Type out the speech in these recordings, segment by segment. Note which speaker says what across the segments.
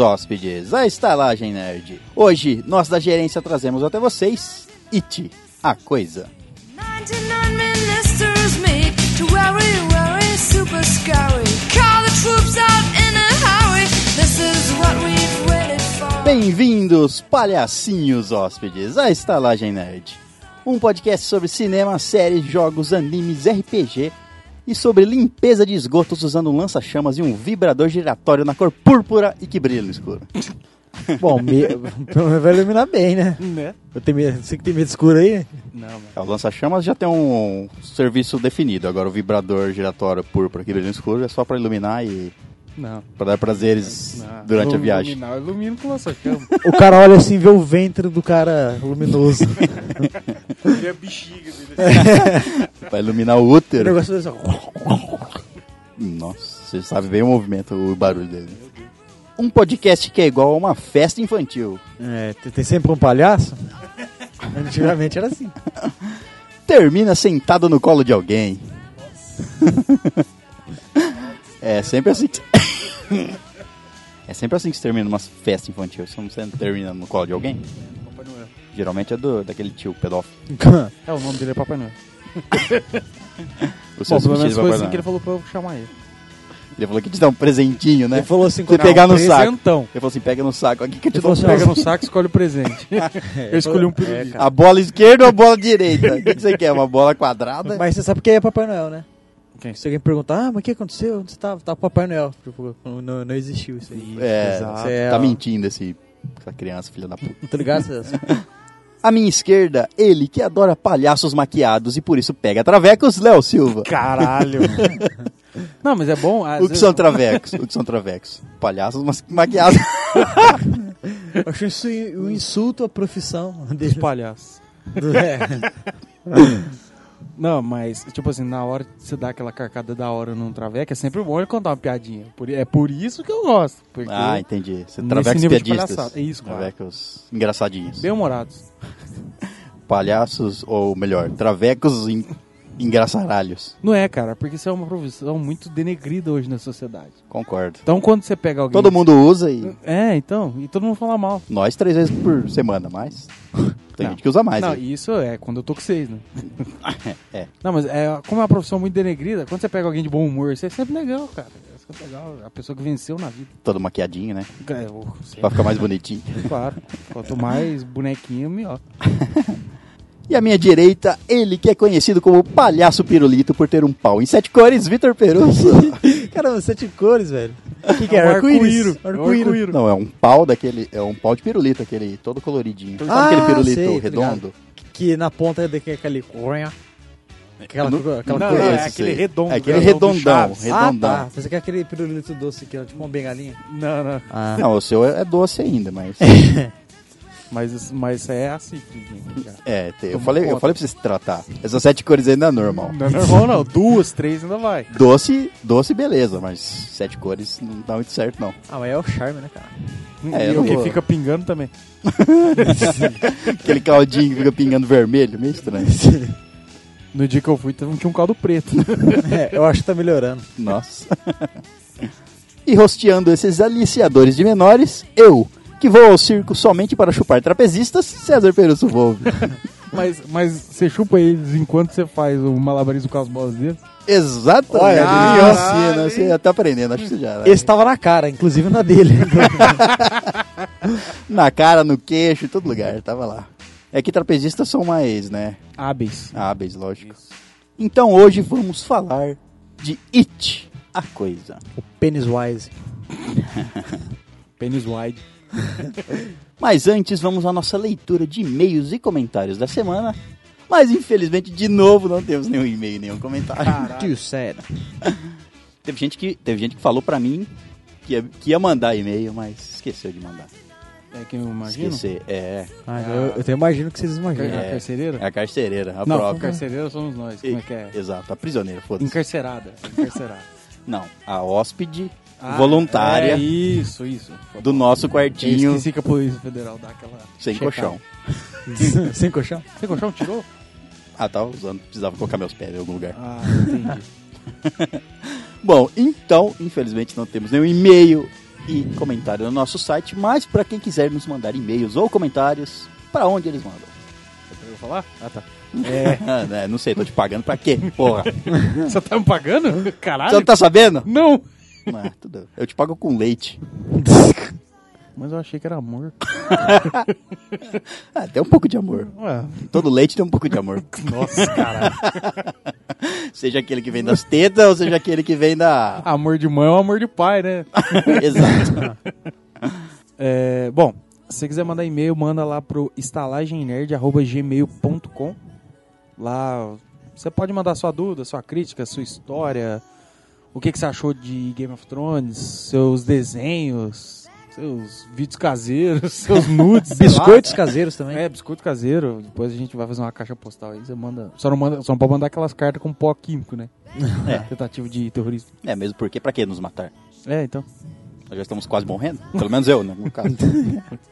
Speaker 1: hóspedes, a Estalagem Nerd. Hoje, nós da gerência trazemos até vocês It, a coisa.
Speaker 2: 99 ministers make to worry, worry, super scary. Call the troops out in a hurry. This is what we've waited for.
Speaker 1: Bem-vindos, palhacinhos hóspedes, à Estalagem Nerd. Um podcast sobre cinema, séries, jogos, animes, RPG e sobre limpeza de esgotos usando um lança-chamas e um vibrador giratório na cor púrpura e que brilha no escuro.
Speaker 3: Bom, me... pelo menos vai iluminar bem, né?
Speaker 4: Né?
Speaker 3: Eu tenho medo... Você que tem medo escuro aí?
Speaker 4: Não, mano.
Speaker 1: É, o lança-chamas já tem um serviço definido, agora o vibrador giratório púrpura que brilha no escuro é só pra iluminar e
Speaker 4: Não.
Speaker 1: pra dar prazeres
Speaker 4: Não.
Speaker 1: durante a
Speaker 4: Ilumina-
Speaker 1: viagem.
Speaker 4: Não, eu ilumino com lança chama.
Speaker 3: O cara olha assim e vê o ventre do cara luminoso.
Speaker 4: Vê a bexiga dele.
Speaker 1: Pra iluminar o
Speaker 3: o
Speaker 1: útero.
Speaker 3: negócio é desse, ó.
Speaker 1: Nossa, você sabe bem o movimento, o barulho dele. Um podcast que é igual a uma festa infantil.
Speaker 3: É, tem, tem sempre um palhaço? Antigamente era assim.
Speaker 1: Termina sentado no colo de alguém. é sempre assim que... É sempre assim que se termina uma festa infantil. Você não senta- termina no colo de alguém?
Speaker 4: Papai Noel.
Speaker 1: Geralmente é do, daquele tio pedófilo.
Speaker 3: Né?
Speaker 4: É, o nome dele é Papai Noel.
Speaker 1: O seu
Speaker 4: Bom,
Speaker 1: sentido
Speaker 4: pelo menos foi
Speaker 1: vai
Speaker 4: assim
Speaker 1: guardar.
Speaker 4: que ele falou pra eu chamar ele.
Speaker 1: Ele falou que te dá um presentinho, né?
Speaker 3: Ele falou assim,
Speaker 1: Você
Speaker 4: um
Speaker 1: pegar no saco.
Speaker 4: Presentão.
Speaker 1: Ele falou assim, pega no saco aqui que eu te
Speaker 3: Ele
Speaker 1: dou um
Speaker 3: falou assim,
Speaker 1: presente.
Speaker 4: Então, Pega no saco, escolhe o presente. Eu escolhi um pirulito.
Speaker 1: A bola esquerda ou a bola direita? O que que você quer? Uma bola quadrada?
Speaker 3: Mas você sabe quem é Papai Noel, né?
Speaker 4: Quem?
Speaker 3: Se alguém perguntar, ah, mas o que aconteceu? Onde você tava? Tava Papai Noel. Tipo, não, não existiu isso aí.
Speaker 1: É,
Speaker 3: Exato.
Speaker 1: tá mentindo esse, essa criança, filha da puta.
Speaker 3: Tá ligado? César?
Speaker 1: À minha esquerda, ele que adora palhaços maquiados e por isso pega travecos, Léo Silva.
Speaker 4: Caralho. Não, mas é bom. às
Speaker 1: O que
Speaker 4: vezes-
Speaker 1: são travecos? O que são travecos? Palhaços mas- maquiados.
Speaker 3: Eu acho isso um insulto à profissão
Speaker 4: Os
Speaker 3: dele.
Speaker 4: palhaços.
Speaker 3: Do- é.
Speaker 4: Não, mas, tipo assim, na hora que você dá aquela carcada da hora num traveco, é sempre bom ele contar uma piadinha. Por- É por isso que eu gosto. Porque
Speaker 1: Ah, entendi. Você
Speaker 4: Nesse
Speaker 1: travecos
Speaker 4: nível de
Speaker 1: piadistas.
Speaker 4: palhaçada. É isso, cara.
Speaker 1: Travecos engraçadinhos.
Speaker 4: bem-humorados.
Speaker 1: Palhaços, ou melhor, travecos en... engraçaralhos.
Speaker 4: Não é, cara, porque isso é uma profissão muito denegrida hoje na sociedade.
Speaker 1: Concordo.
Speaker 4: Então, quando você pega alguém...
Speaker 1: Todo mundo usa e
Speaker 4: É, então, e todo mundo fala mal.
Speaker 1: nós três vezes por semana, mas tem gente que usa mais.
Speaker 4: Não,
Speaker 1: né?
Speaker 4: isso é quando eu tô com vocês, né?
Speaker 1: É.
Speaker 4: Não, mas é, como é uma profissão muito denegrida, quando você pega alguém de bom humor, você é sempre legal, cara. É sempre legal, a pessoa que venceu na vida.
Speaker 1: Todo maquiadinho, né?
Speaker 4: É, eu sei,
Speaker 1: Pra ficar mais bonitinho.
Speaker 4: claro. Quanto mais bonequinho, melhor.
Speaker 1: E à minha direita, ele que é conhecido como Palhaço Pirulito por ter um pau em sete cores, Vitor Peruso.
Speaker 3: Caramba, sete cores, velho. O que, que é?
Speaker 4: É um
Speaker 3: Arco-íris.
Speaker 4: arco-íro. É um
Speaker 3: Arco-íris.
Speaker 1: Não, é um pau daquele. É um pau de pirulito, aquele todo coloridinho. Sabe
Speaker 3: Ah,
Speaker 1: aquele pirulito
Speaker 3: sei, tô
Speaker 1: redondo?
Speaker 3: que na ponta é daquele. aquele- Aquela,
Speaker 1: Não-
Speaker 3: aquela
Speaker 1: não,
Speaker 3: cor.
Speaker 1: não, é
Speaker 3: Ah,
Speaker 1: aquele redondo,
Speaker 4: aquele
Speaker 1: né?
Speaker 4: redondão.
Speaker 1: Do Chaves. redondão.
Speaker 3: tá. Pensei que é aquele pirulito doce que é tipo uma bengalinha.
Speaker 4: Não, não.
Speaker 3: Ah.
Speaker 1: Não, o seu é é doce ainda, mas.
Speaker 4: Mas, isso- mas isso é a sífilis, né, cara.
Speaker 1: É, tem- eu
Speaker 4: Toma
Speaker 1: falei, eu
Speaker 4: conta.
Speaker 1: falei pra você se tratar. Essas sete cores ainda é normal.
Speaker 4: Não é normal, não. Duas, três ainda vai.
Speaker 1: Doce, doce, beleza, mas sete cores não dá muito certo, não.
Speaker 3: ah, mas é o charme, né, cara?
Speaker 1: É,
Speaker 4: e
Speaker 1: eu
Speaker 4: o que
Speaker 1: vou-
Speaker 4: fica pingando também.
Speaker 1: Aquele caldinho que fica pingando vermelho, meio estranho.
Speaker 4: No dia que eu fui, teve- tinha um caldo preto.
Speaker 3: É, eu acho que tá melhorando.
Speaker 1: Nossa. e rosteando esses aliciadores de menores, eu, que vou ao circo somente para chupar trapezistas, César Perusso Volvo.
Speaker 4: Mas, mas você chupa eles enquanto você faz o malabarismo com as bolas deles.
Speaker 1: Exatamente.
Speaker 3: Olha,
Speaker 1: Olha, né? você tá aprendendo, acho que você já.
Speaker 3: Esse tava na cara, inclusive na dele.
Speaker 1: Na cara, no queixo, em todo lugar, tava lá. É que trapezistas são mais, né?
Speaker 4: Hábeis.
Speaker 1: Hábeis, lógico. Então hoje vamos falar de It, a coisa.
Speaker 3: o Pennywise.
Speaker 4: Pênis wide.
Speaker 1: Mas antes, vamos à nossa leitura de e-mails e comentários da semana. Mas infelizmente, de novo, não temos nenhum e-mail, nenhum comentário.
Speaker 3: Too sad.
Speaker 1: Teve gente que, teve gente que falou pra mim que ia, que ia mandar e-mail, mas esqueceu de mandar.
Speaker 4: É que eu imagino.
Speaker 1: Esquecer. É,
Speaker 3: Ah, eu, eu até imagino que vocês
Speaker 4: Car-
Speaker 3: imaginam.
Speaker 4: A carcereira?
Speaker 1: é a carcereira, a
Speaker 4: Não,
Speaker 1: própria.
Speaker 4: carcereira somos nós. Como é que é?
Speaker 1: Exato, a prisioneira, foda-se.
Speaker 4: Encarcerada. Encarcerada.
Speaker 1: Não, a hóspede
Speaker 4: Ah,
Speaker 1: voluntária
Speaker 4: É isso, isso.
Speaker 1: do nosso
Speaker 4: Eu
Speaker 1: quartinho
Speaker 4: esqueci que a Polícia Federal dá aquela.
Speaker 1: sem
Speaker 4: checada.
Speaker 1: colchão.
Speaker 3: Sem colchão?
Speaker 4: Você colchão tirou?
Speaker 1: Ah, tava usando, precisava colocar meus pés em algum lugar.
Speaker 4: Ah, entendi.
Speaker 1: Bom, então, infelizmente não temos nenhum e-mail e comentário no nosso site, mas para quem quiser nos mandar e-mails ou comentários, para onde eles mandam?
Speaker 4: Eu vou falar? Ah, tá.
Speaker 1: É, não sei, tô te pagando pra quê? Porra.
Speaker 4: Você tá me pagando?
Speaker 1: Você não
Speaker 4: Caralho.
Speaker 1: tá sabendo?
Speaker 4: Não.
Speaker 1: Ah, tudo. Eu te pago com leite.
Speaker 4: Mas eu achei que era amor.
Speaker 1: Ah, tem um pouco de amor.
Speaker 4: Ué,
Speaker 1: Todo leite tem um pouco de amor.
Speaker 4: nossa, cara.
Speaker 1: Seja aquele que vem das tetas ou seja aquele que vem da.
Speaker 4: amor de mãe é o amor de pai, né?
Speaker 1: Exato.
Speaker 4: É, bom, se você quiser mandar e-mail, manda lá pro estalagemnerd.gmail.com. Lá você pode mandar sua dúvida, sua crítica, sua história, o que, que você achou de Game of Thrones, seus desenhos, seus vídeos caseiros, seus nudes. sei lá.
Speaker 3: Biscoitos caseiros também.
Speaker 4: É, biscoito caseiro. Depois a gente vai fazer uma caixa postal aí. Você manda. Só não, manda, só não pode mandar aquelas cartas com pó químico, né?
Speaker 1: É.
Speaker 4: Tentativa de terrorismo.
Speaker 1: É mesmo porque, pra que nos matar?
Speaker 4: É, então.
Speaker 1: Nós já estamos quase morrendo. Pelo menos eu, né? No caso.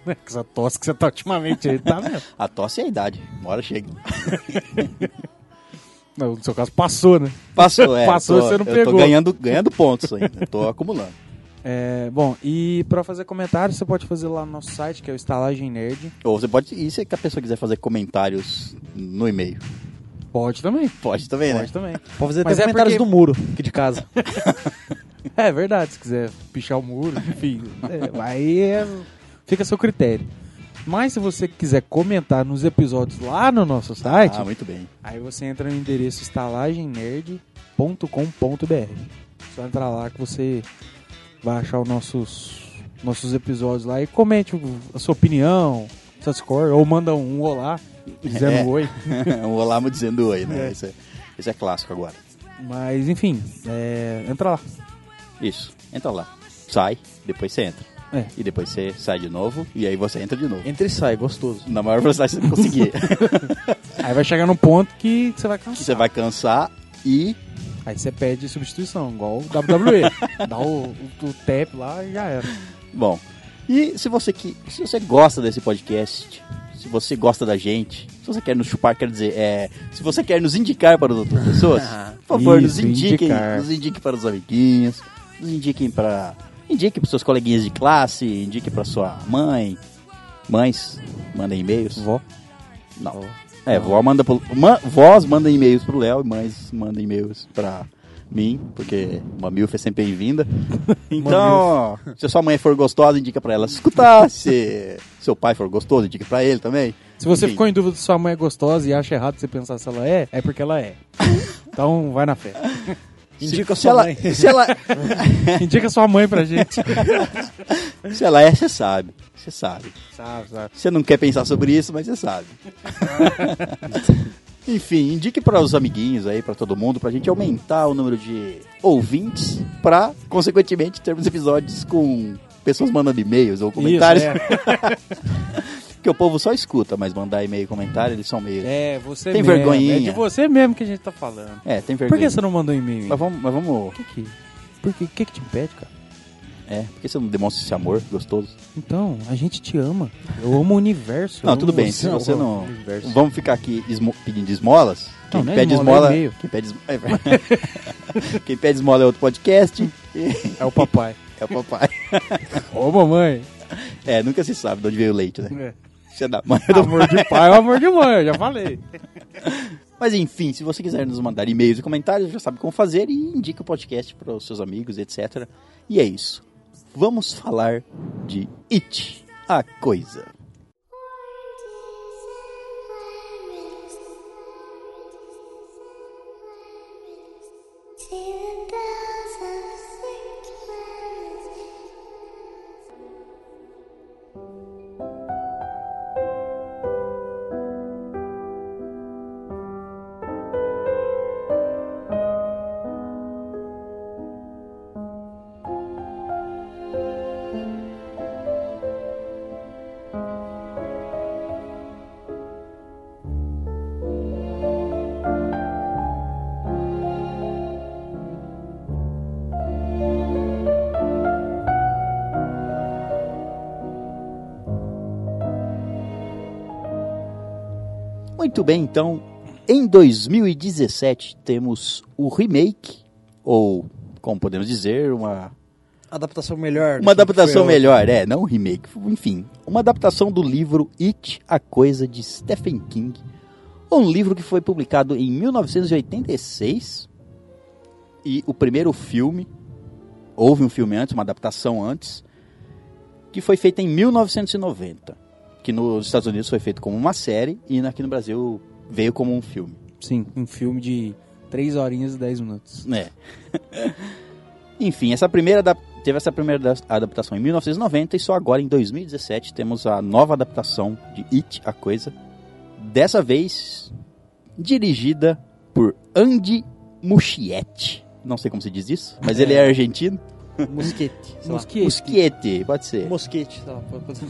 Speaker 4: É, com essa tosse que você tá ultimamente aí, tá mesmo?
Speaker 1: A tosse é a idade. Uma hora chega.
Speaker 4: Não, no seu caso, passou, né?
Speaker 1: Passou, é.
Speaker 4: Passou,
Speaker 1: eu tô-
Speaker 4: você não
Speaker 1: Eu tô
Speaker 4: pegou.
Speaker 1: ganhando, ganhando pontos ainda. Eu tô acumulando.
Speaker 4: É, bom, e pra fazer comentário, você pode fazer lá no nosso site, que é o Estalagem Nerd.
Speaker 1: Ou você pode. E se a pessoa quiser fazer comentários no e-mail?
Speaker 4: Pode também.
Speaker 1: Pode também, né?
Speaker 4: Pode também.
Speaker 3: Pode fazer até
Speaker 4: Mas é
Speaker 3: comentários
Speaker 4: porque-
Speaker 3: do muro aqui de casa.
Speaker 4: É verdade, se quiser pichar o muro, enfim. é, aí é- fica a seu critério. Mas se você quiser comentar nos episódios lá no nosso site,
Speaker 1: Ah, muito bem.
Speaker 4: aí você entra no endereço estalagemnerd.com.br. Só entrar lá que você vai achar os nossos, nossos episódios lá e comente o- a sua opinião, sua score, ou manda um olá dizendo
Speaker 1: É.
Speaker 4: oi.
Speaker 1: o Olamo dizendo oi, né?
Speaker 4: É.
Speaker 1: Isso é, esse é clássico agora.
Speaker 4: Mas enfim, é, entra lá.
Speaker 1: Isso. Entra lá. Sai, depois você entra.
Speaker 4: É.
Speaker 1: E depois você sai de novo, e aí você entra de novo.
Speaker 3: Entra e sai, gostoso.
Speaker 1: Na maior velocidade que você conseguir.
Speaker 4: Aí vai chegar num ponto que você vai
Speaker 1: Que
Speaker 4: cansar.
Speaker 1: você vai cansar e.
Speaker 4: Aí você pede substituição, igual o WWE. Dá o, o, o tap lá e já era.
Speaker 1: Bom. E se você que. Se você gosta desse podcast, se você gosta da gente, se você quer nos chupar, quer dizer, é, se você quer nos indicar para as outras pessoas, por favor, nos
Speaker 4: Isso,
Speaker 1: indiquem.
Speaker 4: indicar.
Speaker 1: Nos indique para os amiguinhos, nos indiquem para. Indique para seus coleguinhas de classe, indique para sua mãe. Mães, mandem e-mails.
Speaker 4: Vó.
Speaker 1: Não. É, vó manda pro. Ma, vós mandam e-mails pro Léo e mães mandam e-mails pra mim, porque uma milf é sempre bem-vinda. Então, se a sua mãe for gostosa, indica pra ela escutar. Se seu pai for gostoso, indica pra ele também.
Speaker 4: Se você
Speaker 1: Enfim.
Speaker 4: ficou em dúvida se sua mãe é gostosa e acha errado você pensar se ela é, é porque ela é. Então vai na fé.
Speaker 3: Indica
Speaker 1: se,
Speaker 3: sua
Speaker 1: ela,
Speaker 3: mãe.
Speaker 1: se ela
Speaker 4: Indica sua mãe pra gente.
Speaker 1: Se ela é, você sabe. Você sabe.
Speaker 4: sabe, sabe.
Speaker 1: Você não quer pensar sobre isso, mas você sabe. Enfim, indique para os amiguinhos aí, para todo mundo, pra gente aumentar o número de ouvintes, pra, consequentemente, termos episódios com pessoas mandando e-mails ou comentários,
Speaker 4: Isso, é.
Speaker 1: que o povo só escuta, mas mandar e-mail e comentário, eles são meio... É,
Speaker 4: é. é, você
Speaker 1: Tem
Speaker 4: mesmo.
Speaker 1: vergonhinha.
Speaker 4: É de você mesmo que a gente tá falando.
Speaker 1: É, tem
Speaker 4: Por que
Speaker 1: vergonha.
Speaker 4: você não mandou um e-mail?
Speaker 1: Mas vamos... Mas vamos
Speaker 4: Por que, que, por que, que que te impede, cara?
Speaker 1: é, por que você não demonstra esse amor gostoso?
Speaker 4: Então, a gente te ama. Eu amo o universo.
Speaker 1: Não,
Speaker 4: eu
Speaker 1: tudo
Speaker 4: amo
Speaker 1: bem, se você não...
Speaker 3: Universo.
Speaker 1: Vamos ficar aqui esmo- pedindo esmolas? Quem
Speaker 4: Não, não é
Speaker 1: pede
Speaker 4: esmola,
Speaker 1: esmola...
Speaker 4: é e-mail.
Speaker 1: quem, pede esmo- quem pede esmola é outro podcast. e-
Speaker 4: É o papai.
Speaker 1: É o papai.
Speaker 4: Ô, mamãe.
Speaker 1: É, nunca se sabe de onde veio o leite, né?
Speaker 4: É.
Speaker 1: Se é da mãe ou do
Speaker 4: Amor de pai é o amor de mãe, eu já falei.
Speaker 1: Mas enfim, se você quiser nos mandar e-mails e comentários, já sabe como fazer e indica o podcast para os seus amigos, etc. E é isso. Vamos falar de It, a coisa. Muito bem, então, em 2017 temos o remake, ou como podemos dizer, uma
Speaker 3: adaptação melhor.
Speaker 1: Uma adaptação
Speaker 3: Foi
Speaker 1: melhor, é, não um remake. Enfim, uma adaptação do livro It, a Coisa de Stephen King. Um livro que foi publicado em 1986. E o primeiro filme, houve um filme antes, uma adaptação antes, que foi feita em 1990. Que nos Estados Unidos foi feito como uma série e aqui no Brasil veio como um filme.
Speaker 4: Sim, um filme de 3 horinhas e 10 minutos.
Speaker 1: É. Enfim, essa primeira adap- teve essa primeira da- adaptação em 1990 e só agora em 2017 temos a nova adaptação de It a Coisa, dessa vez dirigida por Andy Muschietti. Não sei como se diz isso, mas ele é argentino.
Speaker 3: Mosquete. sei lá.
Speaker 4: Mosquito.
Speaker 1: Muschietti, pode ser.
Speaker 3: Mosquete, sei lá. pode- pode ser.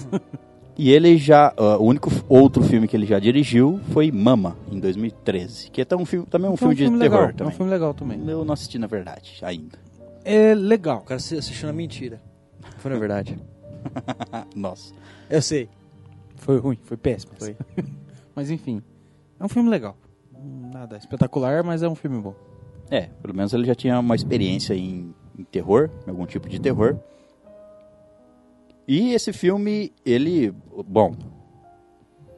Speaker 1: E ele já. ah, o único f- outro filme que ele já dirigiu foi Mama, em 2013. Que é tão um filme, também um
Speaker 4: Foi
Speaker 1: filme, de
Speaker 4: legal,
Speaker 1: terror
Speaker 4: É um
Speaker 1: também.
Speaker 4: filme legal também.
Speaker 1: Eu não assisti, na verdade, ainda.
Speaker 4: É legal.
Speaker 3: O cara se assistiu na mentira. Foi na É verdade.
Speaker 1: Nossa.
Speaker 3: Eu sei.
Speaker 4: Foi ruim, foi péssimo.
Speaker 3: Foi.
Speaker 4: mas enfim, é um filme legal. Nada espetacular, mas é um filme bom.
Speaker 1: É, pelo menos ele já tinha uma experiência em, em terror, em algum tipo de terror. E esse filme, ele, bom,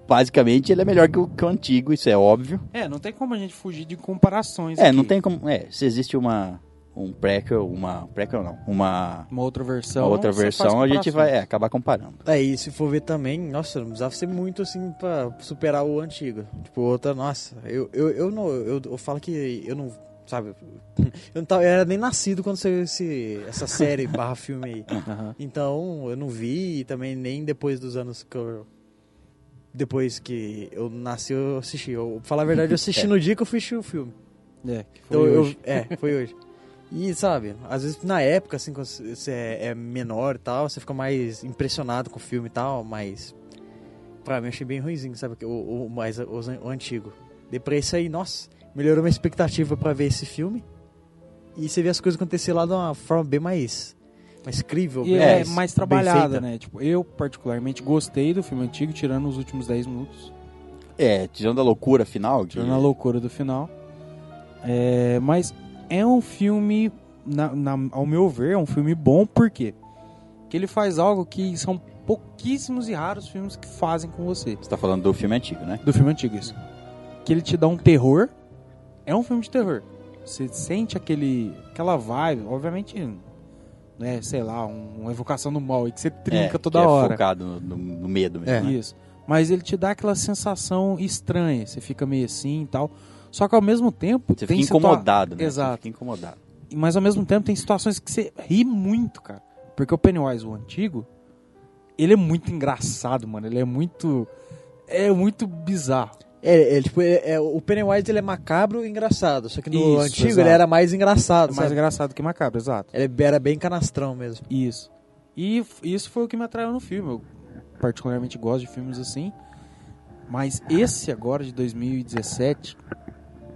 Speaker 1: basicamente ele é melhor que o, que o antigo, isso é óbvio.
Speaker 4: É, não tem como a gente fugir de comparações.
Speaker 1: É,
Speaker 4: aqui.
Speaker 1: não tem como, é, se existe uma um prequel, uma prequel não, uma,
Speaker 4: Uma outra versão.
Speaker 1: uma outra
Speaker 4: Então, você faz
Speaker 1: versão, a gente vai
Speaker 4: comparações.
Speaker 1: é, acabar comparando.
Speaker 3: Aí, se for ver também, nossa, não precisava ser muito assim pra superar o antigo. Tipo, outra, nossa, eu, eu, eu não, eu, eu falo que eu não, sabe, eu não tava, eu era nem nascido quando saiu esse, essa série barra filme aí.
Speaker 4: Aham.
Speaker 3: Então, eu não vi e também nem depois dos anos que eu, depois que eu nasci, eu assisti. Eu, pra falar a verdade, eu
Speaker 1: É.
Speaker 3: assisti no dia que eu fui assistir o filme.
Speaker 4: É, que foi
Speaker 3: Então, eu,
Speaker 4: hoje.
Speaker 3: é, foi hoje. E, sabe, às vezes na época, assim, quando você é é menor e tal, você fica mais impressionado com o filme e tal, mas. Pra mim, eu achei bem ruimzinho, sabe? que O, o, mais, os an- o antigo. Depois isso aí, nossa, melhorou minha expectativa pra ver esse filme. E você vê as coisas acontecer lá de uma forma bem mais. mais crível,
Speaker 4: E
Speaker 3: bem
Speaker 4: é,
Speaker 3: mais,
Speaker 4: mais
Speaker 3: bem
Speaker 4: trabalhada,
Speaker 3: feita.
Speaker 4: né? Tipo, eu particularmente gostei do filme antigo, tirando os últimos 10 minutos.
Speaker 1: É, tirando a loucura final, que-
Speaker 4: Tirando a loucura do final. É, mas é um filme, na- na- ao meu ver, é um filme bom, por quê? Porque ele faz algo que são pouquíssimos e raros filmes que fazem com você.
Speaker 1: você tá falando do filme antigo, né?
Speaker 4: Do filme antigo, isso. Que ele te dá um terror. É um filme de terror. Você sente aquele, aquela vibe, obviamente, né, sei lá, um- uma evocação do mal, e que você trinca
Speaker 1: é,
Speaker 4: toda
Speaker 1: que
Speaker 4: hora.
Speaker 1: É focado no, no- no medo mesmo. né?
Speaker 4: Isso. Mas ele te dá aquela sensação estranha. Você fica meio assim e tal. Só que ao mesmo tempo.
Speaker 1: Você
Speaker 4: tem
Speaker 1: fica
Speaker 4: situa-
Speaker 1: incomodado, né?
Speaker 4: Exato.
Speaker 1: Você fica incomodado.
Speaker 4: Mas ao mesmo tempo tem situações que você ri muito, cara. Porque o Pennywise, o antigo, ele é muito engraçado, mano. Ele é muito. É muito bizarro.
Speaker 3: É, é, tipo, é, é, o Pennywise ele é macabro e engraçado, só que no
Speaker 4: Isso,
Speaker 3: antigo
Speaker 4: exato.
Speaker 3: ele era mais
Speaker 4: É
Speaker 3: engraçado,
Speaker 4: mais
Speaker 3: sabe?
Speaker 4: engraçado que macabro, exato.
Speaker 3: Ele era bem canastrão mesmo.
Speaker 4: Isso. E f- isso foi o que me atraiu no filme. Eu particularmente gosto de filmes assim. Mas esse agora, de 2017,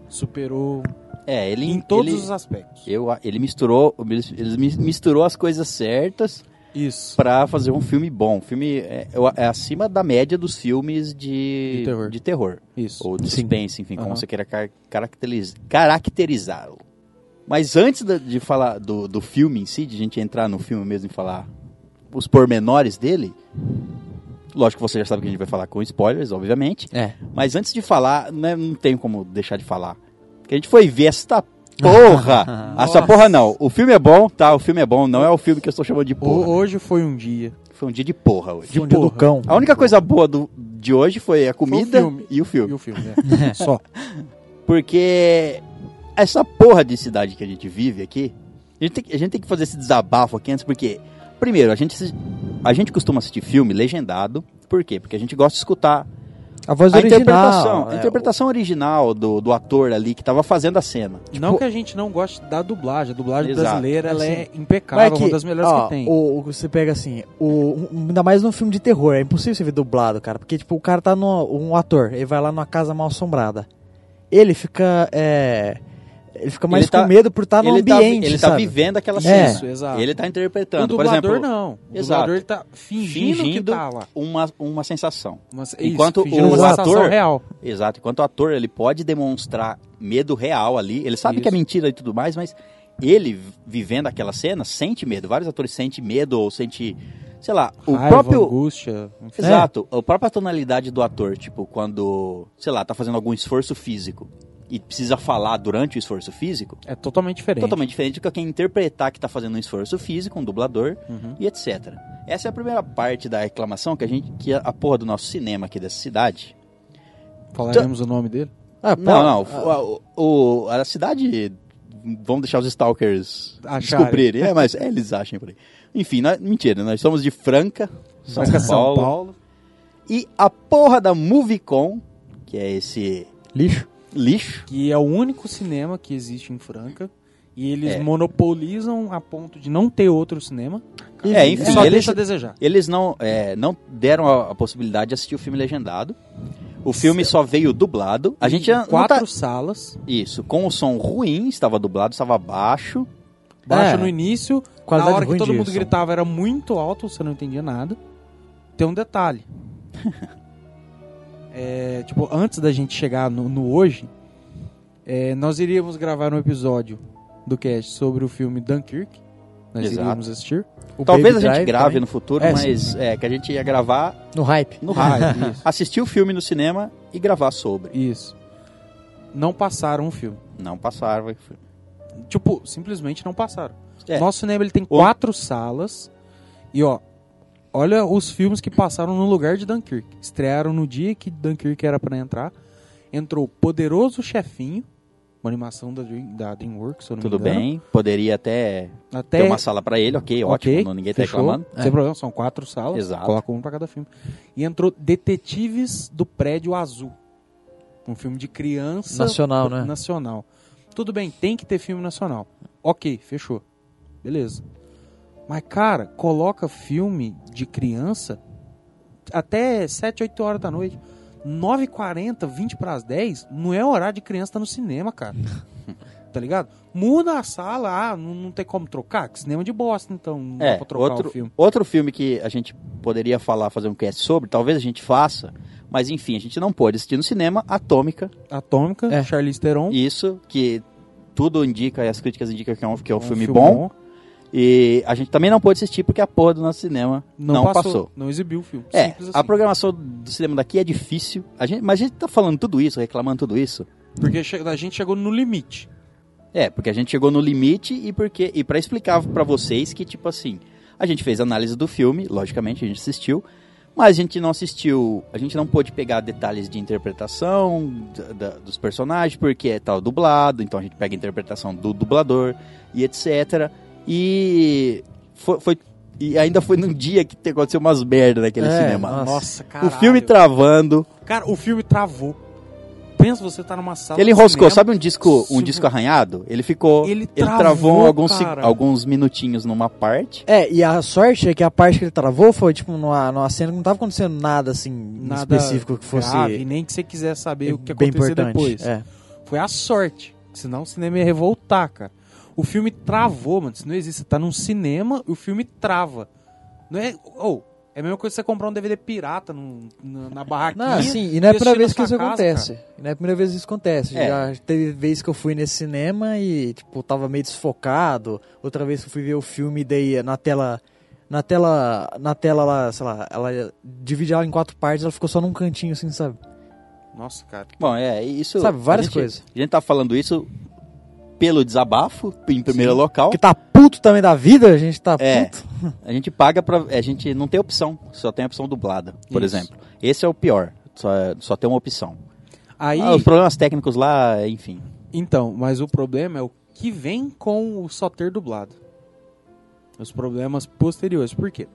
Speaker 4: superou
Speaker 1: É, ele
Speaker 4: em todos
Speaker 1: ele-
Speaker 4: os aspectos.
Speaker 1: Eu, a- ele misturou, eles- eles mis- misturou as coisas certas
Speaker 4: Isso.
Speaker 1: pra fazer um filme bom. Um filme é, eu- é acima da média dos filmes de,
Speaker 4: De terror.
Speaker 1: terror.
Speaker 4: Isso.
Speaker 1: ou de
Speaker 3: Sim.
Speaker 1: suspense, enfim, como
Speaker 4: Aham.
Speaker 1: você queira car caracteriz- caracterizá-lo. Mas antes da- de, falar do, do filme em si, de a gente entrar no filme mesmo e falar os pormenores dele, lógico que você já sabe que a gente vai falar com spoilers, obviamente.
Speaker 3: É.
Speaker 1: Mas antes de falar, né, não tem como deixar de falar. Porque a gente foi ver esta porra. essa
Speaker 4: Nossa.
Speaker 1: porra não. O filme é bom, tá? O filme é bom. Não é o filme que eu estou chamando de porra.
Speaker 4: hoje foi um dia.
Speaker 1: Foi um dia de porra hoje.
Speaker 4: De
Speaker 3: Fundido
Speaker 4: porra.
Speaker 3: cão.
Speaker 1: A única coisa boa do, de hoje foi a comida
Speaker 4: filme.
Speaker 1: e o filme.
Speaker 4: E o filme, né? Só.
Speaker 1: Porque essa porra de cidade que a gente vive aqui, a gente, tem, a gente tem que fazer esse desabafo aqui antes, porque, primeiro, a gente, se- a gente costuma assistir filme legendado. Por quê? Porque a gente gosta de escutar
Speaker 3: A voz
Speaker 1: a
Speaker 3: original.
Speaker 1: interpretação, a
Speaker 3: é,
Speaker 1: interpretação original do, do ator ali que tava fazendo a cena.
Speaker 4: Não que a gente não goste da dublagem. A dublagem
Speaker 1: Tipo- Exato.
Speaker 4: brasileira ela é
Speaker 3: Mas
Speaker 4: impecável,
Speaker 3: é que,
Speaker 4: uma das melhores
Speaker 3: ó,
Speaker 4: que tem.
Speaker 3: O, o- você pega assim, o, um- ainda mais num filme de terror, é impossível você ver dublado, cara. Porque, tipo, o cara tá no. Um ator, ele vai lá numa casa mal assombrada. Ele fica. É, ele fica mais
Speaker 1: Ele tá-
Speaker 3: com medo por estar no
Speaker 1: ele tá vi-
Speaker 3: ambiente.
Speaker 1: ele tá
Speaker 3: sabe?
Speaker 1: vivendo aquela
Speaker 3: É.
Speaker 1: cena.
Speaker 4: Isso, exato.
Speaker 1: Ele tá
Speaker 4: o
Speaker 1: interpretando. Por
Speaker 4: dublador
Speaker 1: exemplo,
Speaker 4: não. O
Speaker 1: Exato.
Speaker 4: dublador ele tá fingindo, que
Speaker 1: Fingindo.
Speaker 4: tá lá.
Speaker 1: uma, uma sensação.
Speaker 4: Mas, é
Speaker 1: Enquanto
Speaker 4: isso, fingindo
Speaker 3: o
Speaker 4: uma sensação
Speaker 1: ator-
Speaker 4: real.
Speaker 1: Exato. Enquanto o ator ele pode demonstrar medo real ali, ele sabe
Speaker 4: Isso.
Speaker 1: que é mentira e tudo mais, mas ele vivendo aquela cena sente medo. Vários atores sentem medo ou sente, sei lá, o
Speaker 4: Raiva,
Speaker 1: próprio
Speaker 4: angústia. É. enfim.
Speaker 1: Exato. A própria tonalidade do ator, tipo, quando, sei lá, tá fazendo algum esforço físico e precisa falar durante o esforço físico,
Speaker 4: É, totalmente diferente.
Speaker 1: totalmente diferente do que quem interpretar que tá fazendo um esforço físico, um dublador
Speaker 4: Uhum.
Speaker 1: e etc. Essa é a primeira parte da reclamação que a gente que a- a porra do nosso cinema aqui dessa cidade.
Speaker 4: Falaremos o nome dele.
Speaker 3: Ah, pô,
Speaker 1: Não, não,
Speaker 3: ah,
Speaker 1: o- o- o- a cidade vamos deixar os stalkers
Speaker 4: Acharem.
Speaker 1: descobrirem, é, mas é, eles acham por aí. Enfim, nós- mentira, nós somos de Franca, São
Speaker 4: Franca,
Speaker 1: Paulo. E a porra da MovieCon, que é esse
Speaker 3: lixo.
Speaker 1: lixo.
Speaker 4: Que é o único cinema que existe em Franca. E eles
Speaker 1: É.
Speaker 4: monopolizam a ponto de não ter outro cinema.
Speaker 1: É, enfim,
Speaker 4: Só
Speaker 1: eles-
Speaker 4: deixa a desejar.
Speaker 1: Eles não, é, não deram a, a possibilidade de assistir o filme legendado. O filme só veio dublado. A gente
Speaker 4: Em
Speaker 1: não tá-
Speaker 4: quatro salas,
Speaker 1: Isso, com o som ruim, estava dublado, estava baixo.
Speaker 4: baixo
Speaker 3: É.
Speaker 4: no início,
Speaker 3: Qualidade
Speaker 4: na hora que
Speaker 3: ruim
Speaker 4: todo
Speaker 3: de
Speaker 4: mundo
Speaker 3: som.
Speaker 4: gritava era muito alto, você não entendia nada. Tem um detalhe. É, tipo, antes da gente chegar no, no hoje, é, nós iríamos gravar um episódio do cast sobre o filme Dunkirk. Nós
Speaker 1: Exato.
Speaker 4: iríamos assistir.
Speaker 3: O
Speaker 1: Talvez a
Speaker 3: Baby
Speaker 1: gente
Speaker 3: Drive
Speaker 1: grave
Speaker 3: também.
Speaker 1: no futuro,
Speaker 4: É,
Speaker 1: mas é que a gente ia gravar
Speaker 3: no hype.
Speaker 1: no rádio.
Speaker 4: Ah, isso.
Speaker 1: assistir o filme no cinema e gravar sobre.
Speaker 4: Isso. Não passaram o filme.
Speaker 1: Não passaram. foi-
Speaker 4: Tipo, simplesmente não passaram.
Speaker 1: É.
Speaker 4: Nosso cinema ele tem quatro salas. E ó, olha os filmes que passaram no lugar de Dunkirk. Estrearam no dia que Dunkirk era pra entrar. Entrou Poderoso Chefinho, uma animação da, Dream- da DreamWorks, se eu não
Speaker 1: Tudo
Speaker 4: me engano.
Speaker 1: bem, poderia até
Speaker 4: Até
Speaker 1: ter uma sala pra ele, ok, ótimo,
Speaker 4: Ok,
Speaker 1: não- ninguém tá
Speaker 4: fechou. É,
Speaker 1: reclamando.
Speaker 4: Sem problema, são quatro salas.
Speaker 1: Exato.
Speaker 4: Coloca um pra cada filme. E entrou Detetives do Prédio Azul. Um filme de criança
Speaker 3: Nacional, né?
Speaker 4: nacional. Tudo bem, tem que ter filme nacional. Ok, fechou. Beleza. Mas, cara, coloca filme de criança até 7, 8 horas da noite. 9h40, 20 para as 10, não é horário de criança estar no cinema, cara. tá ligado? Muda a sala, ah, não, não tem como trocar, que cinema de bosta, então não dá
Speaker 1: É,
Speaker 4: pra trocar
Speaker 1: outro
Speaker 4: o filme.
Speaker 1: filme. outro filme que a gente poderia falar, fazer um cast sobre, talvez a gente faça, mas enfim, a gente não pôde assistir no cinema, Atômica,
Speaker 4: Atômica,
Speaker 3: É.
Speaker 4: Charlize Theron.
Speaker 1: isso, que tudo indica, e as críticas indicam que é um, que é um filme, bom, e a gente também não pôde assistir porque a porra do nosso cinema não, passou.
Speaker 4: Não exibiu o filme.
Speaker 1: É,
Speaker 4: Simples
Speaker 1: a
Speaker 4: assim.
Speaker 1: programação do cinema daqui é difícil, a gente, mas a gente tá falando tudo isso, reclamando tudo isso,
Speaker 4: Porque che- a gente chegou no limite.
Speaker 1: É, porque a gente chegou no limite e porque e para explicar pra vocês que tipo assim, a gente fez análise do filme, logicamente a gente assistiu, mas a gente não assistiu, a gente não pôde pegar detalhes de interpretação da- da- dos personagens porque é tal dublado, então a gente pega a interpretação do dublador e etc. E foi, foi- e ainda foi num dia que te- aconteceu umas merdas naquele
Speaker 3: É,
Speaker 1: cinema.
Speaker 3: nossa.
Speaker 4: cara.
Speaker 1: O filme travando,
Speaker 4: Cara, o filme travou. Pensa você tá numa sala.
Speaker 1: ele
Speaker 4: de
Speaker 1: enroscou,
Speaker 4: cinema,
Speaker 1: sabe um disco, um
Speaker 4: Super-
Speaker 1: disco arranhado? Ele ficou,
Speaker 4: Ele
Speaker 1: ele,
Speaker 4: travou,
Speaker 1: travou, alguns, seg-
Speaker 4: cara.
Speaker 1: alguns minutinhos numa parte.
Speaker 3: É, e a sorte é que a parte que ele travou foi, tipo, numa, numa cena que não tava acontecendo nada, assim,
Speaker 4: Nada
Speaker 3: específico que fosse
Speaker 4: grave, nem que você quiser
Speaker 1: é
Speaker 4: saber o que
Speaker 3: bem
Speaker 4: aconteceu
Speaker 3: importante.
Speaker 4: depois.
Speaker 3: É.
Speaker 4: Foi a sorte. Senão o cinema ia revoltar, cara. O filme travou, mano. Isso não existe. Você tá num cinema e o filme trava. Não é. Ou, é a mesma coisa que você comprar um DVD pirata num- na, na barraquinha.
Speaker 3: Não, sim, e não é a
Speaker 4: e
Speaker 3: primeira
Speaker 4: assistir
Speaker 3: vez que
Speaker 4: na
Speaker 3: isso
Speaker 4: sua casa,
Speaker 3: acontece. E não é a primeira vez que isso acontece.
Speaker 1: É.
Speaker 3: Já teve vez que eu fui nesse cinema e, tipo, tava meio desfocado. Outra vez que eu fui ver o filme e daí na tela. Na tela. Na tela lá, sei lá, ela divide ela em quatro partes, ela ficou só num cantinho, assim, sabe?
Speaker 4: Nossa, cara.
Speaker 1: Bom, é, isso...
Speaker 3: Sabe, várias
Speaker 1: a gente-
Speaker 3: coisas.
Speaker 1: A gente tá falando isso pelo desabafo, em primeiro
Speaker 4: Sim.
Speaker 1: local.
Speaker 3: Que tá puto também da vida, a gente tá
Speaker 1: É.
Speaker 3: puto.
Speaker 1: A gente paga pra... A gente não tem opção, só tem a opção dublada, por
Speaker 4: Isso.
Speaker 1: exemplo. Esse é o pior, só, só tem uma opção.
Speaker 4: Aí.
Speaker 1: Ah, os problemas técnicos lá, enfim.
Speaker 4: Então, mas o problema é o que vem com o só ter dublado. Os problemas posteriores. Por quê?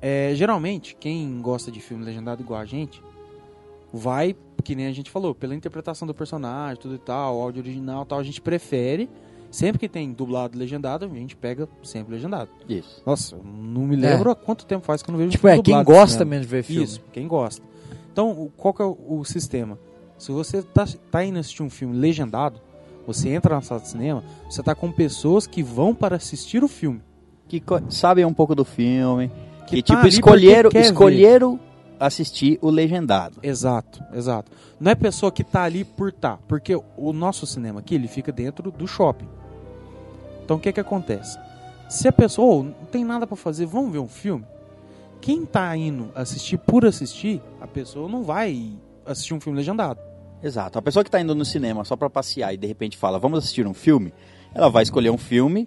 Speaker 4: É, geralmente, quem gosta de filme legendado igual a gente, vai, que nem a gente falou, pela interpretação do personagem, tudo e tal, áudio original e tal, a gente prefere. Sempre que tem dublado e legendado, a gente pega sempre legendado.
Speaker 1: Isso.
Speaker 4: Nossa, eu não me lembro há quanto tempo faz que eu não vejo
Speaker 3: É. Tipo, é, quem
Speaker 4: dublado no
Speaker 3: gosta
Speaker 4: cinema.
Speaker 3: mesmo de ver filme.
Speaker 4: Isso, quem gosta. Então, o- qual que é o, o sistema? Se você tá, tá indo assistir um filme legendado, você entra na sala de cinema, você tá com pessoas que vão para assistir o filme.
Speaker 1: Que co- sabem um pouco do filme. Que,
Speaker 4: tá
Speaker 1: tipo,
Speaker 4: ali
Speaker 1: escolheram,
Speaker 4: porque quer
Speaker 1: escolheram assistir o legendado.
Speaker 4: ver. Exato, exato. Não é pessoa que tá ali por tá, porque o nosso cinema aqui, ele fica dentro do shopping. Então o que que acontece? Se a pessoa "Oh, não tem nada pra fazer, vamos ver um filme. Quem tá indo assistir por assistir, a pessoa não vai assistir um filme legendado.
Speaker 1: Exato. A pessoa que está indo no cinema só para passear e de repente fala, vamos assistir um filme, ela vai escolher um filme,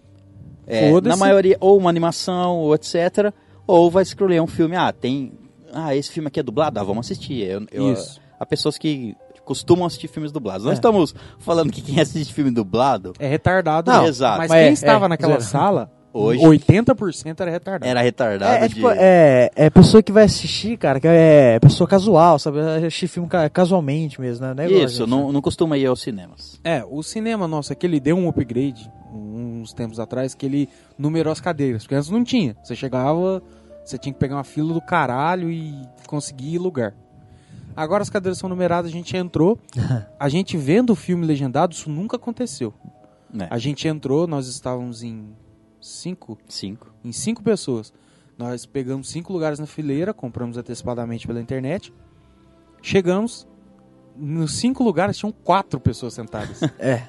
Speaker 1: é,
Speaker 4: Foda-se.
Speaker 1: na maioria, ou uma animação, ou etc. Ou vai escolher um filme, ah, tem. Ah, esse filme aqui é dublado, ah, vamos assistir. Eu, eu-
Speaker 4: Isso.
Speaker 1: Há pessoas que costumam assistir filmes dublados. Não
Speaker 4: É.
Speaker 1: estamos falando que quem assiste filme dublado
Speaker 4: É retardado.
Speaker 1: Não, exato.
Speaker 4: Mas
Speaker 3: Mas
Speaker 4: quem
Speaker 3: é,
Speaker 4: estava
Speaker 3: é,
Speaker 4: naquela
Speaker 3: zero.
Speaker 4: sala,
Speaker 1: Hoje.
Speaker 4: 80% era retardado.
Speaker 1: era retardado
Speaker 3: É, é
Speaker 1: de-
Speaker 3: tipo, é, é pessoa que vai assistir, cara, que é pessoa casual, sabe? Assistir filme ca- casualmente mesmo, né? Não é igual a
Speaker 1: Isso,
Speaker 3: gente,
Speaker 1: não, não costuma ir aos cinemas.
Speaker 4: É, o cinema nosso aqui, ele deu um upgrade uns tempos atrás que ele numerou as cadeiras, porque antes não tinha. Você chegava, você tinha que pegar uma fila do caralho e conseguir lugar. Agora as cadeiras são numeradas, a gente entrou. a gente vendo o filme legendado, isso nunca aconteceu.
Speaker 1: Né?
Speaker 4: A gente entrou, nós estávamos em cinco,
Speaker 1: Cinco.
Speaker 4: em cinco pessoas. Nós pegamos cinco lugares na fileira, compramos antecipadamente pela internet. Chegamos, nos cinco lugares tinham quatro pessoas sentadas.
Speaker 3: É.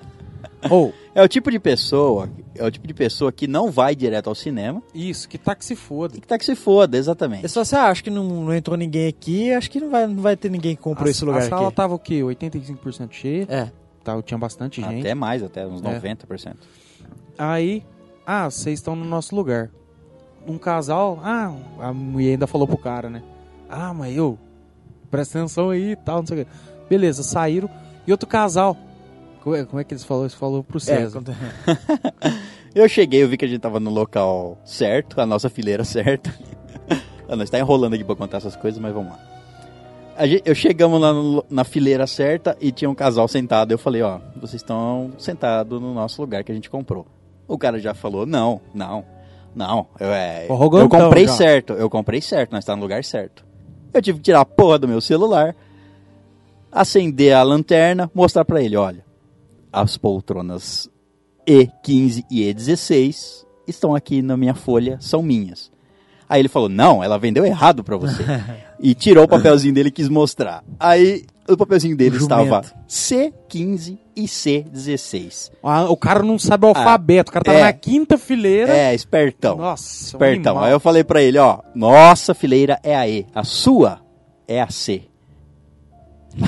Speaker 4: Ou,
Speaker 1: É o tipo de pessoa, é o tipo de pessoa que não vai direto ao cinema
Speaker 4: isso, que tá que se foda.
Speaker 1: e que tá que se foda, exatamente.
Speaker 3: É só assim, ah, acho que não, não entrou ninguém aqui, acho que não vai, não vai ter ninguém que comprou
Speaker 4: a,
Speaker 3: esse lugar
Speaker 4: A sala
Speaker 3: aqui.
Speaker 1: tá
Speaker 4: tava o quê? 85% cheia.
Speaker 3: É.
Speaker 4: Tá, tinha bastante gente.
Speaker 1: Até mais, até uns
Speaker 4: É.
Speaker 1: 90%.
Speaker 4: Aí, ah, vocês estão no nosso lugar. Um casal, ah, a mulher ainda falou pro cara, né? Ah, mas eu, presta atenção aí e tal, não sei o que. Beleza, saíram. E outro casal, como é, como é que eles falaram? Eles falaram pro
Speaker 3: É,
Speaker 4: César.
Speaker 1: então.
Speaker 3: quando-
Speaker 1: Eu cheguei, eu vi que a gente tava no local certo, a nossa fileira certa. Ah, Nós tá enrolando aqui pra contar essas coisas, mas vamos lá. A gente- eu chegamos lá no- na fileira certa e tinha um casal sentado. Eu falei, ó, vocês estão sentados no nosso lugar que a gente comprou. O cara já falou, não, não, não. Eu, é,
Speaker 4: Ó, arrogantão
Speaker 1: eu comprei
Speaker 4: então já.
Speaker 1: certo, eu comprei certo, nós tá no lugar certo. Eu tive que tirar a porra do meu celular, acender a lanterna, mostrar pra ele, olha, as poltronas E15 e E16 estão aqui na minha folha, são minhas. Aí ele falou, não, ela vendeu errado pra você. e tirou o papelzinho dele e quis mostrar. Aí o papelzinho dele
Speaker 3: O
Speaker 1: estava
Speaker 3: jumento.
Speaker 1: C15 e C16.
Speaker 4: Ah, o cara não sabe o alfabeto, o cara tava
Speaker 1: é.
Speaker 4: na quinta fileira.
Speaker 1: É, espertão.
Speaker 4: Nossa, um
Speaker 1: Espertão. Aí
Speaker 4: animal.
Speaker 1: eu falei pra ele, ó, nossa fileira é a E, a sua é a C.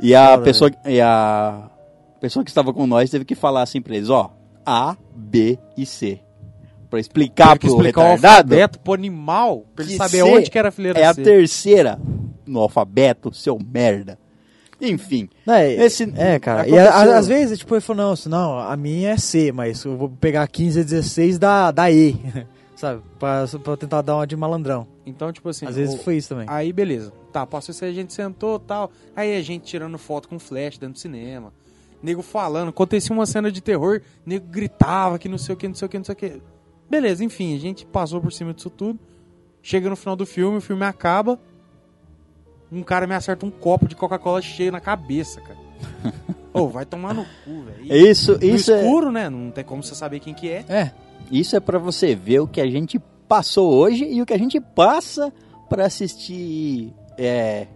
Speaker 1: e a
Speaker 3: Foda,
Speaker 1: pessoa e a pessoa que estava com nós teve que falar assim pra eles, ó, A, B e C. Pra explicar
Speaker 4: Teve que
Speaker 1: pro
Speaker 4: explicar o
Speaker 1: retardado
Speaker 4: alfabeto pro animal, pra ele
Speaker 1: que
Speaker 4: saber
Speaker 1: C
Speaker 4: onde que era a fileira
Speaker 1: é a
Speaker 4: C.
Speaker 1: terceira no alfabeto, seu merda. Enfim,
Speaker 3: Não, é,
Speaker 1: Esse-
Speaker 3: é, cara. E
Speaker 1: aconteceu-
Speaker 3: a- às vezes, tipo, ele falou, não, isso não, a minha é C, mas eu vou pegar 15 e 16 da, da E, sabe? Pra, pra tentar dar uma de malandrão.
Speaker 4: Então, tipo assim,
Speaker 3: às vezes
Speaker 4: o-
Speaker 3: foi isso também.
Speaker 4: Aí beleza. Tá, passou isso aí, a gente sentou tal. Aí a gente tirando foto com flash dentro do cinema. Nego falando, acontecia uma cena de terror, nego gritava que não sei o que, não sei o que, não sei o que. Beleza, enfim, a gente passou por cima disso tudo. Chega no final do filme, o filme acaba. Um cara me acerta um copo de Coca-Cola cheio na cabeça, cara. Ô, vai tomar no cu, velho. E
Speaker 1: isso,
Speaker 4: No
Speaker 1: isso é,
Speaker 4: escuro, né? Não tem como você saber quem que é.
Speaker 3: É,
Speaker 1: isso é pra você ver o que a gente passou hoje e o que a gente passa pra assistir é,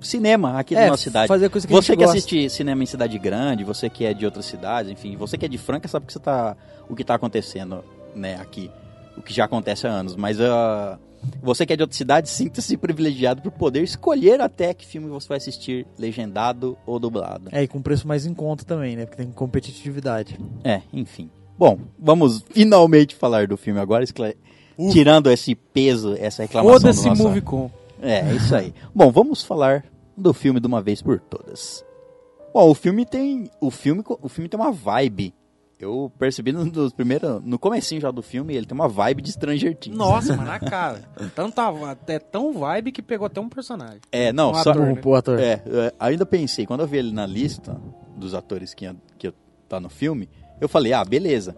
Speaker 1: cinema aqui na
Speaker 3: é,
Speaker 1: nossa cidade.
Speaker 3: fazer coisa que a
Speaker 1: Você
Speaker 3: gente
Speaker 1: que
Speaker 3: gosta.
Speaker 1: assiste cinema em cidade grande, você que é de outras cidades, enfim, você que é de Franca sabe que você tá, o que está acontecendo, né, aqui, o que já acontece há anos. Mas ah, você que é de outra cidade, sinta-se privilegiado por poder escolher até que filme você vai assistir, legendado ou dublado.
Speaker 3: É, e com preço mais em conta também, né? Porque tem competitividade.
Speaker 1: É, enfim. Bom, vamos finalmente falar do filme agora, esclare-
Speaker 4: Uh.
Speaker 1: tirando esse peso, essa reclamação. do
Speaker 4: Foda-se
Speaker 1: nosso-
Speaker 4: Movie Com.
Speaker 1: É, é isso aí. Bom, vamos falar do filme de uma vez por todas. Bom, o filme tem. O filme, co- o filme tem uma vibe. Eu percebi no, dos primeiros, no comecinho já do filme, ele tem uma vibe de Stranger Things.
Speaker 4: Nossa, mas na cara. Tanta, é tão vibe que pegou até um personagem.
Speaker 1: É, não,
Speaker 4: Um
Speaker 1: só.
Speaker 4: ator, né?
Speaker 3: O, o ator.
Speaker 1: É, é, ainda pensei, quando eu vi ele na lista dos atores que, ia- que ia tá no filme, eu falei, ah, beleza.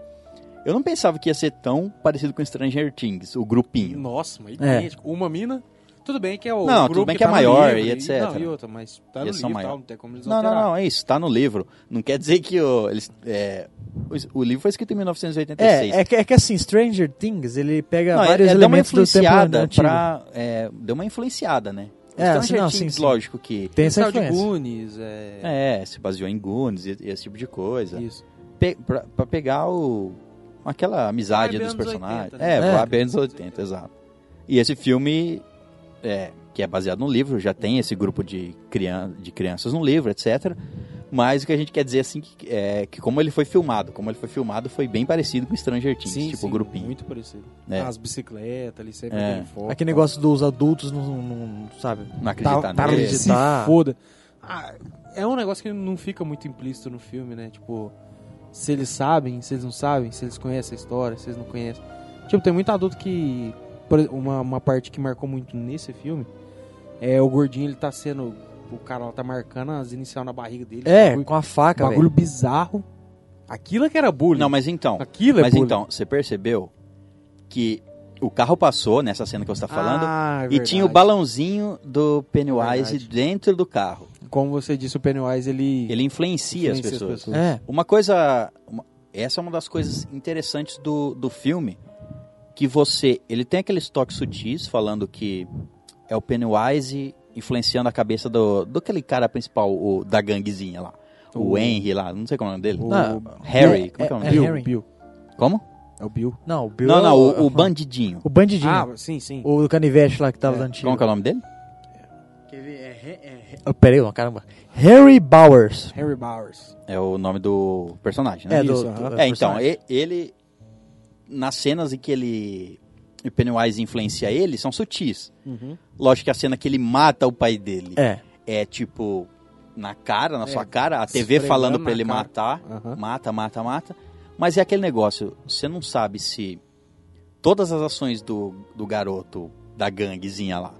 Speaker 1: Eu não pensava que ia ser tão parecido com Stranger Things, o grupinho.
Speaker 4: Nossa, mas idêntico. Uma mina, tudo bem que é o
Speaker 1: É. Não,
Speaker 4: grupo
Speaker 1: tudo bem que é
Speaker 4: tá no
Speaker 1: maior
Speaker 4: livro
Speaker 1: e etc.
Speaker 4: Não, e outra, mas tá no
Speaker 1: Eles são
Speaker 4: livro e
Speaker 1: maior.
Speaker 4: tal, não tem como eles
Speaker 1: Não, não,
Speaker 4: alterar.
Speaker 1: não, é isso, tá no livro. Não quer dizer que o, eles, é, o, o livro foi escrito em 1986.
Speaker 3: É, é que, é que assim, Stranger Things, ele pega
Speaker 1: Não, ele-
Speaker 3: vários
Speaker 1: ele deu uma
Speaker 3: elementos do tempo
Speaker 1: influenciada
Speaker 3: antigo.
Speaker 1: pra, é, deu uma influenciada, né? Os
Speaker 3: É,
Speaker 1: Stranger
Speaker 3: assim, não,
Speaker 1: Things,
Speaker 3: sim, sim.
Speaker 1: lógico que
Speaker 3: Tem
Speaker 4: Tem
Speaker 3: essa
Speaker 1: tipo,
Speaker 4: Sal de
Speaker 3: influência.
Speaker 4: Goonies, é...
Speaker 1: é, se baseou em Goonies e, e esse tipo de coisa.
Speaker 4: Isso.
Speaker 1: pe pra, pra pegar o, aquela amizade
Speaker 4: Vibe
Speaker 1: dos
Speaker 4: anos
Speaker 1: personagens.
Speaker 4: 80,
Speaker 1: É,
Speaker 4: né?
Speaker 1: é,
Speaker 3: É.
Speaker 1: Vibe anos 80, exato. E esse filme, é, que é baseado no livro, já tem esse grupo de, crian de crianças no livro, etc. Mas o que a gente quer dizer, assim, que, é que como ele foi filmado, como ele foi filmado, foi bem parecido com Stranger Things, tipo o grupinho.
Speaker 4: Muito parecido.
Speaker 1: É.
Speaker 4: As bicicletas ali, sempre
Speaker 1: É.
Speaker 4: aquele foco.
Speaker 3: Aquele negócio dos adultos não, não- não- sabe?
Speaker 1: Não
Speaker 4: Tá,
Speaker 1: acreditar
Speaker 4: tá
Speaker 1: nele.
Speaker 3: acreditando.
Speaker 4: se
Speaker 3: Tá.
Speaker 4: foda. Ah, é um negócio que não fica muito implícito no filme, né? Tipo, se eles sabem, se eles não sabem, se eles conhecem a história, se eles não conhecem. Tipo, tem muito adulto que. por exemplo, Uma, uma parte que marcou muito nesse filme é o gordinho, ele tá sendo. O cara lá tá marcando as inicial na barriga dele.
Speaker 3: É,
Speaker 4: bagulho,
Speaker 3: com a faca, velho.
Speaker 4: bagulho bizarro. Aquilo é que era bullying.
Speaker 1: Não, mas então,
Speaker 4: Aquilo é
Speaker 1: mas
Speaker 4: bullying.
Speaker 1: então, você percebeu que o carro passou nessa cena que você tá falando
Speaker 4: Ah, é
Speaker 1: e tinha o
Speaker 4: verdade.
Speaker 1: balãozinho do Pennywise
Speaker 4: Verdade.
Speaker 1: dentro do carro.
Speaker 4: Como você disse, o Pennywise, ele.
Speaker 1: Ele influencia,
Speaker 4: Influencia as
Speaker 1: As pessoas.
Speaker 4: pessoas.
Speaker 3: É,
Speaker 1: Uma coisa. uma- essa é uma das coisas interessantes do, do filme. Que você. Ele tem aqueles toques sutis falando que é o Pennywise influenciando a cabeça do, do aquele cara principal, o, da ganguezinha lá. O,
Speaker 4: O-
Speaker 1: Henry lá, não sei como é o nome dele.
Speaker 4: O
Speaker 3: Não,
Speaker 1: Harry, como é,
Speaker 3: é-
Speaker 1: que é o nome
Speaker 3: é
Speaker 1: dele?
Speaker 4: Bill,
Speaker 3: Harry.
Speaker 4: Bill.
Speaker 1: Como?
Speaker 4: É o Bill.
Speaker 3: não, o Bill
Speaker 1: não,
Speaker 3: é
Speaker 1: não, o, o
Speaker 3: é
Speaker 1: bandidinho.
Speaker 3: O bandidinho.
Speaker 4: Ah, sim, sim.
Speaker 3: o do canivete lá que tava dando tiro.
Speaker 1: Como que é o nome dele?
Speaker 3: Oh, peraí, ó, caramba. Harry Bowers.
Speaker 4: Harry Bowers.
Speaker 1: É o nome do personagem, né?
Speaker 3: É, do,
Speaker 4: Isso,
Speaker 3: do-
Speaker 4: aham.
Speaker 3: do
Speaker 1: É, então,
Speaker 3: personagem.
Speaker 1: e- ele. Nas cenas em que ele. O Pennywise influencia ele, são sutis.
Speaker 4: Uhum.
Speaker 1: Lógico que a cena que ele mata o pai dele
Speaker 3: É.
Speaker 1: é tipo na cara, na
Speaker 4: É,
Speaker 1: sua cara, a TV
Speaker 4: esfregando
Speaker 1: falando pra
Speaker 4: na
Speaker 1: ele
Speaker 4: cara.
Speaker 1: matar,
Speaker 4: Aham.
Speaker 1: mata, mata, mata. Mas é aquele negócio, você não sabe se todas as ações do, do garoto da ganguezinha lá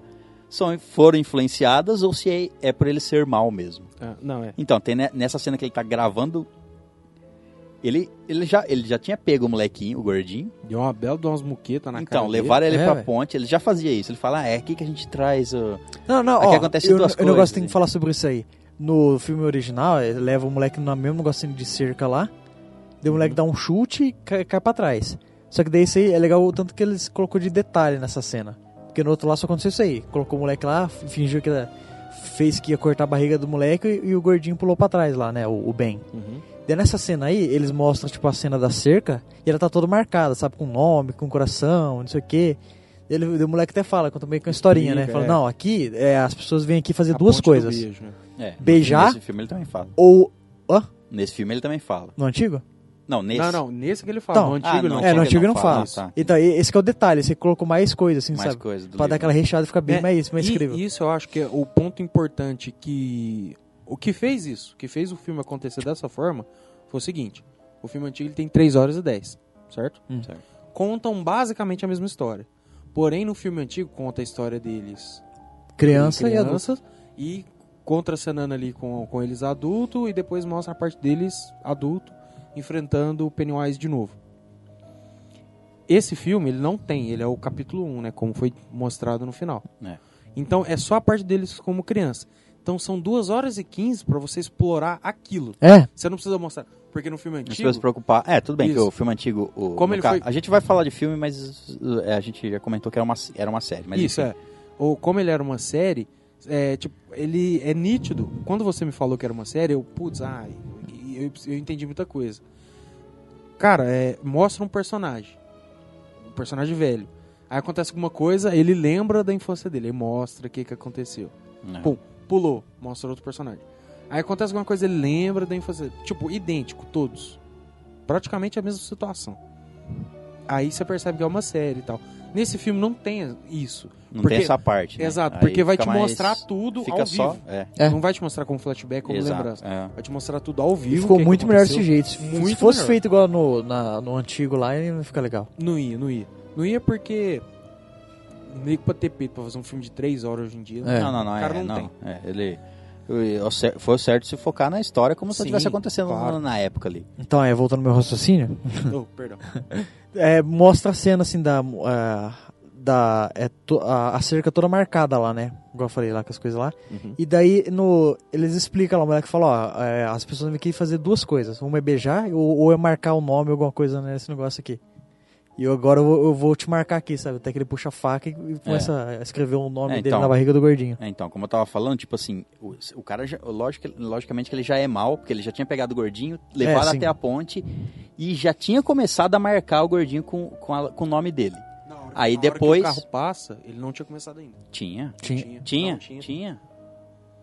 Speaker 1: são, foram influenciadas ou se é, é por ele ser mal mesmo.
Speaker 4: Ah, não, é.
Speaker 1: Então, tem ne- nessa cena que ele tá gravando, ele, ele, já, ele já tinha pego o molequinho, o gordinho.
Speaker 4: Deu uma bela de umas muquetas na cara.
Speaker 1: então, levaram ele
Speaker 3: É,
Speaker 1: pra
Speaker 3: ué.
Speaker 1: ponte, ele já fazia isso. Ele fala, ah, é aqui que a gente traz o...
Speaker 3: Não, não,
Speaker 1: Aqui
Speaker 3: ó,
Speaker 1: É acontece
Speaker 3: eu,
Speaker 1: duas
Speaker 3: eu negócio
Speaker 1: coisas, né?
Speaker 3: tem
Speaker 1: hein?
Speaker 3: que falar sobre isso aí. No filme original, ele leva o moleque no mesmo negocinho de cerca lá. Daí o
Speaker 1: Uhum.
Speaker 3: moleque dá um chute e cai, cai pra trás. Só que daí isso aí é legal o tanto que eles colocou de detalhe nessa cena. Porque no outro lá só aconteceu isso aí. Colocou o moleque lá, f- fingiu que era- fez que ia cortar a barriga do moleque e, e o gordinho pulou pra trás lá, né? O, o Ben.
Speaker 4: ele.
Speaker 3: Daí nessa cena aí, eles mostram, tipo, a cena da cerca e ela tá toda marcada, sabe? Com nome, com coração, não sei o quê. Ele, o moleque até fala, conta meio que uma historinha, né?
Speaker 4: Explica,
Speaker 3: Fala,
Speaker 4: é.
Speaker 3: não, aqui é, as pessoas vêm aqui fazer duas coisas.
Speaker 4: né?
Speaker 1: É, no-
Speaker 3: Beijar?
Speaker 1: Nesse filme ele também fala.
Speaker 3: Ou.
Speaker 1: Nesse filme ele também fala.
Speaker 3: No antigo?
Speaker 1: Não, nesse...
Speaker 4: Não, não, nesse que ele fala.
Speaker 3: Então,
Speaker 4: no
Speaker 1: Ah,
Speaker 4: antigo
Speaker 1: não,
Speaker 4: não.
Speaker 3: é, no antigo
Speaker 1: não
Speaker 3: não
Speaker 1: fala,
Speaker 3: fala.
Speaker 1: tá.
Speaker 3: Então, e- esse que é o detalhe, você colocou mais coisas, assim,
Speaker 1: mais
Speaker 3: sabe?
Speaker 1: coisa do
Speaker 3: Pra dar
Speaker 1: livro.
Speaker 3: aquela recheada e ficar bem
Speaker 4: É,
Speaker 3: mais, mais
Speaker 4: E
Speaker 3: incrível.
Speaker 4: Isso eu acho que é o ponto importante que. O que fez isso, que fez o filme acontecer dessa forma, foi o seguinte: o filme antigo ele tem 3 horas e 10, certo?
Speaker 3: Hum.
Speaker 1: Certo.
Speaker 4: Contam basicamente a mesma história. Porém, no filme antigo conta a história deles
Speaker 3: Criança e adulto.
Speaker 4: crianças e contracenando ali com, com eles adulto e depois mostra a parte deles adulto enfrentando o Pennywise de novo. Esse filme ele não tem, ele é o capítulo 1, né, como foi mostrado no final.
Speaker 1: É.
Speaker 4: Então é só a parte deles como criança. Então são 2 horas e 15 pra você explorar aquilo.
Speaker 3: É,
Speaker 4: Você não precisa mostrar, porque no filme
Speaker 1: Não precisa se
Speaker 4: antigo
Speaker 1: preocupar. É, tudo bem que
Speaker 4: Isso.
Speaker 1: o filme antigo... O,
Speaker 4: Como
Speaker 1: no
Speaker 4: ele
Speaker 1: ca-
Speaker 4: foi-
Speaker 1: A gente vai falar de filme, mas uh, é, a gente já comentou que era uma, era uma série. Mas
Speaker 4: Isso,
Speaker 1: enfim.
Speaker 4: é. Ou como ele era uma série, é, tipo, ele é nítido. Quando você me falou que era uma série, eu, putz, ai, eu, eu entendi muita coisa. Cara, é, mostra um personagem. Um personagem velho. Aí acontece alguma coisa, ele lembra da infância dele, aí mostra o que, que aconteceu.
Speaker 1: Não.
Speaker 4: Pum, pulou, mostra outro personagem. Aí acontece alguma coisa, ele lembra da infância dele. Tipo, idêntico, todos. Praticamente a mesma situação. Aí você percebe que é uma série e tal. Nesse filme não tem isso.
Speaker 1: Não
Speaker 4: é. porque-
Speaker 1: tem essa parte, né?
Speaker 4: Exato,
Speaker 1: Aí
Speaker 4: porque vai
Speaker 1: fica
Speaker 4: te
Speaker 1: mais-
Speaker 4: mostrar tudo
Speaker 1: Fica
Speaker 4: ao
Speaker 1: só...
Speaker 4: vivo.
Speaker 1: É,
Speaker 3: É.
Speaker 4: Não vai te mostrar como flashback, como
Speaker 1: exato.
Speaker 4: lembrança.
Speaker 1: é.
Speaker 4: Vai te mostrar tudo ao vivo.
Speaker 3: e ficou
Speaker 4: o que que
Speaker 3: muito melhor desse
Speaker 4: aconteceu.
Speaker 3: jeito. Se- Se
Speaker 4: Muito
Speaker 3: fosse
Speaker 4: melhor.
Speaker 3: feito igual no, na- no antigo lá, ele não fica legal.
Speaker 4: Não ia, não ia. Não ia porque... Nem pra ter peito pra fazer um filme de três horas hoje em dia. né?
Speaker 3: É.
Speaker 1: Não, não, não.
Speaker 4: O cara
Speaker 1: é,
Speaker 4: não
Speaker 1: não.
Speaker 4: tem.
Speaker 1: É, ele... o- o cer- Foi o certo se focar na história como se
Speaker 4: Sim,
Speaker 1: estivesse acontecendo
Speaker 4: claro.
Speaker 1: na- na época ali.
Speaker 3: Então, é, voltando ao meu raciocínio,
Speaker 4: Oh, perdão.
Speaker 3: É, mostra a cena assim da. ah, da é, to- a, a cerca toda marcada lá, né? Igual eu falei lá com as coisas lá.
Speaker 4: Uhum.
Speaker 3: E daí no, eles explicam lá, o moleque fala: ó, é, as pessoas vêm aqui fazer duas coisas. Uma é beijar ou, ou é marcar o nome, alguma coisa nesse né, negócio aqui. E eu agora eu, vou- eu vou te marcar aqui, sabe? Até que ele puxa a faca e e começa a escrever o nome
Speaker 1: É,
Speaker 3: dele
Speaker 1: então.
Speaker 3: na barriga do gordinho.
Speaker 1: É, então, como eu tava falando, tipo assim, o, o cara, já, lógico- logicamente que ele já é mal, porque ele já tinha pegado o gordinho,
Speaker 4: É,
Speaker 1: levado
Speaker 3: sim.
Speaker 1: até a ponte e já tinha começado a marcar o gordinho com, com, a- com o nome dele.
Speaker 4: Na hora,
Speaker 1: Aí
Speaker 4: na hora que
Speaker 1: depois-
Speaker 4: o carro passa, ele não tinha começado ainda.
Speaker 1: Tinha.
Speaker 3: Tinha.
Speaker 1: Tinha?
Speaker 4: Não,
Speaker 1: tinha.
Speaker 4: tinha.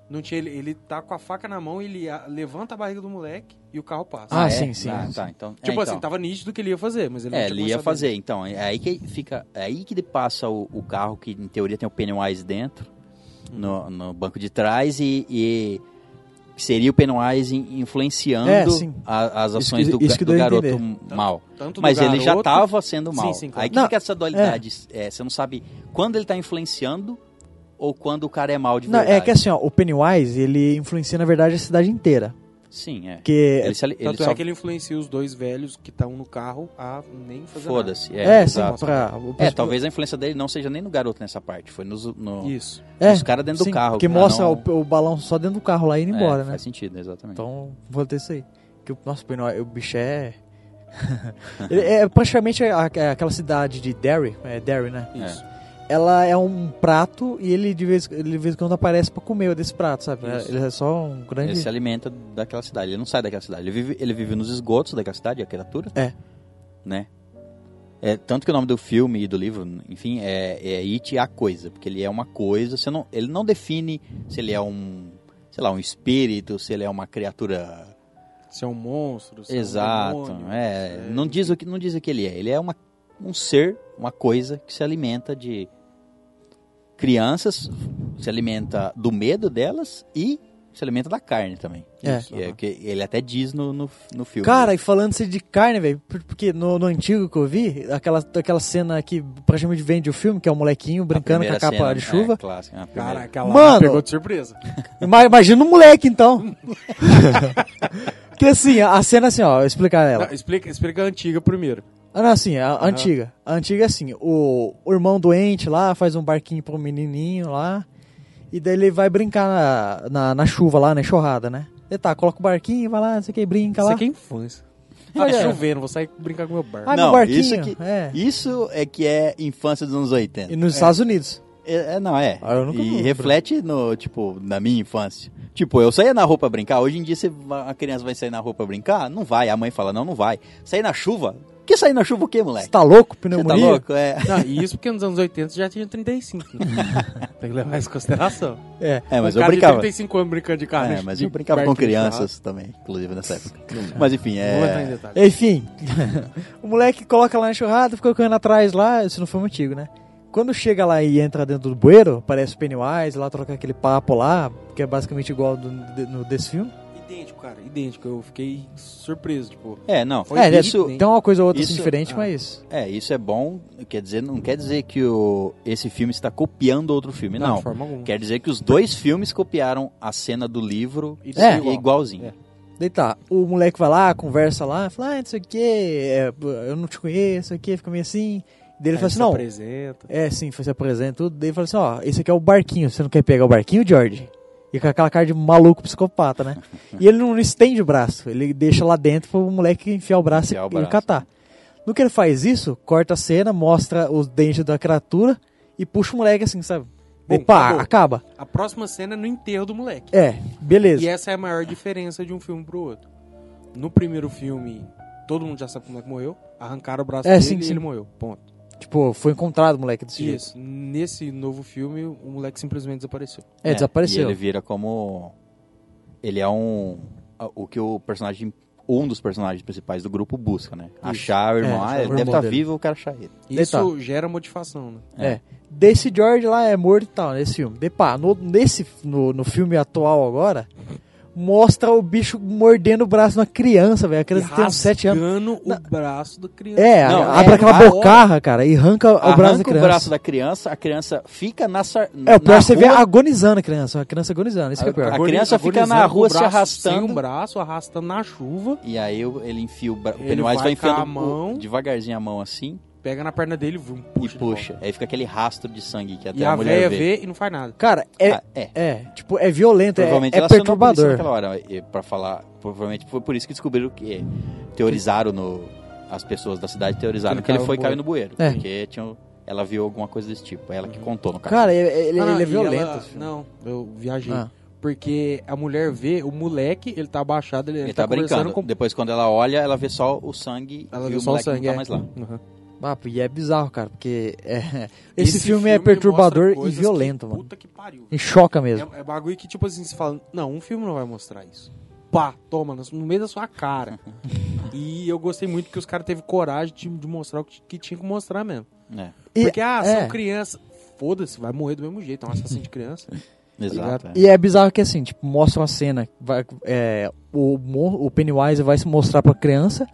Speaker 4: Não tinha, ele, ele tá com a faca na mão, ele a- levanta a barriga do moleque e o carro passa.
Speaker 3: Ah,
Speaker 1: é?
Speaker 3: sim, sim.
Speaker 1: Ah, tá, então.
Speaker 4: Tipo
Speaker 1: é,
Speaker 4: assim,
Speaker 1: então.
Speaker 4: tava nítido que ele ia fazer, mas ele não
Speaker 1: É,
Speaker 4: tinha
Speaker 1: ele ia
Speaker 4: começado
Speaker 1: fazer, então. É aí que fica. É aí que ele passa o, o carro que, em teoria, tem o Pennywise dentro,
Speaker 3: Uhum.
Speaker 1: no, no banco de trás, e, e seria o Pennywise in- influenciando
Speaker 3: É, sim.
Speaker 1: a- as
Speaker 3: Isso
Speaker 1: ações
Speaker 3: que-
Speaker 1: do,
Speaker 3: isso
Speaker 1: ga-
Speaker 3: que
Speaker 1: do
Speaker 3: deu a
Speaker 1: garoto
Speaker 3: entender.
Speaker 1: m- mal.
Speaker 4: ainda. Tanto Então, do
Speaker 1: Mas ele já
Speaker 4: garoto-
Speaker 1: tava sendo mal.
Speaker 4: Sim, sim, claro.
Speaker 1: Aí que
Speaker 3: Não,
Speaker 1: fica essa dualidade. É, você não sabe quando ele tá influenciando ou quando o cara é mal de
Speaker 3: Não,
Speaker 1: verdade.
Speaker 3: é que assim, ó, o Pennywise, ele influencia, na verdade, a cidade inteira.
Speaker 1: Sim, é.
Speaker 3: Porque
Speaker 1: Ele, se- ele
Speaker 4: Tanto
Speaker 1: só...
Speaker 4: é que ele influencia os dois velhos que estão no carro a nem fazer nada.
Speaker 1: Foda-se.
Speaker 3: É,
Speaker 1: É,
Speaker 3: sim,
Speaker 1: exato.
Speaker 3: pra,
Speaker 1: É, talvez a influência dele não seja nem no garoto nessa parte. Foi nos, no,
Speaker 4: Isso.
Speaker 3: É,
Speaker 1: nos caras dentro
Speaker 3: sim,
Speaker 1: do carro.
Speaker 3: Porque
Speaker 1: pra
Speaker 3: mostra
Speaker 1: não-
Speaker 3: o, o balão só dentro do carro lá e indo
Speaker 1: É,
Speaker 3: embora, né?
Speaker 1: Faz sentido, exatamente.
Speaker 3: Então, vou ter isso aí. Que, o- nossa, o Pennywise, o bicho é... Ele é praticamente a- a- aquela cidade de Derry, é Derry, né?
Speaker 4: Isso.
Speaker 3: Ela é um prato e ele de vez, ele de vez em quando aparece pra comer desse prato, sabe?
Speaker 4: Isso.
Speaker 3: Ele é só um grande...
Speaker 1: ele se alimenta daquela cidade. Ele não sai daquela cidade. Ele vive, ele vive nos esgotos daquela cidade, a criatura.
Speaker 3: É.
Speaker 1: Né? É, tanto que o nome do filme e do livro, enfim, é, é It a Coisa. Porque ele é uma coisa. Você não, ele não define se ele é um. Sei lá, um espírito, se ele é uma criatura.
Speaker 4: Se é um monstro, se é um
Speaker 1: Exato.
Speaker 4: demônio,
Speaker 1: é,
Speaker 4: se
Speaker 1: não, diz o que, não diz o que ele é. Ele é uma, um ser, uma coisa que se alimenta de crianças, se alimenta do medo delas e se alimenta da carne também.
Speaker 3: É.
Speaker 1: Que é o que ele até diz no, no, no filme.
Speaker 3: Cara, e falando-se de carne, velho, por- porque no, no antigo que eu vi, aquela, aquela cena que praticamente vende o filme, que é o molequinho brincando com
Speaker 1: primeira
Speaker 3: a capa
Speaker 1: cena,
Speaker 3: de
Speaker 1: é,
Speaker 3: chuva.
Speaker 1: clássica, a primeira.
Speaker 4: Caraca, lá
Speaker 3: Mano!
Speaker 4: pegou de surpresa.
Speaker 3: Ima- Imagina o moleque, então. Porque assim, a a cena assim, ó, eu vou explicar ela.
Speaker 4: Não, explica, explica a antiga primeiro.
Speaker 3: Ah, não, assim, a a antiga. A antiga é assim, o, o irmão doente lá faz um barquinho pro menininho lá, e daí ele vai brincar na, na, na chuva lá, na enxurrada, né? Ele tá, coloca o barquinho, vai lá, não sei o que, brinca
Speaker 4: Isso
Speaker 3: lá.
Speaker 4: aqui é infância.
Speaker 1: Ah,
Speaker 4: Tá
Speaker 1: é.
Speaker 3: Olha.
Speaker 4: chovendo, vou sair brincar com meu barco.
Speaker 3: Ah, meu
Speaker 1: Não,
Speaker 3: barquinho,
Speaker 1: isso, aqui-
Speaker 3: é.
Speaker 1: isso é que é infância dos anos 80.
Speaker 3: E nos Estados Unidos.
Speaker 1: É, é, não, é.
Speaker 3: Ah, eu nunca
Speaker 1: e
Speaker 3: vi.
Speaker 1: reflete no, tipo, na minha infância. Tipo, eu saía na rua pra brincar. Hoje em dia, você, va- a criança vai sair na rua pra brincar? Não vai. A mãe fala, não, não vai. Sair na chuva? Que sair na chuva o quê,
Speaker 3: Você
Speaker 1: moleque?
Speaker 3: tá louco,
Speaker 1: Você
Speaker 3: pneumonia?
Speaker 1: tá louco? É.
Speaker 4: Não, e isso porque nos anos 80 já tinha 35. né? Tem que levar isso em consideração.
Speaker 3: É.
Speaker 1: É, mas
Speaker 4: um
Speaker 1: eu
Speaker 4: cara
Speaker 1: brincava.
Speaker 4: de 35 anos brincando né? de carro.
Speaker 1: É, mas eu brincava com crianças também, inclusive nessa época. Mas enfim,
Speaker 4: Vou entrar em
Speaker 1: é.
Speaker 4: detalhe.
Speaker 3: Enfim, o moleque coloca lá na enxurrada, fica correndo atrás lá, isso não foi antigo, né? Quando chega lá e entra dentro do bueiro, parece o Pennywise, lá troca aquele papo lá, que é basicamente igual do, de- no, desse filme.
Speaker 4: Idêntico, cara, idêntico. Eu fiquei surpreso, tipo...
Speaker 1: É, não.
Speaker 4: Foi
Speaker 3: é,
Speaker 1: isso,
Speaker 3: tem uma coisa ou outra assim,
Speaker 1: isso-
Speaker 3: diferente,
Speaker 4: ah.
Speaker 3: mas...
Speaker 1: é, isso é bom. Quer dizer, não quer dizer que o, esse filme está copiando outro filme, não.
Speaker 4: De forma alguma.
Speaker 1: Quer dizer que os dois filmes copiaram a cena do livro
Speaker 4: E
Speaker 1: e
Speaker 4: é
Speaker 1: é
Speaker 4: igual.
Speaker 1: igualzinho.
Speaker 4: É.
Speaker 3: Daí tá, o moleque vai lá, conversa lá, fala, ah, não sei o que, eu não te conheço, não sei o que, fica meio assim... Daí ele
Speaker 4: Aí
Speaker 3: fala
Speaker 4: se
Speaker 3: assim, não,
Speaker 4: apresenta.
Speaker 3: É, sim, foi se apresenta tudo. Daí fala assim, ó, esse aqui é o barquinho, você não quer pegar o barquinho, George? E com aquela cara de maluco psicopata, né? E ele não estende o braço, ele deixa lá dentro pro moleque enfiar o braço
Speaker 1: Enfiar
Speaker 3: e,
Speaker 1: o braço.
Speaker 3: e catar. No que ele faz isso, corta a cena, mostra os dentes da criatura e puxa o moleque assim, sabe?
Speaker 4: Bom,
Speaker 3: Opa,
Speaker 4: acabou.
Speaker 3: acaba.
Speaker 4: A próxima cena é no enterro do moleque.
Speaker 3: É, beleza.
Speaker 4: E essa é a maior diferença de um filme pro outro. No primeiro filme, todo mundo já sabe como é que morreu. Arrancaram o braço
Speaker 3: É,
Speaker 4: dele
Speaker 3: sim,
Speaker 4: e
Speaker 3: sim.
Speaker 4: ele morreu. Ponto.
Speaker 3: Tipo, foi encontrado o moleque desse jeito.
Speaker 4: Isso. Nesse novo filme, o moleque simplesmente desapareceu.
Speaker 3: É,
Speaker 1: E
Speaker 3: desapareceu.
Speaker 1: ele vira como. Ele é um. a- O que o personagem. Um dos personagens principais do grupo busca, né? Achar o irmão.
Speaker 3: É, achar
Speaker 1: ah,
Speaker 3: o
Speaker 1: ele
Speaker 3: irmão
Speaker 1: deve estar
Speaker 3: dele.
Speaker 1: vivo, eu quero achar ele.
Speaker 4: Isso
Speaker 3: Detalhe.
Speaker 4: gera motivação, né?
Speaker 3: É. Desse George lá é morto e tal, nesse filme. De pá, no, nesse, no, no filme atual agora, mostra o bicho mordendo o braço de uma criança, velho. A criança
Speaker 4: E
Speaker 3: tem uns 7 anos.
Speaker 4: rasgando o braço da criança.
Speaker 3: É,
Speaker 1: Não,
Speaker 3: abre
Speaker 1: é
Speaker 3: aquela
Speaker 1: na
Speaker 3: bocarra, cara, e arranca, o braço da
Speaker 1: Arranca o
Speaker 3: criança.
Speaker 1: braço da criança, a criança fica na. sar-
Speaker 3: É, o pior
Speaker 1: na
Speaker 3: você vê
Speaker 1: rua.
Speaker 3: agonizando a criança, a criança agonizando, isso que é o pior.
Speaker 1: A criança fica
Speaker 4: agonizando
Speaker 1: na
Speaker 4: com o
Speaker 1: rua se
Speaker 4: braço
Speaker 1: arrastando.
Speaker 4: Sem um braço, arrastando na chuva,
Speaker 1: E aí o- ele enfia o braço. O
Speaker 4: Ele
Speaker 1: Pennywise
Speaker 4: vai
Speaker 1: vai
Speaker 4: com a
Speaker 1: enfiando o-
Speaker 4: mão.
Speaker 1: devagarzinho a mão assim
Speaker 4: pega na perna dele vum,
Speaker 1: e
Speaker 4: puxa. de
Speaker 1: puxa. Aí fica aquele rastro de sangue que
Speaker 4: volta.
Speaker 1: até
Speaker 4: E
Speaker 1: a,
Speaker 4: a
Speaker 1: mulher
Speaker 4: velha
Speaker 1: vê.
Speaker 4: vê e não faz nada.
Speaker 3: Cara, é,
Speaker 1: Ah, é.
Speaker 3: é, tipo, é violento, é,
Speaker 1: Provavelmente
Speaker 3: é
Speaker 1: ela acionou a polícia
Speaker 3: perturbador.
Speaker 1: naquela hora, para falar, provavelmente foi por isso que descobriram que teorizaram no as pessoas da cidade teorizaram
Speaker 4: Ele
Speaker 1: que ele
Speaker 4: caiu
Speaker 1: foi
Speaker 4: no
Speaker 1: e caiu no bueiro.
Speaker 3: É.
Speaker 1: Porque tinha, ela viu alguma coisa desse tipo. Ela que contou, no caso.
Speaker 3: Cara, ele, ele-
Speaker 4: Ah, não,
Speaker 3: ele é
Speaker 4: e ela-
Speaker 3: violento. esse filme.
Speaker 4: não, eu viajei.
Speaker 3: Ah.
Speaker 4: Porque a mulher vê o moleque, ele tá abaixado, ele,
Speaker 1: ele
Speaker 4: tá,
Speaker 1: tá
Speaker 4: conversando
Speaker 1: brincando.
Speaker 4: com...
Speaker 1: Depois, quando ela olha, ela vê só o sangue
Speaker 4: Ela
Speaker 1: e
Speaker 4: viu
Speaker 1: o
Speaker 4: só o
Speaker 1: moleque
Speaker 4: sangue,
Speaker 1: não
Speaker 4: é.
Speaker 1: tá mais lá.
Speaker 4: Uhum.
Speaker 3: Ah, e é bizarro, cara, porque é-
Speaker 4: Esse
Speaker 3: esse, filme, é
Speaker 4: filme mostra
Speaker 3: perturbador e
Speaker 4: coisas que,
Speaker 3: violento, mano.
Speaker 4: Puta que pariu.
Speaker 3: E choca mesmo.
Speaker 4: É, é bagulho que, tipo assim, você fala, não, um filme não vai mostrar isso. Pá, toma, no no meio da sua cara. e eu gostei muito que os caras teve coragem de, de mostrar o que, que tinha que mostrar mesmo.
Speaker 1: É,
Speaker 3: E-
Speaker 4: Porque, ah,
Speaker 3: é.
Speaker 4: são crianças. Foda-se, vai morrer do mesmo jeito, é um assassino de criança.
Speaker 1: exato. é.
Speaker 3: E é bizarro que assim, tipo, mostra uma cena, vai, é, o, mo- o Pennywise vai se mostrar pra criança,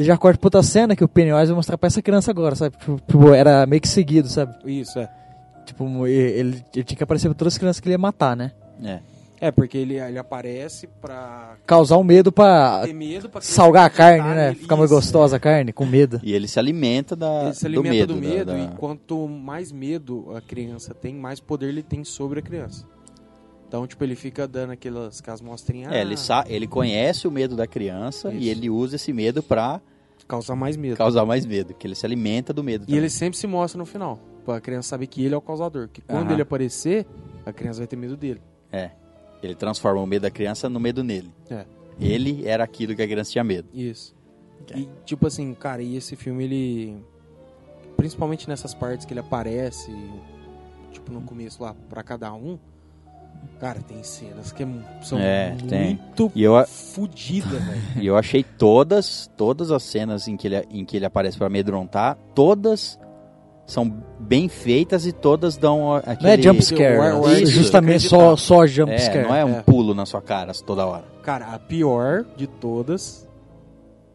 Speaker 3: e já corta pra outra cena que o Pennywise vai mostrar pra essa criança agora, sabe? Tipo, tipo, era meio que seguido, sabe?
Speaker 4: Isso, é.
Speaker 3: Tipo, mo- e- ele, ele tinha que aparecer pra todas as crianças que ele ia matar, né?
Speaker 1: É.
Speaker 4: É, porque ele, ele aparece pra
Speaker 3: Causar o medo pra
Speaker 4: ter medo, pra...
Speaker 3: salgar a carne, né?
Speaker 4: Isso,
Speaker 3: Ficar mais gostosa
Speaker 1: é.
Speaker 3: a carne, com medo.
Speaker 1: E ele se alimenta, da,
Speaker 4: Ele se alimenta
Speaker 1: É, do medo.
Speaker 4: do
Speaker 1: da-
Speaker 4: medo,
Speaker 1: da-
Speaker 4: e quanto mais medo a criança tem, mais poder ele tem sobre a criança. Então, tipo, ele fica dando aquelas, aquelas mostrinhas.
Speaker 1: É, ele, sa ele conhece o medo da criança
Speaker 4: Ah. Isso.
Speaker 1: e ele usa esse medo pra
Speaker 4: Causa mais medo.
Speaker 1: causar mais medo, que ele se alimenta do medo.
Speaker 4: E
Speaker 1: também.
Speaker 4: ele sempre se mostra no final. Pra criança saber que ele é o causador. Que quando
Speaker 1: Aham.
Speaker 4: ele aparecer, a criança vai ter medo dele.
Speaker 1: Ele transforma o medo da criança no medo nele.
Speaker 4: É.
Speaker 1: Ele era aquilo que a criança tinha medo.
Speaker 4: Isso. E, tipo assim, cara, e esse filme, ele. Principalmente nessas partes que ele aparece, tipo, no começo lá, pra cada um. Cara, tem cenas que é mu- são
Speaker 1: É, tem.
Speaker 4: muito
Speaker 1: E eu, a-
Speaker 4: fodida, velho.
Speaker 1: e eu achei todas, todas as cenas em que ele, em que ele aparece pra amedrontar, todas são bem feitas e todas dão a- aquele...
Speaker 3: Não é jumpscare,
Speaker 4: War-
Speaker 1: War-
Speaker 3: né? justamente só, só
Speaker 1: É,
Speaker 3: jumpscare.
Speaker 1: não é um
Speaker 4: É.
Speaker 1: pulo na sua cara toda hora.
Speaker 4: Cara, a pior de todas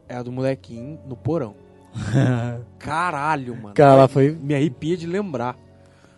Speaker 4: é a do molequinho no porão. Caralho, mano.
Speaker 3: Cara, ela foi.
Speaker 4: Me arrepia de lembrar.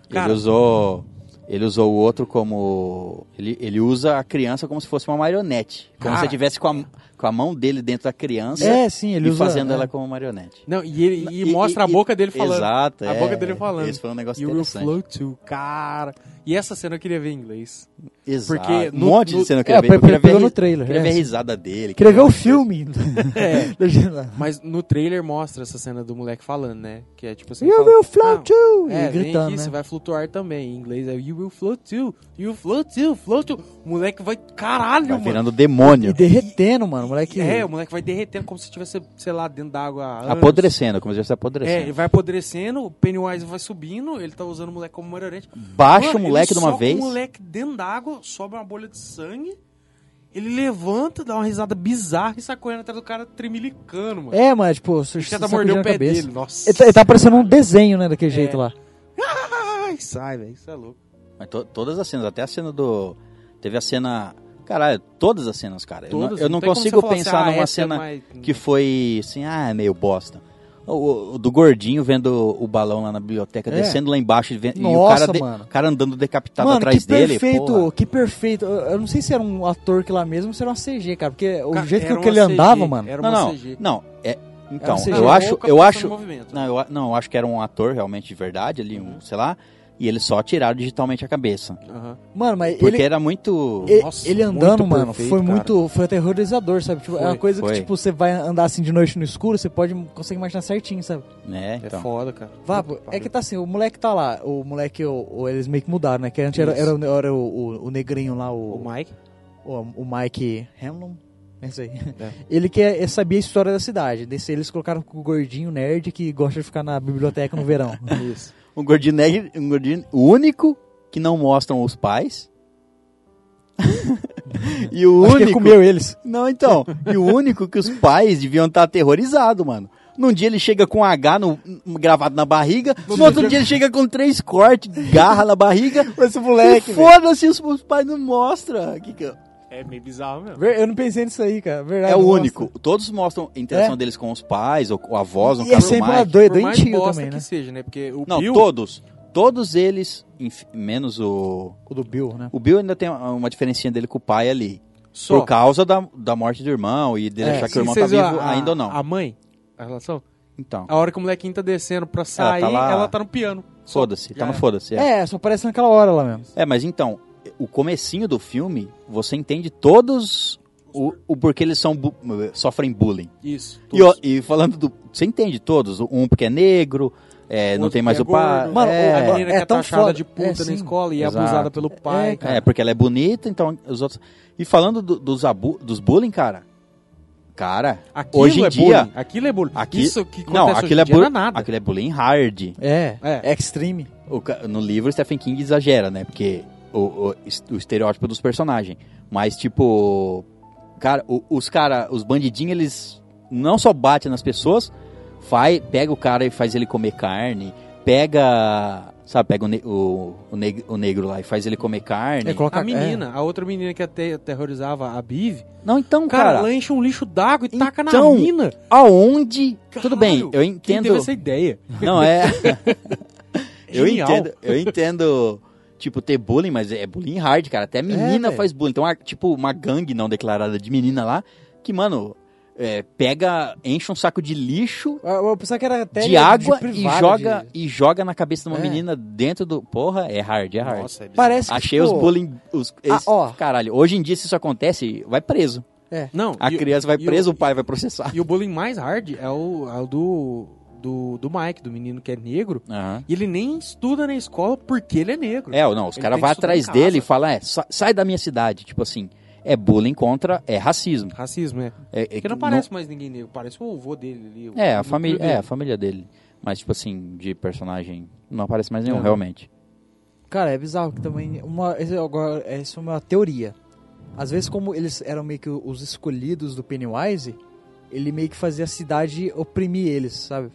Speaker 1: Ele
Speaker 4: Cara,
Speaker 1: usou... Ele usou o outro como... Ele, ele usa a criança como se fosse uma marionete. Como
Speaker 4: Cara.
Speaker 1: se ele tivesse com a, com a mão dele dentro da criança
Speaker 3: É, sim, ele
Speaker 1: e
Speaker 3: usa.
Speaker 1: fazendo
Speaker 3: é.
Speaker 1: ela como marionete.
Speaker 4: não, e ele e
Speaker 1: E-
Speaker 4: mostra
Speaker 1: e-
Speaker 4: a boca dele falando.
Speaker 1: Exato,
Speaker 4: A
Speaker 1: é.
Speaker 4: boca dele falando.
Speaker 1: Esse foi um negócio
Speaker 4: You will
Speaker 1: interessante.
Speaker 4: flow too, cara. E essa cena eu queria ver em inglês.
Speaker 1: Exato.
Speaker 4: Porque
Speaker 1: um
Speaker 4: no-
Speaker 1: monte
Speaker 4: no-
Speaker 1: de cena que
Speaker 3: É,
Speaker 1: ele
Speaker 3: pe-
Speaker 1: veio.
Speaker 3: pe-
Speaker 1: Queria
Speaker 3: pegou
Speaker 1: ver,
Speaker 3: no trailer.
Speaker 1: queria ver né? a
Speaker 3: é.
Speaker 1: risada dele.
Speaker 3: Queria ver o
Speaker 1: alguma coisa.
Speaker 3: filme.
Speaker 4: É.
Speaker 3: Deixa lá.
Speaker 4: Mas no trailer mostra essa cena do moleque falando, né? Que é tipo assim.
Speaker 3: You
Speaker 4: fala,
Speaker 3: will flow
Speaker 4: "Ah,
Speaker 3: too!
Speaker 4: É,
Speaker 3: e
Speaker 4: vem
Speaker 3: gritando,
Speaker 4: aqui, você
Speaker 3: né?
Speaker 4: vai flutuar também. Em inglês é You will flow too, you will flow too, flow too. O moleque vai. Caralho,
Speaker 1: Vai
Speaker 4: mano.
Speaker 1: tá virando demônio.
Speaker 3: E derretendo, mano, moleque.
Speaker 4: É, o moleque vai derretendo como se estivesse, sei lá, dentro da água. há anos.
Speaker 1: Apodrecendo, assim. como se fosse
Speaker 4: É, ele
Speaker 1: apodrecendo.
Speaker 4: vai apodrecendo, o Pennywise vai subindo, ele tá usando o moleque como marionete.
Speaker 1: Baixa
Speaker 4: Mano,
Speaker 1: o moleque de
Speaker 4: ele
Speaker 1: uma
Speaker 4: soca
Speaker 1: vez.
Speaker 4: O moleque dentro d'água, sobe uma bolha de sangue. Ele levanta, dá uma risada bizarra e sai correndo atrás do cara tremilicando, mano.
Speaker 3: É, mas, tipo, você
Speaker 4: Ele tenta morder o pé
Speaker 3: cabeça.
Speaker 4: dele. Nossa.
Speaker 3: Ele tá, ele tá parecendo um desenho, né, daquele
Speaker 4: É.
Speaker 3: jeito lá.
Speaker 4: Ai, sai, velho. Isso é louco.
Speaker 1: Mas to- todas as cenas, até a cena do. Teve a cena. Caralho, todas as cenas, cara. Eu não-
Speaker 4: Todas,
Speaker 1: eu não,
Speaker 4: tem como
Speaker 1: consigo
Speaker 4: você falar
Speaker 1: pensar
Speaker 4: assim, ah,
Speaker 1: numa
Speaker 4: essa é
Speaker 1: cena
Speaker 4: mais-
Speaker 1: que foi assim, ah, é meio bosta. O, o- o do gordinho vendo o balão lá na biblioteca,
Speaker 3: É.
Speaker 1: descendo lá embaixo e, vendo- e
Speaker 3: Nossa,
Speaker 1: o cara, de-
Speaker 3: mano.
Speaker 1: cara andando decapitado
Speaker 3: mano,
Speaker 1: atrás
Speaker 3: que
Speaker 1: dele.
Speaker 3: perfeito,
Speaker 1: porra.
Speaker 3: que perfeito. Eu, eu não sei se era um ator que lá mesmo ou se era uma CG, cara. Porque o
Speaker 4: Cara,
Speaker 3: jeito
Speaker 4: era um
Speaker 3: que, que ele
Speaker 4: uma CG,
Speaker 3: andava, mano.
Speaker 4: Era uma
Speaker 1: Não, não.
Speaker 4: CG.
Speaker 1: Não, é. Então,
Speaker 3: um Era um CG.
Speaker 1: eu acho,
Speaker 4: Boca
Speaker 1: eu
Speaker 4: passando
Speaker 1: acho,
Speaker 4: movimento.
Speaker 1: Não, eu, a- não, eu acho que era um ator realmente de verdade ali,
Speaker 4: Uhum.
Speaker 1: um, sei lá. E eles só tiraram digitalmente a cabeça.
Speaker 4: Aham.
Speaker 3: Mano, mas
Speaker 1: Porque
Speaker 3: ele.
Speaker 1: era muito.
Speaker 3: e-
Speaker 4: é, Nossa,
Speaker 3: ele andando,
Speaker 4: muito
Speaker 3: mano,
Speaker 4: perfeito,
Speaker 3: foi
Speaker 4: cara.
Speaker 3: muito. Foi aterrorizador, sabe? Tipo, é uma
Speaker 4: Foi,
Speaker 3: coisa
Speaker 1: foi.
Speaker 3: que, tipo, você vai andar assim de noite no escuro, você pode consegue imaginar certinho, sabe?
Speaker 1: Né?
Speaker 4: É
Speaker 1: Então.
Speaker 4: foda, cara.
Speaker 3: Vá,
Speaker 4: Puta
Speaker 3: pô, é que tá assim, o moleque tá lá, o moleque, o, o- eles meio que mudaram, né? Que antes era,
Speaker 4: Isso.
Speaker 3: era, o- era o, o, o negrinho lá,
Speaker 4: O
Speaker 3: o,
Speaker 4: Mike.
Speaker 3: o, o Mike Hamlin, é isso aí.
Speaker 4: É.
Speaker 3: Ele que é- sabia a história da cidade, desse eles colocaram o gordinho nerd que gosta de ficar na biblioteca no verão.
Speaker 4: Isso.
Speaker 1: Um gordinho negro, um gordinho o único que não mostram os pais. e o
Speaker 3: Acho que ele
Speaker 1: único.
Speaker 3: comeu eles.
Speaker 1: Não, então. E o único que os pais deviam estar aterrorizados, mano. Num dia ele chega com um H no- gravado na barriga, no outro dia ele chega com três cortes, garra na barriga.
Speaker 3: Esse
Speaker 1: E Foda-se, os, os pais não mostram. Que que-
Speaker 4: É meio bizarro mesmo.
Speaker 3: Eu não pensei nisso aí, cara, verdade.
Speaker 1: É o
Speaker 3: nossa.
Speaker 1: único. Todos mostram a interação
Speaker 3: É.
Speaker 1: deles com os pais, ou, ou avós, no
Speaker 3: E é
Speaker 1: caso do
Speaker 3: sempre uma
Speaker 1: Mike.
Speaker 3: doida
Speaker 4: Por mais
Speaker 3: doentio
Speaker 4: bosta
Speaker 3: também,
Speaker 4: que
Speaker 3: né?
Speaker 4: seja, né? Porque o
Speaker 1: Não,
Speaker 4: Bill...
Speaker 1: todos. Todos eles, inf- menos o...
Speaker 3: O do Bill, né?
Speaker 1: O Bill ainda tem uma uma diferencinha dele com o pai ali.
Speaker 4: Só.
Speaker 1: Por causa da, da morte do irmão e de
Speaker 3: É,
Speaker 1: deixar que o irmão
Speaker 4: Se
Speaker 1: tá
Speaker 4: vocês
Speaker 1: vivo
Speaker 4: viram a-
Speaker 1: ainda ou não.
Speaker 4: A mãe, a relação,
Speaker 1: Então,
Speaker 4: a hora que o molequinho tá descendo pra sair, ela tá,
Speaker 1: lá-
Speaker 4: no piano.
Speaker 1: foda-se.
Speaker 4: já
Speaker 1: Tá no
Speaker 4: é.
Speaker 1: foda-se. É.
Speaker 3: É, só aparece naquela hora lá mesmo.
Speaker 1: É, mas então, o comecinho do filme, você entende todos o, o porquê eles são bu- sofrem bullying.
Speaker 4: Isso.
Speaker 1: E, ó, e falando do. Você entende todos? Um porque é negro, é, não tem mais o pai.
Speaker 4: Mano,
Speaker 1: é,
Speaker 4: a menina
Speaker 3: é
Speaker 4: que é
Speaker 3: tão
Speaker 4: taxada
Speaker 3: foda.
Speaker 4: de
Speaker 3: É,
Speaker 4: puta na
Speaker 3: sim.
Speaker 4: escola e é
Speaker 1: Exato.
Speaker 4: abusada pelo pai,
Speaker 3: É,
Speaker 4: cara.
Speaker 1: É, porque ela é bonita, então os outros. E falando do- dos, abu, dos bullying, cara. Cara,
Speaker 4: Aquilo
Speaker 1: hoje em
Speaker 4: é
Speaker 1: dia-
Speaker 4: bullying. Aquilo é bullying.
Speaker 1: aqui.
Speaker 4: Isso que
Speaker 1: não,
Speaker 4: acontece
Speaker 1: aquilo é,
Speaker 4: hoje em dia
Speaker 1: bu-
Speaker 4: não é nada.
Speaker 1: aquilo é bullying hard.
Speaker 3: É,
Speaker 4: É.
Speaker 3: extreme.
Speaker 1: O ca- no livro, Stephen King exagera, né? Porque o, o, es- o estereótipo dos personagens. Mas, tipo, cara, o- os cara, os bandidinhos, eles não só batem nas pessoas, faz, pega o cara e faz ele comer carne, pega, sabe, pega o, ne- o, o, neg- o negro lá e faz ele comer carne.
Speaker 3: É, coloca
Speaker 4: A menina, a outra menina que até aterrorizava a Biv,
Speaker 1: Não, então,
Speaker 4: cara,
Speaker 1: cara,
Speaker 4: ela enche um lixo d'água e taca na
Speaker 1: Então,
Speaker 4: mina.
Speaker 1: aonde... Tudo
Speaker 4: Caralho,
Speaker 1: bem, eu
Speaker 4: Quem
Speaker 1: entendo...
Speaker 4: teve essa ideia?
Speaker 1: Não, é... eu,
Speaker 4: Genial.
Speaker 1: entendo, eu entendo, tipo, ter bullying, mas é bullying hard, cara. Até menina
Speaker 3: velho.
Speaker 1: faz bullying. Então, há, tipo, uma gangue não declarada de menina lá, que, mano, é, pega, enche um saco de lixo,
Speaker 3: Eu, É. eu pensava que era até
Speaker 1: de água e,
Speaker 3: privada,
Speaker 1: joga,
Speaker 3: de-
Speaker 1: e joga na cabeça de uma
Speaker 3: É.
Speaker 1: menina dentro do... Porra, é hard, é hard.
Speaker 4: Nossa, é bizarro.
Speaker 3: Parece que,
Speaker 1: Achei
Speaker 3: tipo,
Speaker 1: os bullying... Os,
Speaker 3: Ah,
Speaker 1: esse-
Speaker 3: ó.
Speaker 1: Caralho, hoje em dia, se isso acontece, vai preso.
Speaker 4: Não,
Speaker 1: A
Speaker 4: e-
Speaker 1: criança vai
Speaker 4: e
Speaker 1: presa,
Speaker 4: o-
Speaker 1: o pai vai processar.
Speaker 4: E o bullying mais hard é o, é o do, do, do Mike, do menino que é negro.
Speaker 1: Aham.
Speaker 4: E ele nem estuda na escola porque ele é negro.
Speaker 1: É, não, os
Speaker 4: Ele
Speaker 1: caras
Speaker 4: tem
Speaker 1: vão
Speaker 4: que estudar em
Speaker 1: atrás
Speaker 4: casa.
Speaker 1: dele e falam, é, sa- sai da minha cidade. Tipo assim, é bullying contra, é racismo.
Speaker 4: Racismo, é.
Speaker 1: É, é que
Speaker 4: Porque não parece mais ninguém negro, parece o avô dele ali. o-
Speaker 1: não- é, a
Speaker 4: o
Speaker 1: família,
Speaker 4: núcleo
Speaker 1: é, a
Speaker 4: dele.
Speaker 1: família dele. Mas, tipo assim, de personagem, não aparece mais nenhum,
Speaker 4: É.
Speaker 1: realmente.
Speaker 3: Cara, é bizarro que também. Uma, esse- agora, essa é uma teoria. Às vezes, como eles eram meio que os escolhidos do Pennywise, ele meio que fazia a cidade oprimir eles, sabe?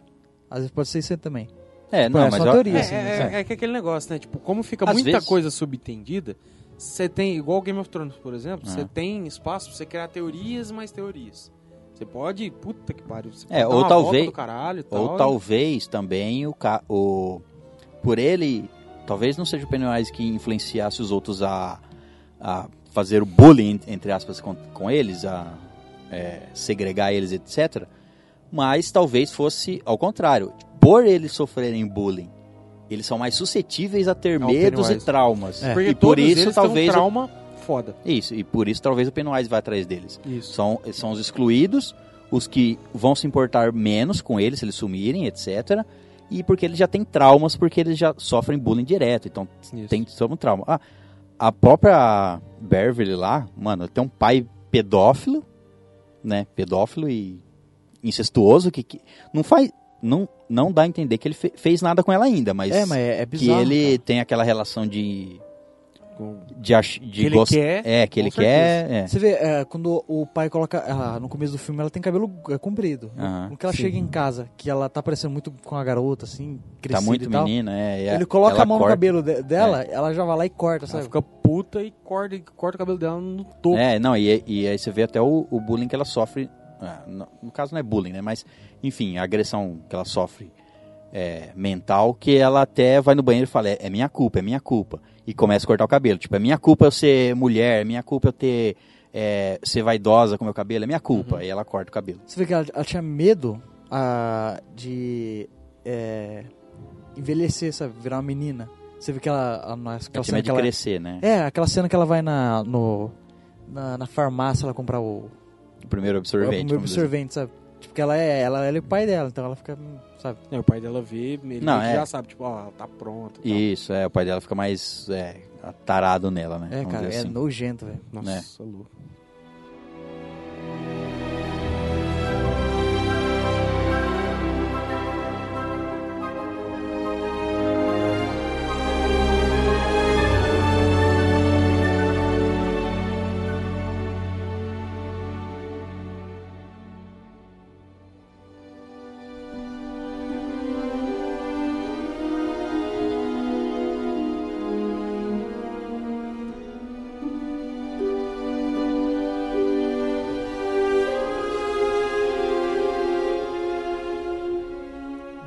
Speaker 3: Às vezes pode ser isso aí também.
Speaker 1: É, não,
Speaker 3: é
Speaker 1: mas...
Speaker 3: só
Speaker 1: eu-
Speaker 3: teoria, assim,
Speaker 4: Tipo, É, é, é que aquele negócio, né? Tipo, como fica
Speaker 1: Às
Speaker 4: muita
Speaker 1: vezes-
Speaker 4: coisa subentendida, você tem, igual Game of Thrones, por exemplo,
Speaker 1: Ah.
Speaker 4: você tem espaço pra você criar teorias mais teorias. Você pode, puta que pariu, você
Speaker 1: É,
Speaker 4: pode dar
Speaker 1: ou
Speaker 4: uma
Speaker 1: talvez-
Speaker 4: volta do caralho e tal,
Speaker 1: Ou
Speaker 4: e-
Speaker 1: talvez também o, ca- o... Por ele, talvez não seja o Pennywise que influenciasse os outros a, a fazer o bullying, entre aspas, com, com eles, a é, segregar eles, etc. Mas talvez fosse ao contrário. Por eles sofrerem bullying, eles são mais suscetíveis a ter
Speaker 4: Ao
Speaker 1: medos e
Speaker 4: Pennywise.
Speaker 1: traumas.
Speaker 3: É.
Speaker 4: Porque
Speaker 1: E por
Speaker 4: todos
Speaker 1: isso,
Speaker 4: eles têm
Speaker 1: talvez...
Speaker 4: um trauma foda.
Speaker 1: Isso, e por isso talvez o Pennywise vá atrás deles.
Speaker 4: Isso.
Speaker 1: São, são os excluídos, os que vão se importar menos com eles se eles sumirem, etc. E porque eles já têm traumas, porque eles já sofrem bullying direto. Então
Speaker 4: Isso.
Speaker 1: tem sobre um trauma. Ah, a própria Beverly lá, mano, tem um pai pedófilo, né? Pedófilo e incestuoso que, que não faz. Não, não dá a entender que ele fe- fez nada com ela ainda, mas,
Speaker 3: É, mas é,
Speaker 1: que
Speaker 3: é bizarro.
Speaker 1: ele
Speaker 3: cara.
Speaker 1: tem aquela relação de.
Speaker 4: Com-
Speaker 1: de, ach- de
Speaker 4: Que ele
Speaker 1: gost-
Speaker 4: quer,
Speaker 1: É, que
Speaker 4: com
Speaker 1: ele quer. é.
Speaker 3: Você vê, é, quando o pai coloca. ah, no começo do filme, ela tem cabelo é, comprido. No-
Speaker 1: Aham,
Speaker 3: no que ela
Speaker 4: sim.
Speaker 3: chega em casa, que ela tá parecendo muito com a garota, assim, crescida
Speaker 1: Tá muito
Speaker 3: e tal.
Speaker 1: menina, é. é,
Speaker 3: Ele coloca
Speaker 1: ela
Speaker 3: a mão
Speaker 1: corta. É.
Speaker 3: no cabelo de- dela, ela já vai lá e corta,
Speaker 4: Ela
Speaker 3: sabe?
Speaker 4: fica puta e corta, e corta o cabelo dela no topo.
Speaker 1: É, não, e, e aí você vê até o, o bullying que ela sofre. ah, No, no caso não é bullying, né? Mas, enfim, a agressão que ela sofre é, mental, que ela até vai no banheiro e fala, é, é minha culpa, é minha culpa. E começa a cortar o cabelo. Tipo, é minha culpa eu ser mulher, é minha culpa eu ter. É, ser vaidosa com meu cabelo, é minha culpa.
Speaker 3: Uhum.
Speaker 1: E ela corta o cabelo.
Speaker 3: Você vê que ela, ela tinha medo ah, de é, envelhecer, sabe? Virar uma menina. Você vê que ela. a- na-
Speaker 1: Ela
Speaker 3: Tá
Speaker 1: tinha
Speaker 3: Aquela cena
Speaker 1: medo de
Speaker 3: que ela,
Speaker 1: crescer, né?
Speaker 3: é, aquela cena que ela vai na, no, na, na farmácia ela comprar o, o
Speaker 1: O primeiro absorvente.
Speaker 3: primeiro
Speaker 1: vamos dizer.
Speaker 3: É. absorvente, sabe? Tipo, que ela é, ela, ela é o pai dela, então ela fica. Sabe?
Speaker 4: É, o pai dela vê, ele
Speaker 1: Não,
Speaker 4: meio que
Speaker 1: é.
Speaker 4: já sabe, tipo, ó, ela tá pronta. e
Speaker 1: Isso, é, o pai dela fica mais é, tarado nela, né?
Speaker 3: É,
Speaker 1: Vamos
Speaker 3: cara,
Speaker 1: dizer
Speaker 3: é
Speaker 1: assim. Né?
Speaker 3: nojento, velho.
Speaker 4: tal. Nossa, louco.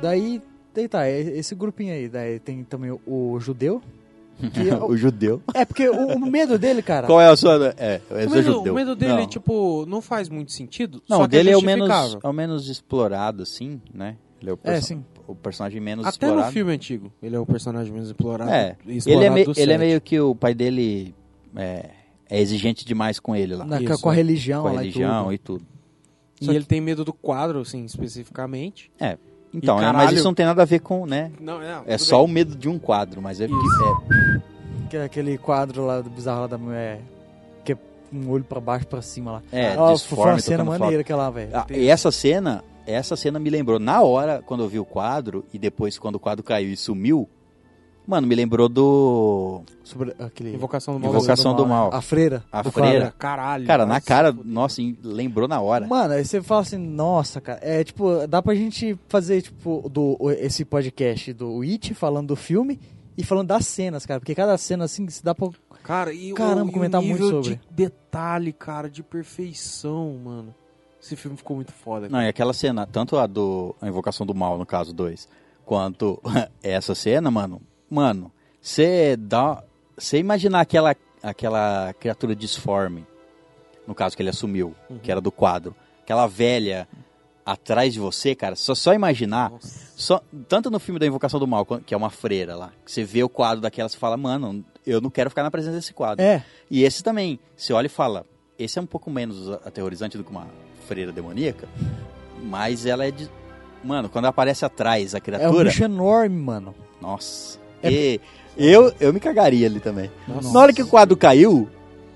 Speaker 3: Daí, daí tá, é esse grupinho aí. Daí tem também o, o judeu. que é, o-
Speaker 1: o judeu.
Speaker 3: é, porque o, o medo dele, cara.
Speaker 1: Qual é a sua. É, eu
Speaker 4: Tá. O
Speaker 1: sou
Speaker 4: medo,
Speaker 1: judeu.
Speaker 4: o medo dele,
Speaker 1: não.
Speaker 4: é, tipo, não faz muito sentido.
Speaker 1: Não,
Speaker 4: só
Speaker 1: o dele
Speaker 4: que
Speaker 1: é o menos,
Speaker 4: justificável.
Speaker 1: é o menos explorado, assim, né? Ele é o,
Speaker 3: É,
Speaker 1: perso-
Speaker 3: sim.
Speaker 1: o personagem menos
Speaker 4: Até
Speaker 1: explorado.
Speaker 4: no filme antigo, ele é o personagem menos explorado.
Speaker 1: É.
Speaker 4: explorado
Speaker 1: Ele é, me-
Speaker 4: do
Speaker 1: ele é
Speaker 4: set.
Speaker 1: meio que o pai dele é, é É exigente demais com ele lá.
Speaker 3: Na-
Speaker 4: Isso,
Speaker 3: com a
Speaker 4: é.
Speaker 3: religião
Speaker 1: com a
Speaker 3: lá
Speaker 1: religião
Speaker 3: e
Speaker 1: e
Speaker 3: tudo.
Speaker 1: tudo.
Speaker 4: E
Speaker 3: Só que-
Speaker 4: ele tem medo do quadro, assim, especificamente.
Speaker 1: Então,
Speaker 4: E
Speaker 1: é, mas
Speaker 4: caralho-
Speaker 1: isso não tem nada a ver com, né?
Speaker 4: Não, não.
Speaker 1: É só o medo de um quadro, mas é, que-
Speaker 4: Isso.
Speaker 1: é-
Speaker 3: Que é aquele quadro lá do bizarro lá da mulher. Que é um olho pra baixo pra cima lá.
Speaker 1: É,
Speaker 3: Ó,
Speaker 1: disforme,
Speaker 3: foi uma cena
Speaker 1: tocando flauta.
Speaker 3: maneira aquela, velho.
Speaker 1: Ah, e essa cena, essa cena me lembrou na hora quando eu vi o quadro e depois quando o quadro caiu e sumiu. Mano, me lembrou do
Speaker 3: Sobre aquele.
Speaker 4: Invocação do mal.
Speaker 1: Invocação do Mal.
Speaker 3: né? A freira.
Speaker 1: A
Speaker 3: do
Speaker 1: Freira.
Speaker 4: Caralho.
Speaker 1: Cara, na
Speaker 4: nossa,
Speaker 1: cara,
Speaker 4: fudeu.
Speaker 1: nossa, em- lembrou na hora.
Speaker 3: Mano, aí você fala assim, nossa, cara, é tipo, dá pra gente fazer, tipo, do, o- esse podcast do It falando do filme e falando das cenas, cara, porque cada cena, assim, se dá pra...
Speaker 4: Cara, e o-
Speaker 3: Caramba,
Speaker 4: e o
Speaker 3: comentar muito
Speaker 4: nível
Speaker 3: sobre.
Speaker 4: de detalhe, cara, de perfeição, mano. Esse filme ficou muito foda.
Speaker 1: Não, e aquela cena, tanto a do a Invocação do Mal, no caso 2, quanto essa cena, mano. Mano, você dá, você imaginar aquela aquela criatura disforme, no caso que ele assumiu, que era do quadro, aquela velha atrás de você, cara, só só imaginar
Speaker 4: Nossa.
Speaker 1: Só- tanto no filme da Invocação do Mal, quan- que é uma freira lá, que você vê o quadro daquela e fala, mano, eu não quero ficar na presença desse quadro.
Speaker 3: É,
Speaker 1: E esse também, você olha e fala, esse é um pouco menos a- aterrorizante do que uma freira demoníaca, mas ela é de... Mano, quando aparece atrás a
Speaker 3: é um
Speaker 1: criatura,
Speaker 3: bicho É enorme, mano.
Speaker 1: nossa, e- eu, eu me cagaria ali também.
Speaker 4: Nossa.
Speaker 1: Na hora que o quadro caiu,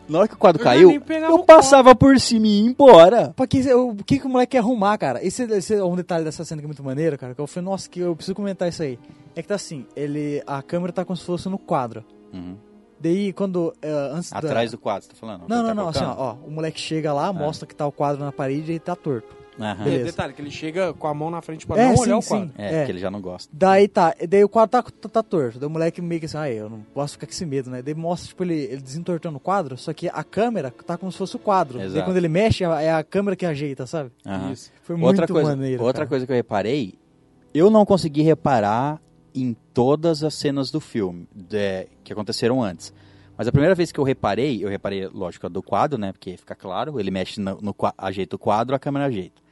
Speaker 1: na hora que o quadro
Speaker 4: Eu já nem
Speaker 1: caiu,
Speaker 4: pegava
Speaker 1: eu
Speaker 4: o
Speaker 1: passava por cima e ia embora.
Speaker 3: Pra que, o que que o moleque quer arrumar, cara? Esse, esse é um detalhe dessa cena que é muito maneiro, cara, que eu falei, nossa, que eu preciso comentar isso aí. É que tá assim, ele, a câmera tá como se fosse no quadro,
Speaker 1: Uhum.
Speaker 3: daí quando, é, antes da-
Speaker 1: Atrás do quadro, você tá falando?
Speaker 3: Não,
Speaker 1: Tá
Speaker 3: não, não, assim, ó,
Speaker 1: colocando? É.
Speaker 3: ó, o moleque chega lá, mostra que tá o quadro na parede e tá torto.
Speaker 1: Aham.
Speaker 4: É,
Speaker 3: Beleza.
Speaker 4: detalhe, que ele chega com a mão na frente pra
Speaker 3: É,
Speaker 4: não
Speaker 3: sim,
Speaker 4: olhar o
Speaker 3: sim.
Speaker 4: quadro.
Speaker 1: É,
Speaker 3: É.
Speaker 1: que ele já não gosta.
Speaker 3: Daí tá, daí o quadro tá, tá, tá torto. Daí o moleque meio que assim, ah, eu não posso ficar com esse medo, né? Daí mostra, tipo, ele, ele desentortando o quadro, só que a câmera tá como se fosse o quadro.
Speaker 1: Exato.
Speaker 3: Daí quando ele mexe, é a- é a câmera que ajeita, sabe?
Speaker 1: Aham.
Speaker 4: Isso.
Speaker 3: Foi
Speaker 1: outra
Speaker 3: muito
Speaker 1: coisa,
Speaker 3: maneiro.
Speaker 1: outra
Speaker 3: cara.
Speaker 1: coisa que eu reparei, eu não consegui reparar em todas as cenas do filme de- que aconteceram antes. Mas a primeira vez que eu reparei, eu reparei, lógico, a do quadro, né? Porque fica claro, ele mexe no, no qua- ajeita o quadro, a câmera ajeita.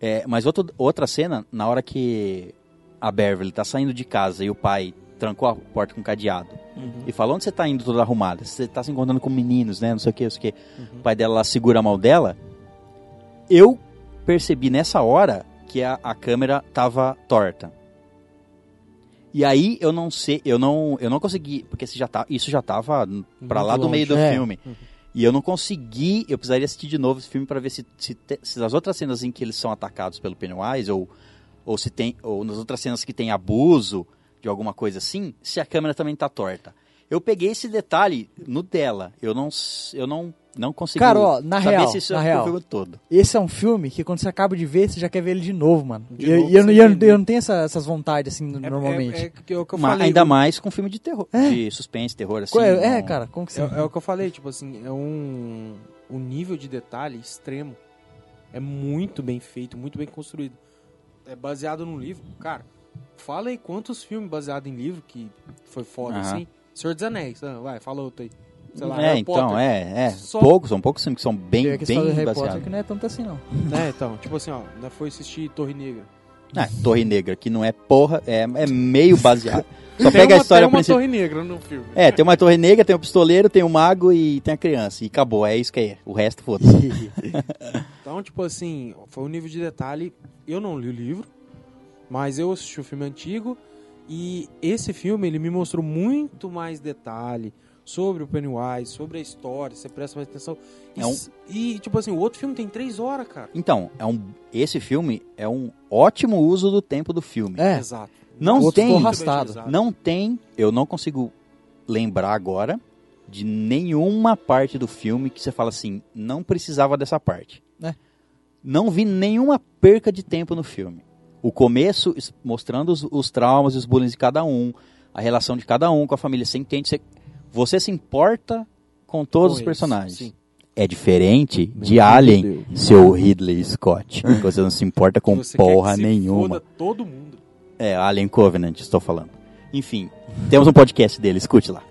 Speaker 1: É, mas outro, outra cena, na hora que a Beverly tá saindo de casa e o pai trancou a porta com um cadeado e fala: Onde você tá indo toda arrumada? Você tá se encontrando com meninos, né? Não sei o que, não sei o que. O pai dela lá segura a mão dela. Eu percebi nessa hora que a, a câmera tava torta. E aí eu não sei, eu não, eu não consegui, porque esse já tá, isso já tava pra lá do
Speaker 4: longe.
Speaker 1: meio do
Speaker 3: É.
Speaker 1: filme. E eu não consegui, eu precisaria assistir de novo esse filme pra ver se, se, te- se nas outras cenas em que eles são atacados pelo Pennywise ou ou se tem ou nas outras cenas que tem abuso de alguma coisa assim, se a câmera também tá torta. Eu peguei esse detalhe no dela. Eu não s- eu não não consegui
Speaker 3: Cara, ó, na
Speaker 1: saber
Speaker 3: real,
Speaker 1: se isso
Speaker 3: na
Speaker 1: é
Speaker 3: real.
Speaker 1: o filme todo.
Speaker 3: Esse é um filme que quando você acaba de ver, você já quer ver ele de novo, mano.
Speaker 4: De
Speaker 3: e eu-
Speaker 4: novo,
Speaker 3: e eu,
Speaker 4: sem
Speaker 3: e eu-
Speaker 4: entender.
Speaker 3: eu não tenho essa- essas vontades, assim,
Speaker 4: É-
Speaker 3: normalmente.
Speaker 4: É, é que- é o que eu
Speaker 1: Mas
Speaker 4: falei.
Speaker 1: ainda
Speaker 4: o-
Speaker 1: mais com filme de terror, de suspense, terror assim.
Speaker 3: Co- é,
Speaker 1: não-
Speaker 3: cara, como que você...
Speaker 4: É, é o que eu falei, tipo assim, é um, um nível de detalhe extremo. É muito bem feito, muito bem construído. É baseado num livro. Cara, fala aí quantos filmes baseados em livro que foi foda,
Speaker 1: Aham.
Speaker 4: assim. Senhor dos Anéis, ah, vai, fala outro aí. Sei lá,
Speaker 1: é,
Speaker 4: Harry
Speaker 1: então,
Speaker 4: Potter.
Speaker 1: é, é.
Speaker 4: Só-
Speaker 1: Poucos, são poucos filmes que são bem,
Speaker 3: Pior que esse tal do
Speaker 1: bem
Speaker 3: Harry Potter
Speaker 1: baseados.
Speaker 3: que não é tanto assim, não.
Speaker 4: É, então, tipo assim, ó, ainda foi assistir Torre Negra.
Speaker 1: É, Torre Negra, que não é porra, é, é meio baseado. Só
Speaker 4: Tem
Speaker 1: Então pega
Speaker 4: uma,
Speaker 1: a história
Speaker 4: tem uma
Speaker 1: principal.
Speaker 4: Torre Negra no filme.
Speaker 1: É, tem uma Torre Negra, tem o Pistoleiro, tem o Mago e tem a Criança. E acabou, é isso que é. O resto, foda-se.
Speaker 4: Então, tipo assim, foi um nível de detalhe. Eu não li o livro, mas eu assisti o filme antigo e esse filme ele me mostrou muito mais detalhe sobre o Pennywise, sobre a história, você presta mais atenção. E,
Speaker 1: É um-
Speaker 4: s- e, tipo assim, o outro filme tem três horas, cara.
Speaker 1: Então, é um, esse filme é um ótimo uso do tempo do filme.
Speaker 3: É,
Speaker 4: Exato.
Speaker 1: Não
Speaker 4: Muito
Speaker 1: tem-
Speaker 4: bem
Speaker 3: arrastado.
Speaker 4: utilizado.
Speaker 1: Não tem, eu não consigo lembrar agora de nenhuma parte do filme que você fala assim, não precisava dessa parte.
Speaker 3: É.
Speaker 1: Não vi nenhuma perca de tempo no filme. O começo es- mostrando os, os traumas e os bullying de cada um, a relação de cada um com a família. Você entende, você, você se importa com todos
Speaker 4: Com
Speaker 1: os
Speaker 4: eles,
Speaker 1: personagens.
Speaker 4: sim.
Speaker 1: É diferente
Speaker 4: Meu
Speaker 1: de
Speaker 4: Deus.
Speaker 1: Alien,
Speaker 4: Que
Speaker 1: seu Ridley Scott. que Você não se importa com
Speaker 4: você quer que
Speaker 1: porra
Speaker 4: se
Speaker 1: nenhuma.
Speaker 4: Foda todo mundo.
Speaker 1: É, Alien Covenant, estou falando. Enfim, temos um podcast dele, escute lá.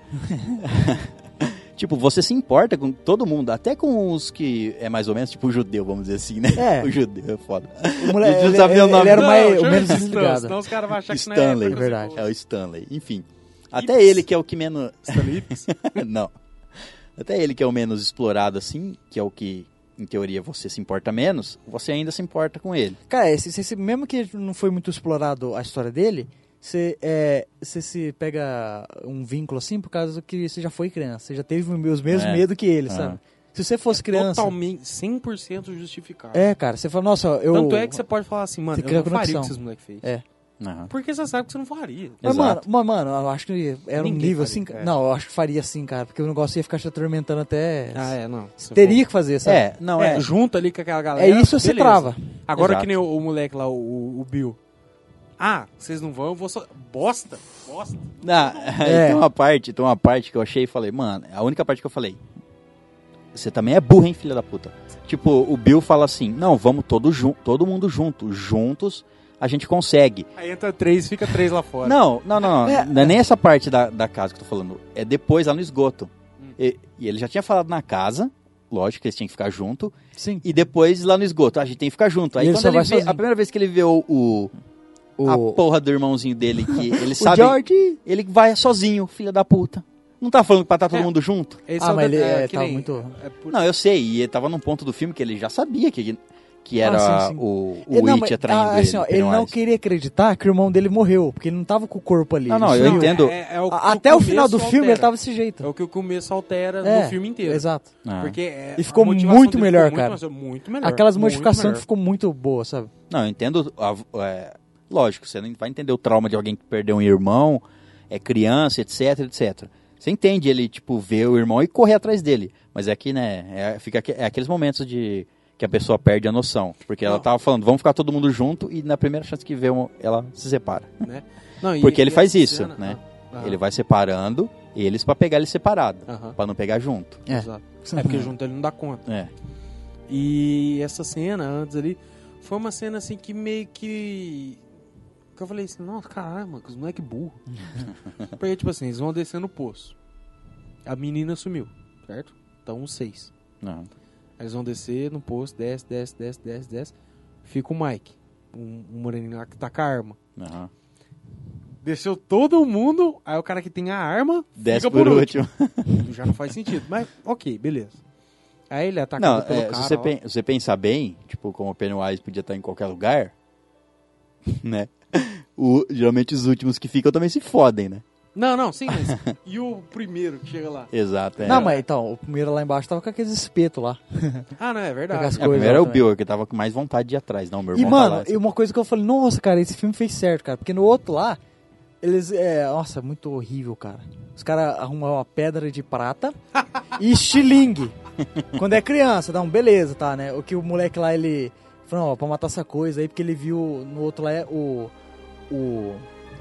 Speaker 1: tipo, você se importa com todo mundo, até com os que é mais ou menos tipo o judeu, vamos dizer assim, né?
Speaker 3: É.
Speaker 1: O judeu é foda.
Speaker 3: o moleque,
Speaker 1: Não
Speaker 3: ele,
Speaker 1: sabia o
Speaker 3: ele-
Speaker 1: nome.
Speaker 3: ele era o,
Speaker 1: Não,
Speaker 3: mais, o
Speaker 4: chama
Speaker 3: menos
Speaker 4: de Stan,
Speaker 3: desligado.
Speaker 4: Senão os caras vão achar que não é
Speaker 1: Stanley,
Speaker 4: época,
Speaker 3: verdade.
Speaker 1: É o Stanley. Enfim,
Speaker 4: E-
Speaker 1: até ele que é o que menos.
Speaker 4: Stanley Ipkiss.
Speaker 1: não. Até ele que é o menos explorado, assim, que é o que, em teoria, você se importa menos, você ainda se importa com ele.
Speaker 3: Cara, esse, esse- esse- mesmo que não foi muito explorado a história dele, você é, você se pega um vínculo assim por causa que você já foi criança. Você já teve os mesmos
Speaker 1: É.
Speaker 3: medos que ele,
Speaker 1: Ah.
Speaker 3: sabe? Se você fosse criança.
Speaker 4: É Totalmente, 100% justificado.
Speaker 3: É, cara, você fala, nossa, eu.
Speaker 4: Tanto é que você pode falar assim, mano,
Speaker 3: Você
Speaker 4: eu
Speaker 3: cria
Speaker 4: não faria
Speaker 3: conexão.
Speaker 4: o que esses moleques fez.
Speaker 3: É.
Speaker 1: Aham.
Speaker 4: Porque você sabe que você não faria.
Speaker 3: Mas, mano,
Speaker 1: Exato.
Speaker 3: mas, mano, eu acho que era um
Speaker 4: Ninguém
Speaker 3: nível
Speaker 4: faria,
Speaker 3: assim.
Speaker 4: é.
Speaker 3: Não, eu acho que faria assim, cara, porque o negócio ia ficar te atormentando até.
Speaker 1: Ah,
Speaker 4: é, não. Se
Speaker 3: Teria que fazer, sabe?
Speaker 1: É, não,
Speaker 4: for-
Speaker 1: é.
Speaker 4: É, junto ali com aquela galera.
Speaker 3: É isso você
Speaker 4: beleza.
Speaker 3: trava.
Speaker 4: Agora
Speaker 1: Exato.
Speaker 4: que nem o, o moleque lá, o, o Bill. Ah, vocês não vão, eu vou só. Bosta! Bosta!
Speaker 1: Não,
Speaker 3: É.
Speaker 1: tem uma parte, tem uma parte que eu achei e falei, mano, é a única parte que eu falei. Você também é burro, hein, filha da puta. Tipo, o Bill fala assim, não, vamos todo, jun todo mundo junto. Juntos a gente consegue.
Speaker 4: Aí entra três, fica três lá fora.
Speaker 1: Não, não, não, não.
Speaker 3: É.
Speaker 1: Não é nem essa parte da, da casa que eu tô falando. É depois lá no esgoto. E, e ele já tinha falado na casa, lógico que eles tinham que ficar junto.
Speaker 3: Sim.
Speaker 1: E depois lá no esgoto, "Ah, a gente tem que ficar junto. Aí
Speaker 3: E ele
Speaker 1: quando
Speaker 3: só
Speaker 1: ele
Speaker 3: vai
Speaker 1: vê-
Speaker 3: sozinho.
Speaker 1: a primeira vez que ele vê o, o- a
Speaker 3: O,
Speaker 1: porra do irmãozinho dele, que ele
Speaker 3: o
Speaker 1: sabe.
Speaker 3: George.
Speaker 1: Ele vai sozinho, filha da puta. Não tá falando pra tá todo
Speaker 4: É.
Speaker 1: mundo junto?
Speaker 4: Esse
Speaker 3: Ah, mas
Speaker 4: deta-
Speaker 3: ele, é,
Speaker 4: que
Speaker 1: tá
Speaker 3: tava
Speaker 4: nem-
Speaker 3: muito-
Speaker 4: é por-
Speaker 1: Não, eu sei. E ele tava num ponto do filme que ele já sabia que, que era
Speaker 3: Ah, sim, sim.
Speaker 1: o, o
Speaker 3: Ele- não,
Speaker 1: It
Speaker 3: mas-
Speaker 1: atraindo
Speaker 3: ah,
Speaker 1: ele.
Speaker 3: assim, ó, ele não
Speaker 1: Pennywise.
Speaker 3: queria acreditar que o irmão dele morreu, porque ele não tava com o corpo ali.
Speaker 1: Não, Ah, não,
Speaker 3: ele
Speaker 1: eu
Speaker 3: sumiu.
Speaker 1: entendo.
Speaker 4: é- é o que
Speaker 3: A- Até o final do
Speaker 4: começo
Speaker 3: filme ele
Speaker 4: altera.
Speaker 3: tava desse jeito.
Speaker 4: É o que o começo altera
Speaker 3: É,
Speaker 4: no filme inteiro.
Speaker 3: Exato.
Speaker 1: Ah.
Speaker 4: Porque é-
Speaker 3: E ficou
Speaker 4: a motivação
Speaker 3: muito
Speaker 4: dele
Speaker 3: melhor,
Speaker 4: ficou
Speaker 3: cara.
Speaker 4: Muito, muito melhor.
Speaker 3: Aquelas
Speaker 4: Muito
Speaker 3: modificações
Speaker 4: melhor.
Speaker 3: que ficou muito boa, sabe?
Speaker 1: Não, eu entendo. a- é, lógico, você não vai entender o trauma de alguém que perdeu um irmão, é criança, etc, etc. Você entende ele, tipo, ver o irmão e correr atrás dele. Mas é que, né, é, fica, aque- é aqueles momentos de que a pessoa perde a noção. Porque ela
Speaker 4: Não.
Speaker 1: tava falando, vamos ficar todo mundo junto, e na primeira chance que vê, um- ela se separa.
Speaker 4: Não, e-
Speaker 1: Porque ele
Speaker 4: e
Speaker 1: faz
Speaker 4: essa
Speaker 1: isso,
Speaker 4: cena-
Speaker 1: né?
Speaker 4: Ah, ah,
Speaker 1: Ele vai separando eles pra pegar ele separado,
Speaker 4: Aham.
Speaker 1: Pra não pegar junto.
Speaker 3: É.
Speaker 4: Exato. É porque junto ele não dá conta.
Speaker 1: É.
Speaker 4: E essa cena antes ali foi uma cena assim que meio que. Que eu falei assim, nossa, caralho, mano, que os moleque burro. Porque, tipo assim, eles vão descendo o poço. A menina sumiu, certo? Então, um seis.
Speaker 1: Não.
Speaker 4: Aí Eles vão descer no poço, desce, desce, desce, desce, desce. Fica o Mike, um, um moreninho lá que tá com a arma.
Speaker 1: Aham.
Speaker 4: Desceu todo mundo, aí o cara que tem a arma
Speaker 1: Desce
Speaker 4: fica
Speaker 1: por, último.
Speaker 4: Já não faz sentido, mas ok, beleza. Aí ele é
Speaker 3: tá
Speaker 1: Não,
Speaker 4: atacado pelo
Speaker 1: é,
Speaker 4: cara.
Speaker 1: se você,
Speaker 4: lá.
Speaker 1: pen- se você pensar bem, tipo, como o Pennywise podia estar em qualquer lugar, né? O- geralmente os últimos que ficam também se fodem, né?
Speaker 4: Não, não, sim, mas. e o primeiro que chega lá?
Speaker 1: Exato. É.
Speaker 3: Não, mas então, o primeiro lá embaixo tava com aqueles espetos lá.
Speaker 4: Ah, não, é
Speaker 3: Pegar as
Speaker 4: verdade.
Speaker 1: É, primeiro era o
Speaker 3: também.
Speaker 1: Bill, que tava com mais vontade de ir atrás, não, meu
Speaker 3: E,
Speaker 1: irmão. tá
Speaker 3: mano,
Speaker 1: lá,
Speaker 3: e uma coisa que eu falei, nossa, cara, esse filme fez certo, cara. Porque no outro lá, eles. É, nossa, muito horrível, cara. Os caras arrumam uma pedra de prata e estilingue. Quando é criança, dá um beleza, tá, né? O que o moleque lá, ele. Falou, não, ó, pra matar essa coisa aí, porque ele viu no outro lá é o. O.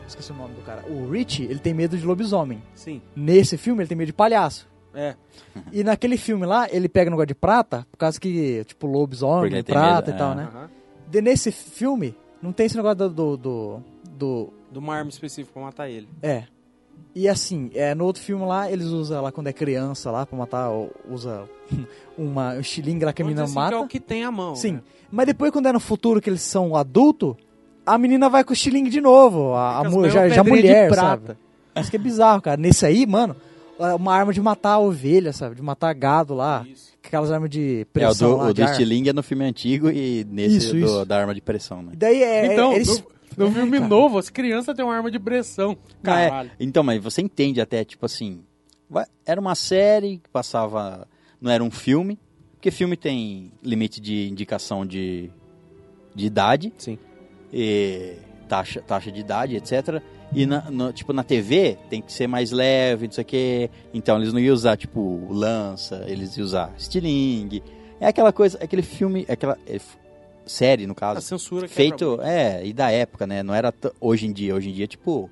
Speaker 3: Esqueci o nome do cara. O Richie, ele tem medo de lobisomem.
Speaker 4: Sim,
Speaker 3: Nesse filme, ele tem medo de palhaço.
Speaker 4: é.
Speaker 3: E naquele filme lá, ele pega um negócio de prata, por causa que, tipo,
Speaker 1: Porque
Speaker 3: lobisomem,
Speaker 1: ele tem
Speaker 3: prata
Speaker 1: medo,
Speaker 3: e tal,
Speaker 1: é.
Speaker 3: né?
Speaker 4: aham.
Speaker 3: De- nesse filme, não tem esse negócio do. do, do, do-
Speaker 4: De uma arma específica pra matar ele.
Speaker 3: é. E assim, é, no outro filme lá, eles usam lá quando é criança lá pra matar, ou- usa uma um xilingue lá que a
Speaker 4: Vamos
Speaker 3: menina
Speaker 4: dizer assim,
Speaker 3: mata.
Speaker 4: Que é o que tem a mão.
Speaker 3: Sim.
Speaker 4: né?
Speaker 3: Mas depois, quando é no futuro que eles são adultos, a menina vai com o xilingue de novo. A, a
Speaker 4: Fica
Speaker 3: mu-
Speaker 4: as
Speaker 3: já,
Speaker 4: mesmas
Speaker 3: já
Speaker 4: pedrinhas de
Speaker 3: mulher,
Speaker 4: prata.
Speaker 3: sabe? Isso que é bizarro, cara. Nesse aí, mano, é uma arma de matar a ovelha, sabe? De matar gado lá.
Speaker 4: Isso.
Speaker 3: Aquelas armas de
Speaker 1: É, o
Speaker 3: pressão
Speaker 1: do,
Speaker 3: lá,
Speaker 1: o
Speaker 3: de
Speaker 1: do
Speaker 3: ar.
Speaker 1: Stiling é no filme antigo e nesse
Speaker 3: Isso,
Speaker 1: do-
Speaker 3: isso.
Speaker 1: da arma de pressão, né?
Speaker 3: E daí é.
Speaker 4: Então,
Speaker 3: é- eles-
Speaker 4: no, no
Speaker 3: É,
Speaker 4: filme
Speaker 3: cara.
Speaker 4: novo, as crianças têm uma arma de pressão. Caralho.
Speaker 1: É, então, mas você entende até, tipo assim, vai- era uma série que passava, não era um filme, porque filme tem limite de indicação de, de idade.
Speaker 4: Sim.
Speaker 1: E taxa, taxa de idade, etc. E, na, no- tipo, na TV tem que ser mais leve, não sei o quê. Então, eles não iam usar, tipo, lança, eles iam usar estilingue. É aquela coisa, aquele filme, aquela é, f- série, no
Speaker 4: A
Speaker 1: caso,
Speaker 4: censura que
Speaker 1: feito, é, e da época, né? Não era t- hoje em dia. Hoje em dia, tipo,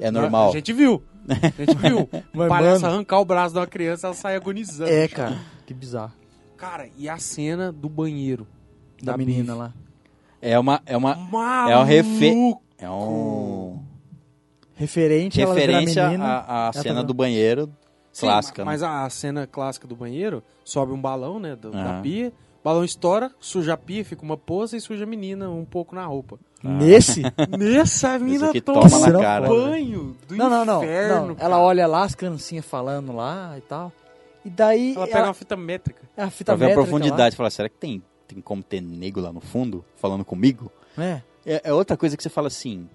Speaker 1: é
Speaker 4: A
Speaker 1: normal.
Speaker 4: gente viu. A gente viu.
Speaker 3: Mas,
Speaker 4: Parece
Speaker 3: mano-
Speaker 4: arrancar o braço de uma criança, ela sai agonizando.
Speaker 3: É, cara. Que bizarro.
Speaker 4: Cara, e a cena do banheiro.
Speaker 3: Da,
Speaker 4: Da
Speaker 3: menina
Speaker 4: Biff.
Speaker 3: lá.
Speaker 1: É uma, é uma,
Speaker 4: Maluco.
Speaker 1: é um refe... É um...
Speaker 3: Referente ela virar
Speaker 1: Referência
Speaker 3: menina.
Speaker 1: à, à
Speaker 3: tá
Speaker 1: cena
Speaker 3: vendo.
Speaker 1: do banheiro.
Speaker 4: Sim,
Speaker 1: Clássica, né?
Speaker 4: ma- Mas a cena clássica do banheiro, sobe um balão, né, do- da
Speaker 1: Aham.
Speaker 4: pia, balão estoura, suja a pia, fica uma poça e suja a menina um pouco na roupa.
Speaker 1: Ah.
Speaker 3: Nesse?
Speaker 4: Nessa mina
Speaker 1: aqui
Speaker 4: toma,
Speaker 1: toma
Speaker 3: na
Speaker 4: um
Speaker 1: cara, né?
Speaker 4: banho do
Speaker 3: não, não, não,
Speaker 4: inferno.
Speaker 3: não.
Speaker 4: cara.
Speaker 3: Ela olha lá as criancinhas falando lá e tal. E daí.
Speaker 4: Ela pega uma fita métrica.
Speaker 3: a fita
Speaker 1: Pra ver a
Speaker 3: métrica
Speaker 1: profundidade.
Speaker 4: então,
Speaker 1: Falar, será que tem, tem como ter nego lá no fundo falando comigo?
Speaker 3: lá. É.
Speaker 1: É, é outra coisa que você fala assim,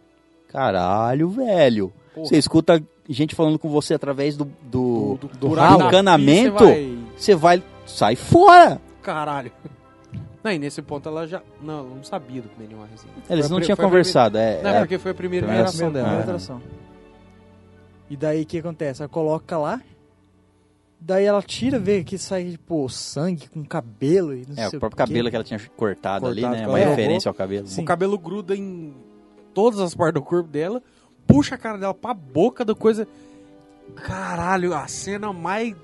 Speaker 1: caralho, velho.
Speaker 4: Porra.
Speaker 1: Você escuta gente falando com você através do, do,
Speaker 4: do,
Speaker 1: buraco
Speaker 4: da
Speaker 1: encanamento?
Speaker 4: pia,
Speaker 1: Você
Speaker 4: você vai-
Speaker 1: vai, sai fora!
Speaker 4: Caralho. Não, e nesse ponto ela já. Não, ela não sabia do Pneu Wise.
Speaker 1: Eles
Speaker 4: a
Speaker 1: não
Speaker 4: pri-
Speaker 1: tinham
Speaker 4: foi a
Speaker 1: conversado. É,
Speaker 4: Não,
Speaker 1: é,
Speaker 4: porque foi a primeira
Speaker 1: primeira
Speaker 4: interação
Speaker 3: Primeira
Speaker 4: dela.
Speaker 1: Ah.
Speaker 3: alteração. E daí o que acontece? Ela coloca lá. Daí ela tira, vê que sai, tipo, sangue com cabelo e não
Speaker 1: é,
Speaker 3: sei
Speaker 1: o próprio
Speaker 3: quê.
Speaker 1: cabelo que ela tinha cortado, ali,
Speaker 4: Cortado,
Speaker 1: né?
Speaker 4: que
Speaker 1: Uma
Speaker 4: ela
Speaker 1: referência ao cabelo.
Speaker 3: Sim.
Speaker 4: O cabelo gruda em todas as partes do corpo dela, puxa a cara dela pra boca da coisa. Caralho, a cena mais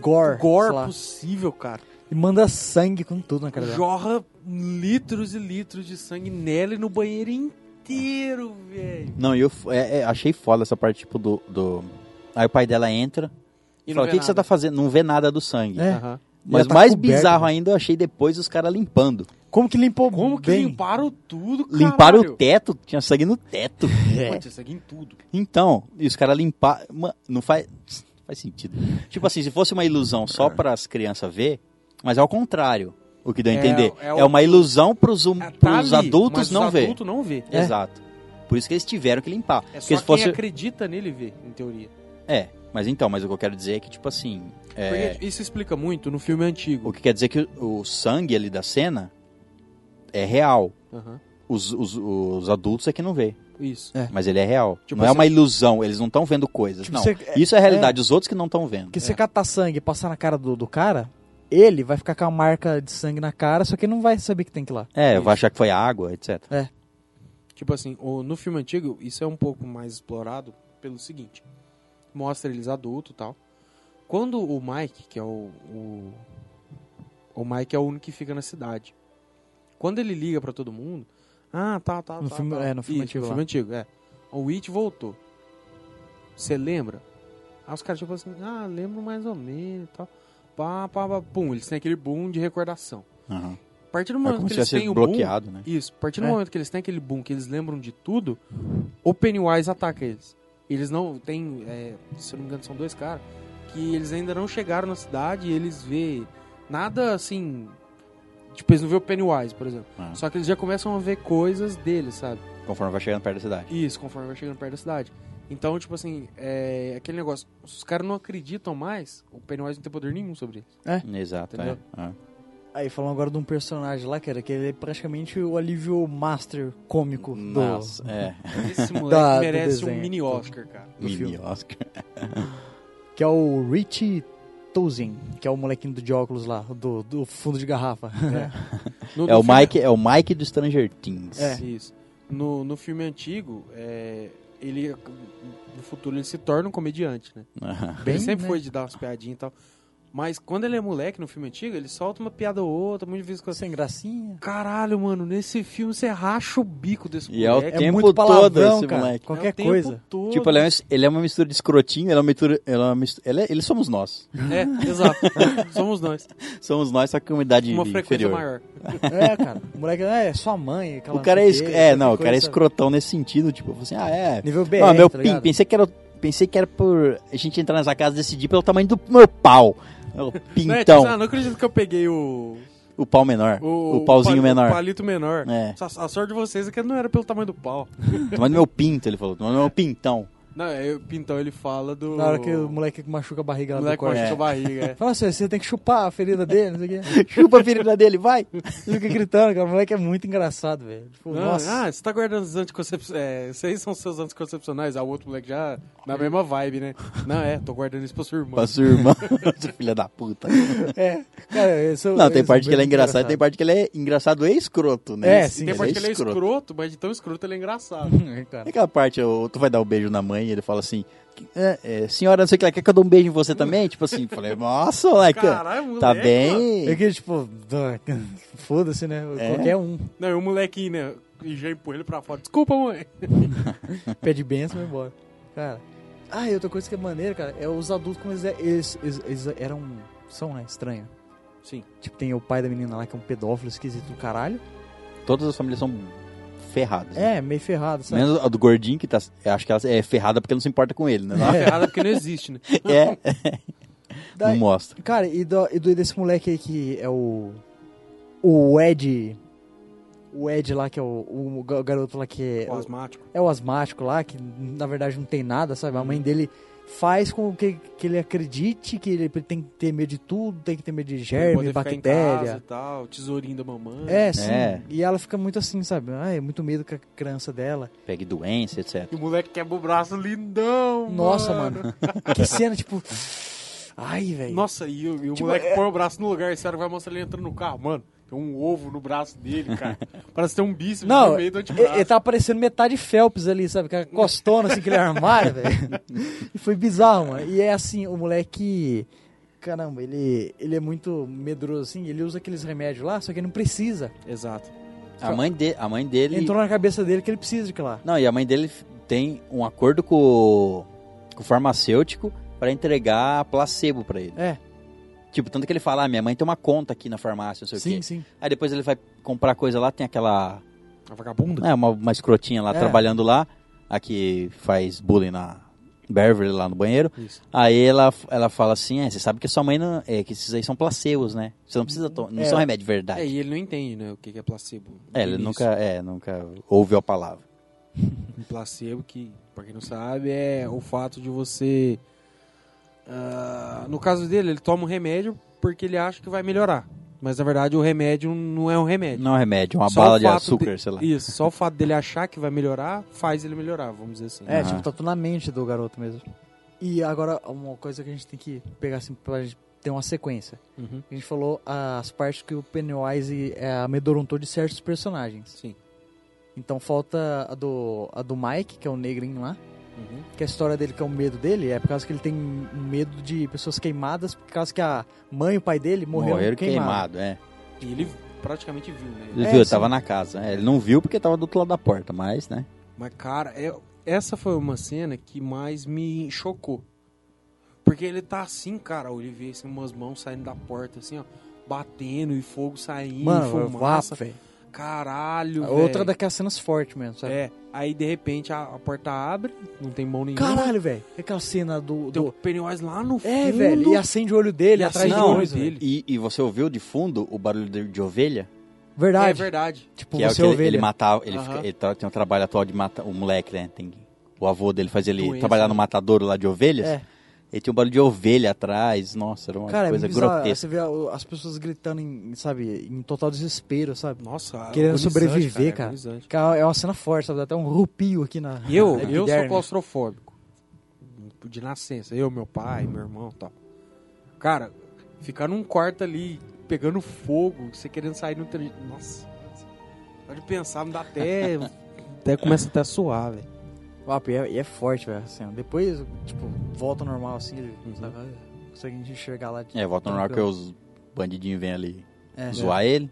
Speaker 3: Gore.
Speaker 4: gore
Speaker 3: sei lá.
Speaker 4: possível, cara.
Speaker 3: E manda sangue com tudo na cara dela.
Speaker 4: Jorra litros e litros de sangue nela e no banheiro inteiro, velho.
Speaker 1: Não, e eu f- é, é, achei foda essa parte, tipo, do, do... Aí o pai dela entra e
Speaker 4: E não
Speaker 1: fala, o
Speaker 4: vê
Speaker 1: que, que você
Speaker 4: nada."
Speaker 1: tá fazendo? Não vê nada do sangue.
Speaker 3: É.
Speaker 4: Aham.
Speaker 1: Mas
Speaker 3: Ela tá
Speaker 1: mais
Speaker 3: coberta,
Speaker 1: bizarro
Speaker 3: né?
Speaker 1: ainda eu achei depois os caras limpando.
Speaker 3: Como que limpou
Speaker 4: Como que
Speaker 3: bem?
Speaker 4: limparam tudo, cara?
Speaker 1: Limparam É. o teto, tinha sangue no teto.
Speaker 4: Pô, tinha sangue em tudo.
Speaker 1: Então, e os caras limpar, ma- não faz faz sentido. Tipo assim, se fosse uma ilusão
Speaker 3: É.
Speaker 1: só para as crianças ver, mas é ao contrário, o que dá a
Speaker 4: É,
Speaker 1: entender. É,
Speaker 4: é o-
Speaker 1: uma ilusão para os
Speaker 4: É, tá ali,
Speaker 1: adultos
Speaker 4: mas
Speaker 1: não
Speaker 4: os
Speaker 1: ver.
Speaker 4: adultos não vê.
Speaker 3: é.
Speaker 1: Exato. Por isso que eles tiveram que limpar.
Speaker 4: É só
Speaker 1: Porque
Speaker 4: quem
Speaker 1: se fosse
Speaker 4: acredita nele vê, em teoria.
Speaker 1: É, mas então, mas o que eu quero dizer é que tipo assim, é,
Speaker 4: Porque isso explica muito no filme antigo.
Speaker 1: o que quer dizer que o, o sangue ali da cena é real.
Speaker 4: Aham.
Speaker 1: Os, os, os adultos é que não vê,
Speaker 4: Isso.
Speaker 3: É.
Speaker 1: mas ele é real.
Speaker 4: Tipo
Speaker 1: não é
Speaker 4: assim-
Speaker 1: uma ilusão, eles não estão vendo coisas,
Speaker 3: Tipo,
Speaker 1: não.
Speaker 3: você-
Speaker 1: Isso é a realidade, os outros que não estão vendo.
Speaker 3: Porque se você catar sangue e passar na cara do, do cara, ele vai ficar com a marca de sangue na cara, só que ele não vai saber que tem que ir lá.
Speaker 1: É,
Speaker 4: Isso.
Speaker 1: vai achar que foi água, etc.
Speaker 4: Tipo assim, o- no filme antigo, isso é um pouco mais explorado pelo seguinte. Mostra eles adultos e tal. Quando o Mike, que é o, o... o Mike é o único que fica na cidade. Quando ele liga pra todo mundo... Ah, tá, tá,
Speaker 3: No
Speaker 4: tá.
Speaker 3: filme-
Speaker 4: tá.
Speaker 3: é, no filme
Speaker 4: Isso,
Speaker 3: antigo
Speaker 4: No
Speaker 3: lá.
Speaker 4: filme antigo, é. O It voltou. Você lembra? Aí os caras tipo assim... Ah, lembro mais ou menos e tal. Pá, pá, pá, pum. Eles têm aquele boom de recordação.
Speaker 1: Aham.
Speaker 4: A partir do
Speaker 1: É
Speaker 4: momento
Speaker 1: como
Speaker 4: que
Speaker 1: se
Speaker 4: eles
Speaker 1: tivesse
Speaker 4: têm
Speaker 1: sido
Speaker 4: o boom...
Speaker 1: bloqueado, né?
Speaker 4: Isso, a partir do
Speaker 3: É.
Speaker 4: momento que eles têm aquele boom que eles lembram de tudo, o Pennywise ataca eles. Eles não. Tem. é, se eu não me engano, são dois caras. Que eles ainda não chegaram na cidade e eles vê nada assim. Tipo, eles não vê o Pennywise, por exemplo.
Speaker 1: Ah.
Speaker 4: Só que eles já começam a ver coisas deles, sabe?
Speaker 1: Conforme vai chegando perto da cidade.
Speaker 4: Isso, conforme vai chegando perto da cidade. Então, tipo assim, é aquele negócio. Os caras não acreditam mais, o Pennywise não tem poder nenhum sobre eles.
Speaker 1: Exato, é.
Speaker 4: Entendeu?
Speaker 1: Ah.
Speaker 3: Aí falando agora de um personagem lá, cara, que ele é praticamente o alívio master cômico do,
Speaker 1: Nossa, é.
Speaker 4: Esse moleque
Speaker 3: Dá, do
Speaker 4: merece um
Speaker 3: desenho.
Speaker 4: mini Oscar, cara.
Speaker 3: do
Speaker 1: Mini
Speaker 3: filme.
Speaker 1: Oscar.
Speaker 3: Que é o Richie Tozin, que é o molequinho do de óculos lá, do, do fundo de garrafa.
Speaker 4: No-
Speaker 1: É
Speaker 4: no
Speaker 1: o,
Speaker 4: filme-
Speaker 1: Mike, é o Mike do Stranger Things.
Speaker 3: É.
Speaker 4: Isso. No, no filme antigo, é, ele no futuro ele se torna um comediante, né?
Speaker 3: Bem,
Speaker 4: ele sempre
Speaker 3: né?
Speaker 4: foi de dar umas piadinhas e tal. Mas quando ele é moleque no filme antigo, ele solta uma piada ou outra, muitas vezes com assim.
Speaker 3: Sem gracinha.
Speaker 4: Caralho, mano, nesse filme você racha o bico desse
Speaker 1: E é o
Speaker 4: moleque. É
Speaker 1: tempo
Speaker 3: muito
Speaker 1: todo
Speaker 3: palavrão,
Speaker 1: esse
Speaker 3: cara.
Speaker 1: moleque.
Speaker 3: Qualquer
Speaker 4: o tempo
Speaker 3: coisa.
Speaker 4: todo.
Speaker 1: Tipo, ele é, um- ele é uma mistura de escrotinho, ele é uma mistura... Ele é uma mistura ele é- eles somos nós.
Speaker 4: É, exato. Somos nós.
Speaker 1: Somos nós, só que com uma idade
Speaker 4: Uma frequência
Speaker 1: inferior.
Speaker 4: maior.
Speaker 3: É, cara. O moleque é sua mãe. Aquela
Speaker 1: O cara é...
Speaker 3: não
Speaker 1: esc-
Speaker 3: sei quê,
Speaker 1: É,
Speaker 3: qualquer
Speaker 1: não, o cara é
Speaker 3: coisa.
Speaker 1: escrotão nesse sentido. Tipo, assim, ah, é...
Speaker 3: Nível BR,
Speaker 1: Ó, meu
Speaker 3: tá
Speaker 1: pin,
Speaker 3: ligado?
Speaker 1: pensei que era... Pensei que era por a gente entrar nessa casa e decidir pelo tamanho do meu pau. É o
Speaker 4: Não, é,
Speaker 1: pintão,
Speaker 4: tipo, ah, não acredito que eu peguei o.
Speaker 1: o pau menor, o, pauzinho
Speaker 4: pali-
Speaker 1: menor.
Speaker 4: O palito menor.
Speaker 1: É.
Speaker 4: Só- A sorte de vocês é que não era pelo tamanho do pau.
Speaker 1: Tomando meu pinto, ele falou. Tomando meu pintão.
Speaker 4: Não, é, o Pintão ele fala do.
Speaker 3: Na hora que o moleque machuca a barriga
Speaker 4: O
Speaker 3: lá do
Speaker 4: moleque
Speaker 3: corte.
Speaker 4: machuca
Speaker 1: É.
Speaker 4: a barriga, é.
Speaker 3: Fala assim, você tem que chupar a ferida dele, não sei o quê.
Speaker 1: Chupa a ferida dele, vai.
Speaker 3: Ele fica gritando, cara. O moleque é muito engraçado, velho. Tipo,
Speaker 4: Não,
Speaker 3: nossa.
Speaker 4: Ah, você tá guardando os anticoncepcionais. É, vocês são seus anticoncepcionais. Ah, o outro moleque já na mesma vibe, né? Não, é, tô guardando isso pra sua irmã.
Speaker 1: Pra sua irmã, seu filho da puta.
Speaker 3: É. Cara, eu sou-
Speaker 1: Não, tem
Speaker 3: eu sou
Speaker 1: parte que ele é
Speaker 3: bem
Speaker 1: engraçado e tem parte que ele é engraçado e escroto, né?
Speaker 3: É,
Speaker 1: Ele-
Speaker 3: sim,
Speaker 4: Tem parte que ele é escroto. mas de tão escroto ele é engraçado.
Speaker 3: É, cara.
Speaker 1: Tem aquela parte, o- tu vai dar um beijo na mãe e ele fala assim, que- é, é, senhora, não sei o que, lá, quer que eu dou um beijo em você também? tipo assim, falei, nossa, moleque,
Speaker 4: Caralho, moleque.
Speaker 1: tá
Speaker 4: mano.
Speaker 1: bem...
Speaker 3: É que, tipo, dó, foda-se, né?
Speaker 1: É.
Speaker 3: Qualquer um
Speaker 4: Não, e o molequinho, né? E já empurra ele pra fora. Desculpa, mãe.
Speaker 3: pede benção e vai embora. Cara. Ah, e outra coisa que é maneira, cara, é os adultos como eles, é- eles, eles, eles eram. São, né? Estranho.
Speaker 4: Sim.
Speaker 3: Tipo, tem o pai da menina lá que é um pedófilo esquisito do caralho.
Speaker 1: Todas as famílias são ferradas. né?
Speaker 3: É, meio ferrado, sabe?
Speaker 1: Menos a do gordinho, que tá, eu acho que ela é ferrada porque não se importa com ele, né?
Speaker 4: Tá ferrada porque não existe, né?
Speaker 1: É, Não
Speaker 3: Daí-
Speaker 1: mostra.
Speaker 3: Cara, e do, e do- desse moleque aí que é o. O Ed. O Ed lá, que é o, o ga- garoto lá que é.
Speaker 4: O asmático.
Speaker 3: É o asmático lá, que na verdade não tem nada, sabe?
Speaker 4: Uhum.
Speaker 3: A mãe dele faz com que, que ele acredite que ele tem que ter medo de tudo, tem que ter medo de germe,
Speaker 4: Poder ficar em casa e
Speaker 3: bactéria.
Speaker 4: tal, tesourinho da mamãe.
Speaker 3: É, sim.
Speaker 1: É.
Speaker 3: E ela fica muito assim, sabe? Ai, muito medo com a criança dela.
Speaker 1: Pegue doença, etc.
Speaker 4: E o moleque quebra o braço lindão.
Speaker 3: Nossa, mano. que cena, tipo. Ai, velho.
Speaker 4: Nossa, e, o- e o
Speaker 3: Tipo,
Speaker 4: moleque
Speaker 3: é-
Speaker 4: põe o braço no lugar e sério vai mostrar ele entrando no carro, mano. Tem um ovo no braço dele, cara. Parece ter um bíceps no
Speaker 3: Não,
Speaker 4: meio do
Speaker 3: ele,
Speaker 4: antebraço.
Speaker 3: ele tava parecendo metade Phelps ali, sabe? Com a costona, assim, aquele armário, velho. E foi bizarro, mano. E é assim, o moleque... Caramba, ele, ele é muito medroso, assim. Ele usa aqueles remédios lá, só que ele não precisa.
Speaker 4: Exato.
Speaker 1: A mãe, de, a mãe dele.
Speaker 3: Entrou na cabeça dele que ele precisa de que lá.
Speaker 1: Não, e a mãe dele f- tem um acordo com, o- com o farmacêutico pra entregar placebo pra ele.
Speaker 3: É,
Speaker 1: Tipo, tanto que ele fala, ah, minha mãe tem uma conta aqui na farmácia, não sei
Speaker 3: sim,
Speaker 1: o quê.
Speaker 3: sim.
Speaker 1: Aí depois ele vai comprar coisa lá, tem aquela.
Speaker 4: A vagabunda.
Speaker 1: É, uma, uma escrotinha lá
Speaker 3: É.
Speaker 1: trabalhando lá, a que faz bullying na Beverly lá no banheiro.
Speaker 4: Isso.
Speaker 1: Aí ela, ela fala assim, é, você sabe que sua mãe não. É, que esses aí são placebos, né? Você não precisa tomar. Não
Speaker 3: É.
Speaker 1: são remédio de verdade.
Speaker 4: É, e ele não entende, né, o que que é placebo.
Speaker 1: É, ele
Speaker 4: Isso.
Speaker 1: nunca, é, nunca ouviu a palavra.
Speaker 4: Um placebo que, pra quem não sabe, é o fato de você... ah, no caso dele, ele toma um remédio porque ele acha que vai melhorar. Mas, na verdade, o remédio não é um remédio.
Speaker 1: Não é um remédio, é uma
Speaker 4: Só o
Speaker 1: bala de
Speaker 4: fato
Speaker 1: açúcar,
Speaker 4: de-
Speaker 1: sei lá.
Speaker 4: Isso, só o fato dele achar que vai melhorar, faz ele melhorar, vamos dizer assim.
Speaker 3: É,
Speaker 1: Aham.
Speaker 3: tipo, tá tudo na mente do garoto mesmo. E agora, uma coisa que a gente tem que pegar, assim, pra gente ter uma sequência.
Speaker 4: Uhum.
Speaker 3: A gente falou as partes que o Pennywise é, amedrontou de certos personagens.
Speaker 4: Sim.
Speaker 3: Então falta a do, a do Mike, que é o negrinho lá.
Speaker 4: Uhum.
Speaker 3: Que a história dele, que é o medo dele, é por causa que ele tem medo de pessoas queimadas, por causa que a mãe e o pai dele morreram,
Speaker 1: Morreram
Speaker 3: queimados.
Speaker 1: queimado, é.
Speaker 4: E ele praticamente viu, né?
Speaker 1: Ele
Speaker 3: É,
Speaker 1: viu,
Speaker 3: sim.
Speaker 1: tava na casa. É, ele não viu porque tava do outro lado da porta, mas, né?
Speaker 4: Mas, cara, é- essa foi uma cena que mais me chocou. Porque ele tá assim, cara, ó, ele vê assim, umas mãos saindo da porta, assim, ó, batendo e fogo saindo, e
Speaker 3: Mano,
Speaker 4: fumaça.
Speaker 3: vapo, velho.
Speaker 4: Caralho, velho.
Speaker 3: Outra daquelas cenas fortes mesmo, sabe?
Speaker 4: É, aí de repente a, a porta abre, não tem mão nenhuma.
Speaker 3: Caralho, velho. É Aquela cena do...
Speaker 4: tem o
Speaker 3: do...
Speaker 4: Pennywise lá no fundo.
Speaker 3: É, velho. E acende o olho dele
Speaker 4: E
Speaker 3: atrás
Speaker 4: acende
Speaker 3: do
Speaker 1: o
Speaker 4: olho
Speaker 3: coisa,
Speaker 4: dele.
Speaker 3: velho.
Speaker 1: E, e você ouviu de fundo o barulho de, de ovelha?
Speaker 3: Verdade.
Speaker 4: É verdade.
Speaker 3: Tipo,
Speaker 1: Que é o
Speaker 3: você
Speaker 1: que
Speaker 3: é
Speaker 1: ele,
Speaker 3: ovelha.
Speaker 1: ele matava. Ele,
Speaker 4: Aham.
Speaker 1: fica- ele tra- tem um trabalho atual de matar o moleque, né? Tem, o avô dele faz ele
Speaker 4: Doença,
Speaker 1: trabalhar
Speaker 4: né?
Speaker 1: no matadouro lá de ovelhas.
Speaker 3: É.
Speaker 1: Ele tinha um barulho de ovelha atrás. Nossa, era uma
Speaker 3: Cara,
Speaker 1: coisa
Speaker 3: é bizarro.
Speaker 1: grotesca.
Speaker 3: Você vê a- as pessoas gritando, em, sabe, em total desespero, sabe?
Speaker 4: Nossa,
Speaker 3: Querendo
Speaker 4: agonizante,
Speaker 3: sobreviver, cara.
Speaker 4: agonizante.
Speaker 3: Cara, É uma cena forte, sabe? Dá até um rupio aqui na.
Speaker 4: E Eu,
Speaker 3: na
Speaker 4: eu sou
Speaker 3: epiderme.
Speaker 4: claustrofóbico. De nascença. Eu, meu pai, meu irmão e tal. Cara, ficar num quarto ali, pegando fogo, você querendo sair no treino. Nossa. Pode pensar, me dá até. até começa até a suar, velho.
Speaker 3: Papo, e é, e é forte, velho, a cena. Depois, tipo, volta ao normal assim, ele
Speaker 4: Uhum.
Speaker 3: sabe? consegue enxergar lá. de-
Speaker 1: É, volta ao normal que os bandidinhos vêm ali
Speaker 3: É,
Speaker 1: zoar ele.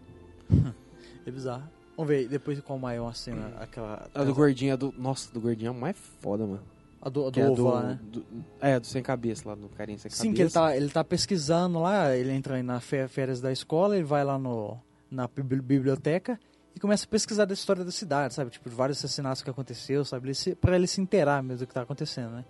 Speaker 3: é bizarro. Vamos ver, depois qual mais é uma cena, aquela.
Speaker 4: A do gordinho é do. Nossa, do gordinho é mais foda, mano.
Speaker 3: a do, a do
Speaker 4: Que é
Speaker 3: ovo
Speaker 4: do,
Speaker 3: lá, né?
Speaker 4: do- É, do sem cabeça lá, do carinha sem cabeça.
Speaker 3: Sim, que ele tá, ele tá pesquisando lá, ele entra aí na fe- férias da escola, ele vai lá no, na bibli- biblioteca e começa a pesquisar da história da cidade, sabe? Tipo, de vários assassinatos que aconteceu, sabe? Ele se, pra ele se inteirar mesmo do que tá acontecendo, né?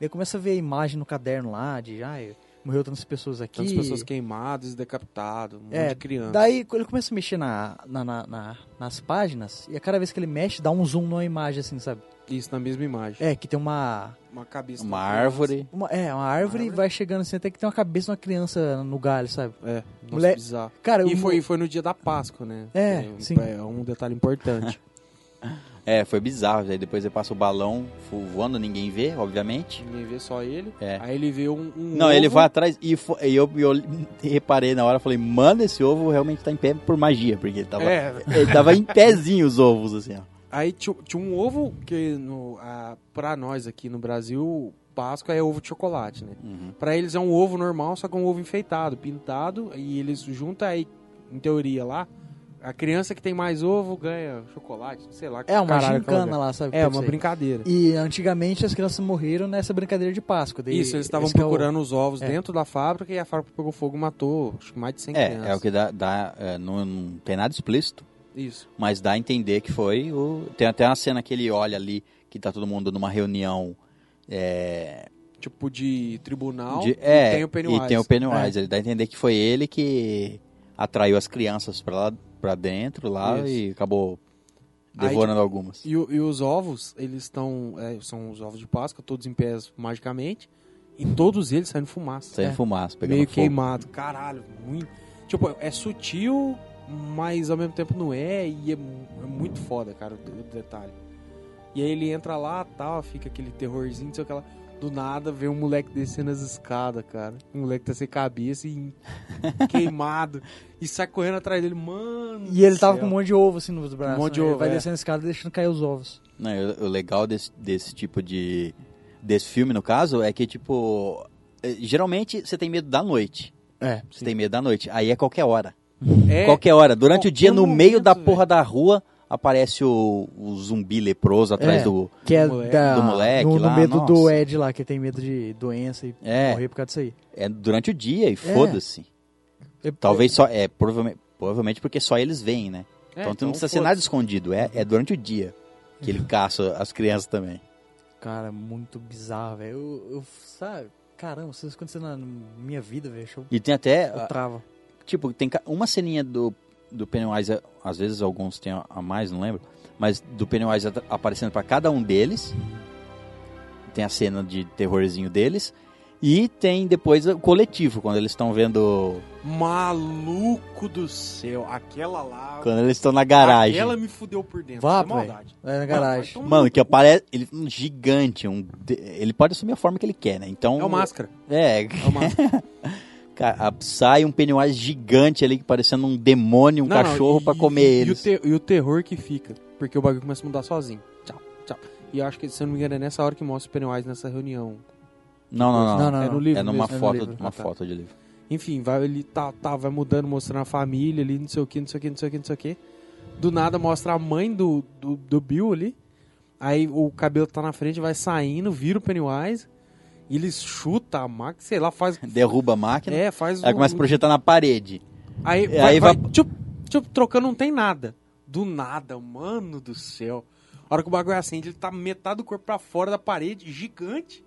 Speaker 3: Ele começa a ver a imagem no caderno lá de, ai, morreu tantas pessoas aqui.
Speaker 4: Tantas pessoas queimadas, decapitado, um monte
Speaker 3: É,
Speaker 4: de criança.
Speaker 3: Daí ele começa a mexer na, na, na- na- nas páginas e a cada vez que ele mexe, dá um zoom numa imagem assim, sabe?
Speaker 4: Isso na mesma imagem.
Speaker 3: É, que tem uma...
Speaker 4: Uma cabeça.
Speaker 1: Uma
Speaker 4: de criança.
Speaker 1: árvore.
Speaker 3: uma é, uma árvore e
Speaker 4: Árvore?
Speaker 3: vai chegando assim até que tem uma cabeça de uma criança no galho, sabe?
Speaker 4: É, nossa,
Speaker 3: Moleque-
Speaker 4: bizarro.
Speaker 3: Cara,
Speaker 4: E
Speaker 3: eu-
Speaker 4: foi, foi no dia da Páscoa, né?
Speaker 3: É,
Speaker 4: um-
Speaker 3: sim.
Speaker 4: É um detalhe importante.
Speaker 1: É, foi bizarro. Aí depois ele passa o balão fu- voando, ninguém vê, obviamente.
Speaker 4: Ninguém vê só ele.
Speaker 1: É.
Speaker 4: Aí ele vê um, um
Speaker 1: Não,
Speaker 4: ovo.
Speaker 1: ele vai atrás e, fo- e eu, e eu reparei na hora, falei, mano, esse ovo realmente tá em pé por magia, porque ele tava,
Speaker 4: É,
Speaker 1: ele tava em pezinho os ovos, assim, ó.
Speaker 4: aí tinha, tinha um ovo que no, a, pra nós aqui no Brasil, Páscoa é ovo de chocolate, né? Pra eles é um ovo normal, só que é um ovo enfeitado, pintado, e eles juntam aí, em teoria lá, a criança que tem mais ovo ganha chocolate, sei lá.
Speaker 3: É, uma
Speaker 4: caralho que ela
Speaker 3: gincana lá, sabe?
Speaker 4: ganha. É,
Speaker 3: Tipo
Speaker 4: uma
Speaker 3: isso aí.
Speaker 4: brincadeira.
Speaker 3: E antigamente as crianças morreram nessa brincadeira de Páscoa. daí
Speaker 4: Isso, eles estavam
Speaker 3: esse que é o-
Speaker 4: procurando os ovos
Speaker 3: é.
Speaker 4: dentro da fábrica e a fábrica pegou fogo e matou acho que mais de 100 crianças.
Speaker 1: É, é o que dá, dá, é, não, não tem nada explícito,
Speaker 4: Isso.
Speaker 1: mas dá a entender que foi o... Tem até uma cena que ele olha ali, que tá todo mundo numa reunião é,
Speaker 4: tipo de tribunal
Speaker 1: De-
Speaker 4: e
Speaker 1: é,
Speaker 4: tem o Pennywise. É.
Speaker 1: E tem o Pennywise. Ele dá a entender que foi ele que atraiu as crianças pra, lá, pra dentro lá
Speaker 4: Isso.
Speaker 1: e acabou
Speaker 4: Aí, tipo,
Speaker 1: devorando algumas.
Speaker 4: E, o- e os ovos, eles estão. é, são os ovos de Páscoa, todos em pés magicamente. E todos eles saindo fumaça.
Speaker 1: Saindo
Speaker 4: É,
Speaker 1: fumaça, pegando
Speaker 4: Meio
Speaker 1: fogo.
Speaker 4: queimado. Caralho, muito. Tipo, é sutil, mas ao mesmo tempo não é. E é, mu- é muito foda, cara, o, o detalhe. E aí ele entra lá tal, fica aquele terrorzinho, não sei o que lá. Do nada vem um moleque descendo as escadas, cara. Um moleque tá sem cabeça e queimado. E sai correndo atrás dele, mano.
Speaker 3: E ele
Speaker 4: do
Speaker 3: tava
Speaker 4: céu.
Speaker 3: com um monte de ovo assim nos braços.
Speaker 4: Um monte de
Speaker 3: né? Ele
Speaker 4: ovo,
Speaker 3: vai
Speaker 4: é.
Speaker 3: descendo a escada e deixando cair os ovos.
Speaker 1: Não, e o, o legal desse, desse tipo de. desse filme, no caso, é que, tipo. eh, Geralmente você tem medo da noite.
Speaker 3: É.
Speaker 1: Você tem medo da noite. Aí é qualquer hora.
Speaker 4: É,
Speaker 1: Qualquer hora. Durante o dia, no
Speaker 4: qualquer
Speaker 1: meio da
Speaker 4: momento,
Speaker 1: porra da rua, aparece o, o zumbi leproso atrás
Speaker 3: É.
Speaker 1: do.
Speaker 3: Que é
Speaker 4: Do moleque.
Speaker 3: da,
Speaker 1: Do moleque
Speaker 3: no, no
Speaker 1: lá,
Speaker 3: medo do
Speaker 1: nossa.
Speaker 3: Ed lá, que tem medo de doença e
Speaker 1: É.
Speaker 3: morrer por causa disso aí.
Speaker 1: É durante o dia e foda-se.
Speaker 3: Eu-
Speaker 1: Talvez só. É, provavelmente, provavelmente porque só eles veem, né?
Speaker 4: é,
Speaker 1: então tu não precisa ser
Speaker 4: foda-se.
Speaker 1: nada escondido. É, é durante o dia que ele caça as crianças também.
Speaker 3: Cara, muito bizarro, velho. Eu, eu, sabe? Caramba, isso aconteceu na minha vida, velho. Eu,
Speaker 1: E tem até.
Speaker 4: Ah.
Speaker 3: eu trava.
Speaker 1: Tipo, tem ca- uma ceninha do, do Pennywise, a- às vezes alguns tem a, a mais, não lembro, mas do Pennywise at- aparecendo pra cada um deles. Tem a cena de terrorzinho deles. E tem depois o coletivo, quando eles estão vendo.
Speaker 4: Maluco do céu, aquela lá.
Speaker 1: Quando eles estão na garagem.
Speaker 4: Aquela me fudeu por dentro.
Speaker 3: Vá,
Speaker 4: sem
Speaker 3: véi.
Speaker 4: maldade.
Speaker 3: É, na garagem.
Speaker 4: Mano, vai tomar
Speaker 1: Mano,
Speaker 4: no
Speaker 1: que
Speaker 4: cu.
Speaker 1: aparece. Ele, um gigante. Um, de- ele pode assumir a forma que ele quer, né? Então.
Speaker 4: É o máscara.
Speaker 1: É,
Speaker 4: É o máscara.
Speaker 1: cara, a- sai um Pennywise gigante ali, parecendo um demônio, um
Speaker 4: Não, não,
Speaker 1: cachorro,
Speaker 4: e-
Speaker 1: pra comer
Speaker 4: e,
Speaker 1: eles.
Speaker 4: E o, te- e o terror que fica. Porque o bagulho começa a mudar sozinho. Tchau, tchau. E eu acho que, se eu não me engano, é nessa hora que mostra o Pennywise nessa reunião.
Speaker 1: Não, não, não.
Speaker 3: Não, não,
Speaker 4: é
Speaker 3: não.
Speaker 4: no livro.
Speaker 1: é numa
Speaker 4: mesmo,
Speaker 1: foto,
Speaker 4: no livro.
Speaker 1: uma
Speaker 4: Ah, tá.
Speaker 1: foto de livro.
Speaker 4: Enfim, vai, ele tá, tá, vai mudando, mostrando a família ali, não sei o que, não sei o que, não sei o que, não sei o que. Do nada mostra a mãe do, do, do Bill ali. Aí o cabelo tá na frente, vai saindo, vira o Pennywise. E ele chuta a máquina, sei lá, faz.
Speaker 1: derruba a máquina,
Speaker 4: É, faz.
Speaker 1: ela
Speaker 4: um-
Speaker 1: começa a projetar na parede.
Speaker 4: Aí,
Speaker 1: E
Speaker 4: vai,
Speaker 1: É, aí
Speaker 4: vai,
Speaker 1: vai-
Speaker 4: tchup, tchup, trocando, não tem nada. Do nada, mano do céu. A hora que o bagulho acende, ele tá metade do corpo pra fora da parede, gigante,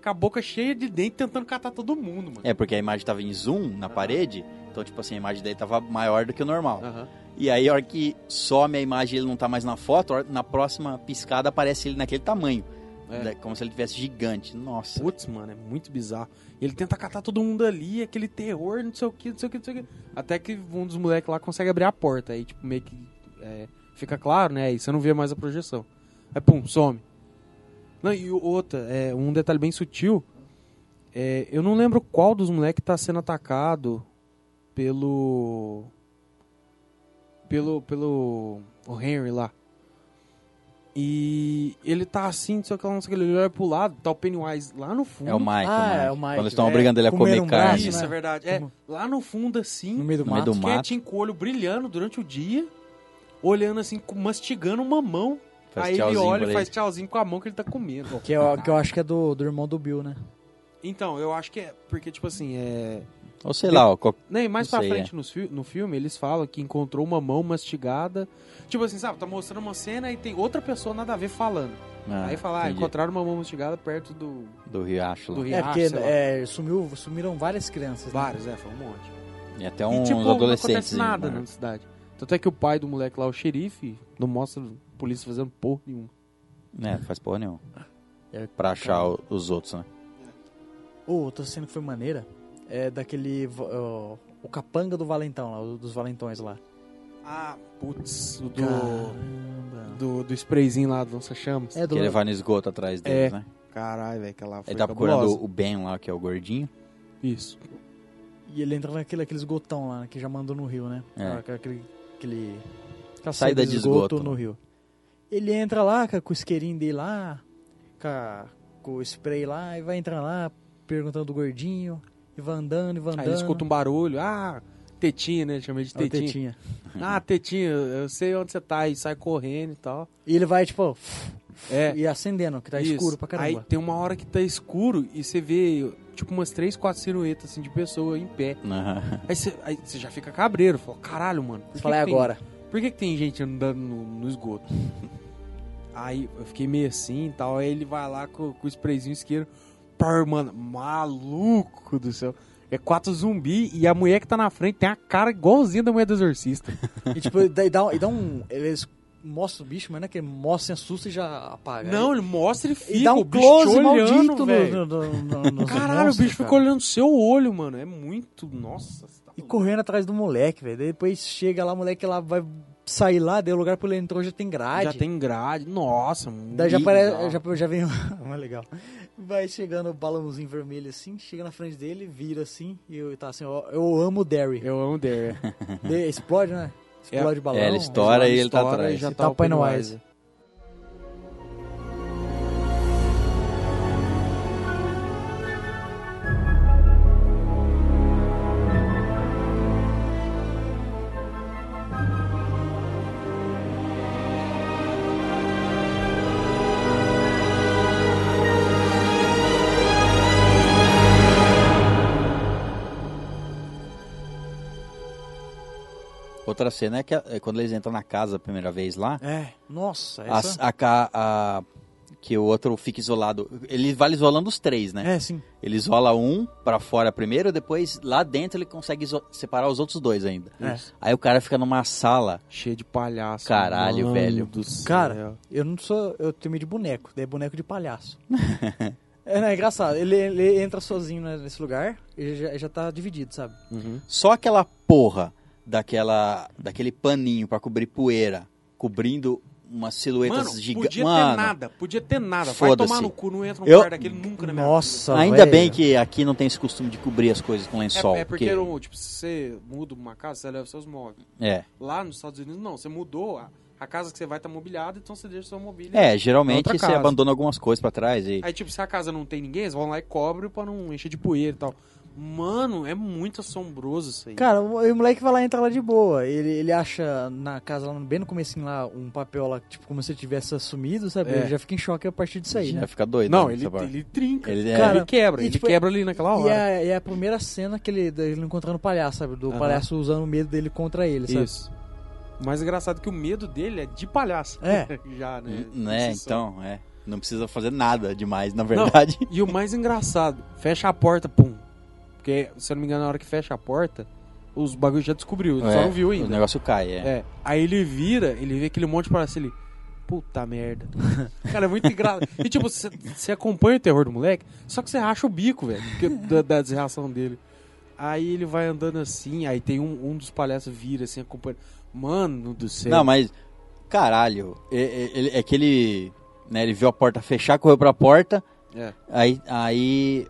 Speaker 4: com a boca cheia de dente, tentando catar todo mundo, mano.
Speaker 1: É, porque a imagem tava em zoom na parede, então, tipo assim, a imagem dele tava maior do que o normal.
Speaker 4: Aham.
Speaker 1: E aí, a hora que some a imagem e ele não tá mais na foto, a hora- na próxima piscada aparece ele naquele tamanho.
Speaker 4: É.
Speaker 1: Da- Como se ele tivesse gigante. Nossa.
Speaker 4: Putz, mano, é muito bizarro. E ele tenta catar todo mundo ali, aquele terror, não sei o que, não sei o que, não sei o que. Até que um dos moleques lá consegue abrir a porta. Aí, tipo, meio que é, fica claro, né? E você não vê mais a projeção. Aí, pum, some. Não, e o- outra, é, um detalhe bem sutil. é, eu não lembro qual dos moleques tá sendo atacado pelo. Pelo. pelo. O Henry lá. E ele tá assim, não sei o que lá, não sei o que, ele olha pro lado, tá o Pennywise lá no fundo.
Speaker 1: É o Mike.
Speaker 3: Ah,
Speaker 1: né?
Speaker 3: é o Mike,
Speaker 1: Quando estão
Speaker 3: é.
Speaker 1: obrigando ele a
Speaker 3: Comer
Speaker 1: comer
Speaker 3: um braço,
Speaker 1: carne.
Speaker 4: Isso,
Speaker 3: né?
Speaker 4: é verdade. É,
Speaker 3: Como?
Speaker 4: lá no fundo,
Speaker 3: No
Speaker 4: assim,
Speaker 3: meio do
Speaker 1: No meio
Speaker 3: mato.
Speaker 1: do mato.
Speaker 4: quietinho com o olho brilhando durante o dia, olhando assim, com- mastigando uma mão.
Speaker 1: Faz
Speaker 4: aí ele
Speaker 1: tchauzinho
Speaker 4: olha
Speaker 1: pra
Speaker 4: e
Speaker 1: ele.
Speaker 4: faz tchauzinho com a mão que ele tá comendo.
Speaker 3: Que eu, que eu acho que é do, do irmão do Bill, né?
Speaker 4: Então, eu acho que é. Porque, tipo assim, é.
Speaker 1: Ou sei lá, ó, qual-
Speaker 4: Né, e mais
Speaker 1: Não
Speaker 4: pra
Speaker 1: sei, é.
Speaker 4: frente nos fi- no, filme, eles falam que encontrou uma mão mastigada. Tipo assim, sabe, tá mostrando uma cena e tem outra pessoa nada a ver falando.
Speaker 1: ah,
Speaker 4: aí fala, ah,
Speaker 1: entendi.
Speaker 4: encontraram uma mão mastigada perto do,
Speaker 1: Do riacho
Speaker 4: do
Speaker 1: lá.
Speaker 3: É,
Speaker 4: riacho,
Speaker 3: porque
Speaker 4: Ah, sei lá.
Speaker 3: é, sumiu, sumiram várias crianças. né?
Speaker 4: Vários, é, foi um monte.
Speaker 1: E até
Speaker 4: e,
Speaker 1: uns
Speaker 4: tipo, não
Speaker 1: É um adolescentes. né?
Speaker 4: acontece nada né? na cidade. Tanto é que o pai do moleque lá, o xerife, não mostra a polícia fazendo porra nenhuma.
Speaker 1: né? É, não faz porra nenhuma.
Speaker 4: Ah.
Speaker 3: É,
Speaker 1: Pra achar o- os outros, né?
Speaker 3: Ô, outra cena que foi maneira é daquele. vo- ó, o capanga do Valentão lá, o dos Valentões lá.
Speaker 4: Ah, putz, o do,
Speaker 3: Caramba.
Speaker 4: do, do sprayzinho lá do Lança Chamas.
Speaker 3: É do.
Speaker 1: Que ele vai no esgoto atrás deles,
Speaker 4: É.
Speaker 1: né?
Speaker 4: Caralho, velho, aquela foi
Speaker 1: Ele tá
Speaker 4: cabulosa.
Speaker 1: procurando o Ben lá, que é o gordinho.
Speaker 4: Isso.
Speaker 3: E ele entra naquele aquele esgotão lá, né, que já mandou no rio, né?
Speaker 1: É.
Speaker 3: Aquela- Aquele, aquele, aquela
Speaker 1: Saída de esgoto.
Speaker 4: né?
Speaker 3: no rio. Ele entra lá cara, com o isqueirinho dele lá, com, a- com o spray lá, e vai entrar lá perguntando do gordinho, e vai andando, e vai andando.
Speaker 4: Aí ele escuta um barulho, ah, tetinha, né? Chamei de
Speaker 3: Ó, o
Speaker 4: tetinha.
Speaker 3: tetinha.
Speaker 4: Ah, tetinha, eu sei onde você tá, e sai correndo e tal.
Speaker 3: E ele vai, tipo,
Speaker 4: É.
Speaker 3: e acendendo, que tá
Speaker 4: Isso.
Speaker 3: escuro pra
Speaker 4: Aí
Speaker 3: caramba.
Speaker 4: tem uma hora que tá escuro e você vê, tipo, umas três, quatro silhuetas, assim, de pessoa em pé.
Speaker 1: Aham.
Speaker 4: Aí você, aí você já fica cabreiro, fala, caralho, mano. por
Speaker 3: Você
Speaker 4: que
Speaker 3: fala, é
Speaker 4: que tem-
Speaker 3: agora.
Speaker 4: Por que, que tem gente andando no, no esgoto? aí eu fiquei meio assim e tal, aí ele vai lá com, com o sprayzinho isqueiro, pá, mano, maluco do céu. É quatro zumbi e a mulher que tá na frente tem a cara igualzinha da mulher do exorcista.
Speaker 3: E tipo, e dá, e dá, e dá um. Eles mostram o bicho, mas não é que ele mostra, se assusta e já apaga.
Speaker 4: Não, ele mostra e fica.
Speaker 3: Tá e dá
Speaker 4: o
Speaker 3: um
Speaker 4: bicho
Speaker 3: close
Speaker 4: olhando,
Speaker 3: maldito no,
Speaker 4: velho.
Speaker 3: no, no, no, nos
Speaker 4: Caralho,
Speaker 3: monstros,
Speaker 4: o bicho
Speaker 3: cara.
Speaker 4: ficou olhando seu olho, mano. É muito. Nossa, você tá
Speaker 3: E
Speaker 4: louco.
Speaker 3: correndo atrás do moleque, velho. Daí Depois chega lá, o moleque lá vai sair lá, deu lugar pro ele entrou, já tem grade.
Speaker 4: Já tem grade. Nossa, muito.
Speaker 3: Daí já, apare...
Speaker 4: legal.
Speaker 3: já, já vem. Mas legal. Vai chegando o balãozinho vermelho assim, chega na frente dele, vira assim, e eu- tá assim, ó, eu amo o Derry.
Speaker 4: Eu amo é. o Dare.
Speaker 3: Daí Explode, né? Explode o balão.
Speaker 1: É, ele estoura e ele tá
Speaker 4: Estoura e
Speaker 1: atrás.
Speaker 4: já
Speaker 3: E tá o Pennywise.
Speaker 1: Outra cena é que a- é quando eles entram na casa a primeira vez lá,
Speaker 3: É, nossa,
Speaker 1: a,
Speaker 3: essa...
Speaker 1: a ca- a- que o outro fica isolado. Ele vai isolando os três, né?
Speaker 3: É, sim.
Speaker 1: Ele isola um pra fora primeiro, depois lá dentro ele consegue iso- separar os outros dois ainda.
Speaker 3: É.
Speaker 1: Aí o cara fica numa sala.
Speaker 4: Cheio de palhaço.
Speaker 1: Caralho,
Speaker 4: mano
Speaker 1: velho.
Speaker 4: do céu.
Speaker 3: Cara, eu não sou. Eu tenho medo de boneco, daí é boneco de palhaço. é, não, é engraçado. Ele, ele entra sozinho né, nesse lugar e já, já tá dividido, sabe?
Speaker 4: Uhum.
Speaker 1: Só aquela porra daquela, daquele paninho pra cobrir poeira, cobrindo umas silhuetas
Speaker 4: Mano,
Speaker 1: gigantes.
Speaker 4: podia ter nada, podia ter nada. Vai
Speaker 1: Foda-se.
Speaker 4: tomar no cu, não entra um
Speaker 1: Eu-
Speaker 4: par daquele
Speaker 3: é
Speaker 4: nunca na minha
Speaker 3: Nossa,
Speaker 1: Ainda
Speaker 3: velho.
Speaker 1: bem que aqui não tem esse costume de cobrir as coisas com
Speaker 4: vida.
Speaker 1: lençol.
Speaker 4: É, é porque, no- tipo, se você muda uma casa, você leva seus móveis.
Speaker 1: é.
Speaker 4: Lá nos Estados Unidos, não. Você mudou, a, a casa que você vai tá mobiliada, então você deixa sua mobília.
Speaker 1: É, geralmente
Speaker 4: Outra
Speaker 1: você
Speaker 4: casa.
Speaker 1: abandona algumas coisas pra trás e
Speaker 4: Aí, tipo, se a casa não tem ninguém, eles vão lá e cobrem pra não encher de poeira e tal. Mano, é muito assombroso isso aí.
Speaker 3: Cara, o o moleque vai lá e entra lá de boa. Ele, ele acha na casa, lá, no- bem no comecinho lá, um papel lá, tipo, como se ele tivesse assumido, sabe?
Speaker 4: É.
Speaker 3: Ele já fica em choque a partir disso aí,
Speaker 1: já
Speaker 3: né?
Speaker 1: fica doido.
Speaker 4: não,
Speaker 1: né,
Speaker 4: ele,
Speaker 1: nessa parte.
Speaker 4: ele trinca.
Speaker 1: Ele é-
Speaker 3: Cara,
Speaker 4: ele quebra,
Speaker 3: e,
Speaker 4: ele
Speaker 3: tipo,
Speaker 4: quebra ali naquela
Speaker 3: E
Speaker 4: hora.
Speaker 3: é, e é a primeira cena que ele, dele encontrando o palhaço, sabe? Do
Speaker 4: Aham.
Speaker 3: palhaço usando o medo dele contra ele, sabe?
Speaker 4: Isso. O mais engraçado é que o medo dele é de palhaço.
Speaker 3: É.
Speaker 4: Já, né?
Speaker 1: né,
Speaker 4: Isso.
Speaker 1: então, é. Não precisa fazer nada demais, na verdade.
Speaker 4: E o mais engraçado, fecha a porta, pum. Porque, se eu não me engano, na hora que fecha a porta, os bagulhos já descobriu, ele só
Speaker 1: É,
Speaker 4: não viu
Speaker 1: O
Speaker 4: ainda.
Speaker 1: negócio cai, é.
Speaker 4: É. Aí ele vira, ele vê aquele monte de palhaço ele. Puta merda. Cara, é muito engraçado. E tipo, você- você acompanha o terror do moleque, só que você racha o bico, velho, porque- da, da desreação dele. Aí ele vai andando assim, aí tem um, um dos palhaços vira assim, acompanha. Mano do céu.
Speaker 1: Não, mas. Caralho, e- e- ele- é que ele. Né, ele viu a porta fechar, correu pra porta.
Speaker 4: É.
Speaker 1: Aí, aí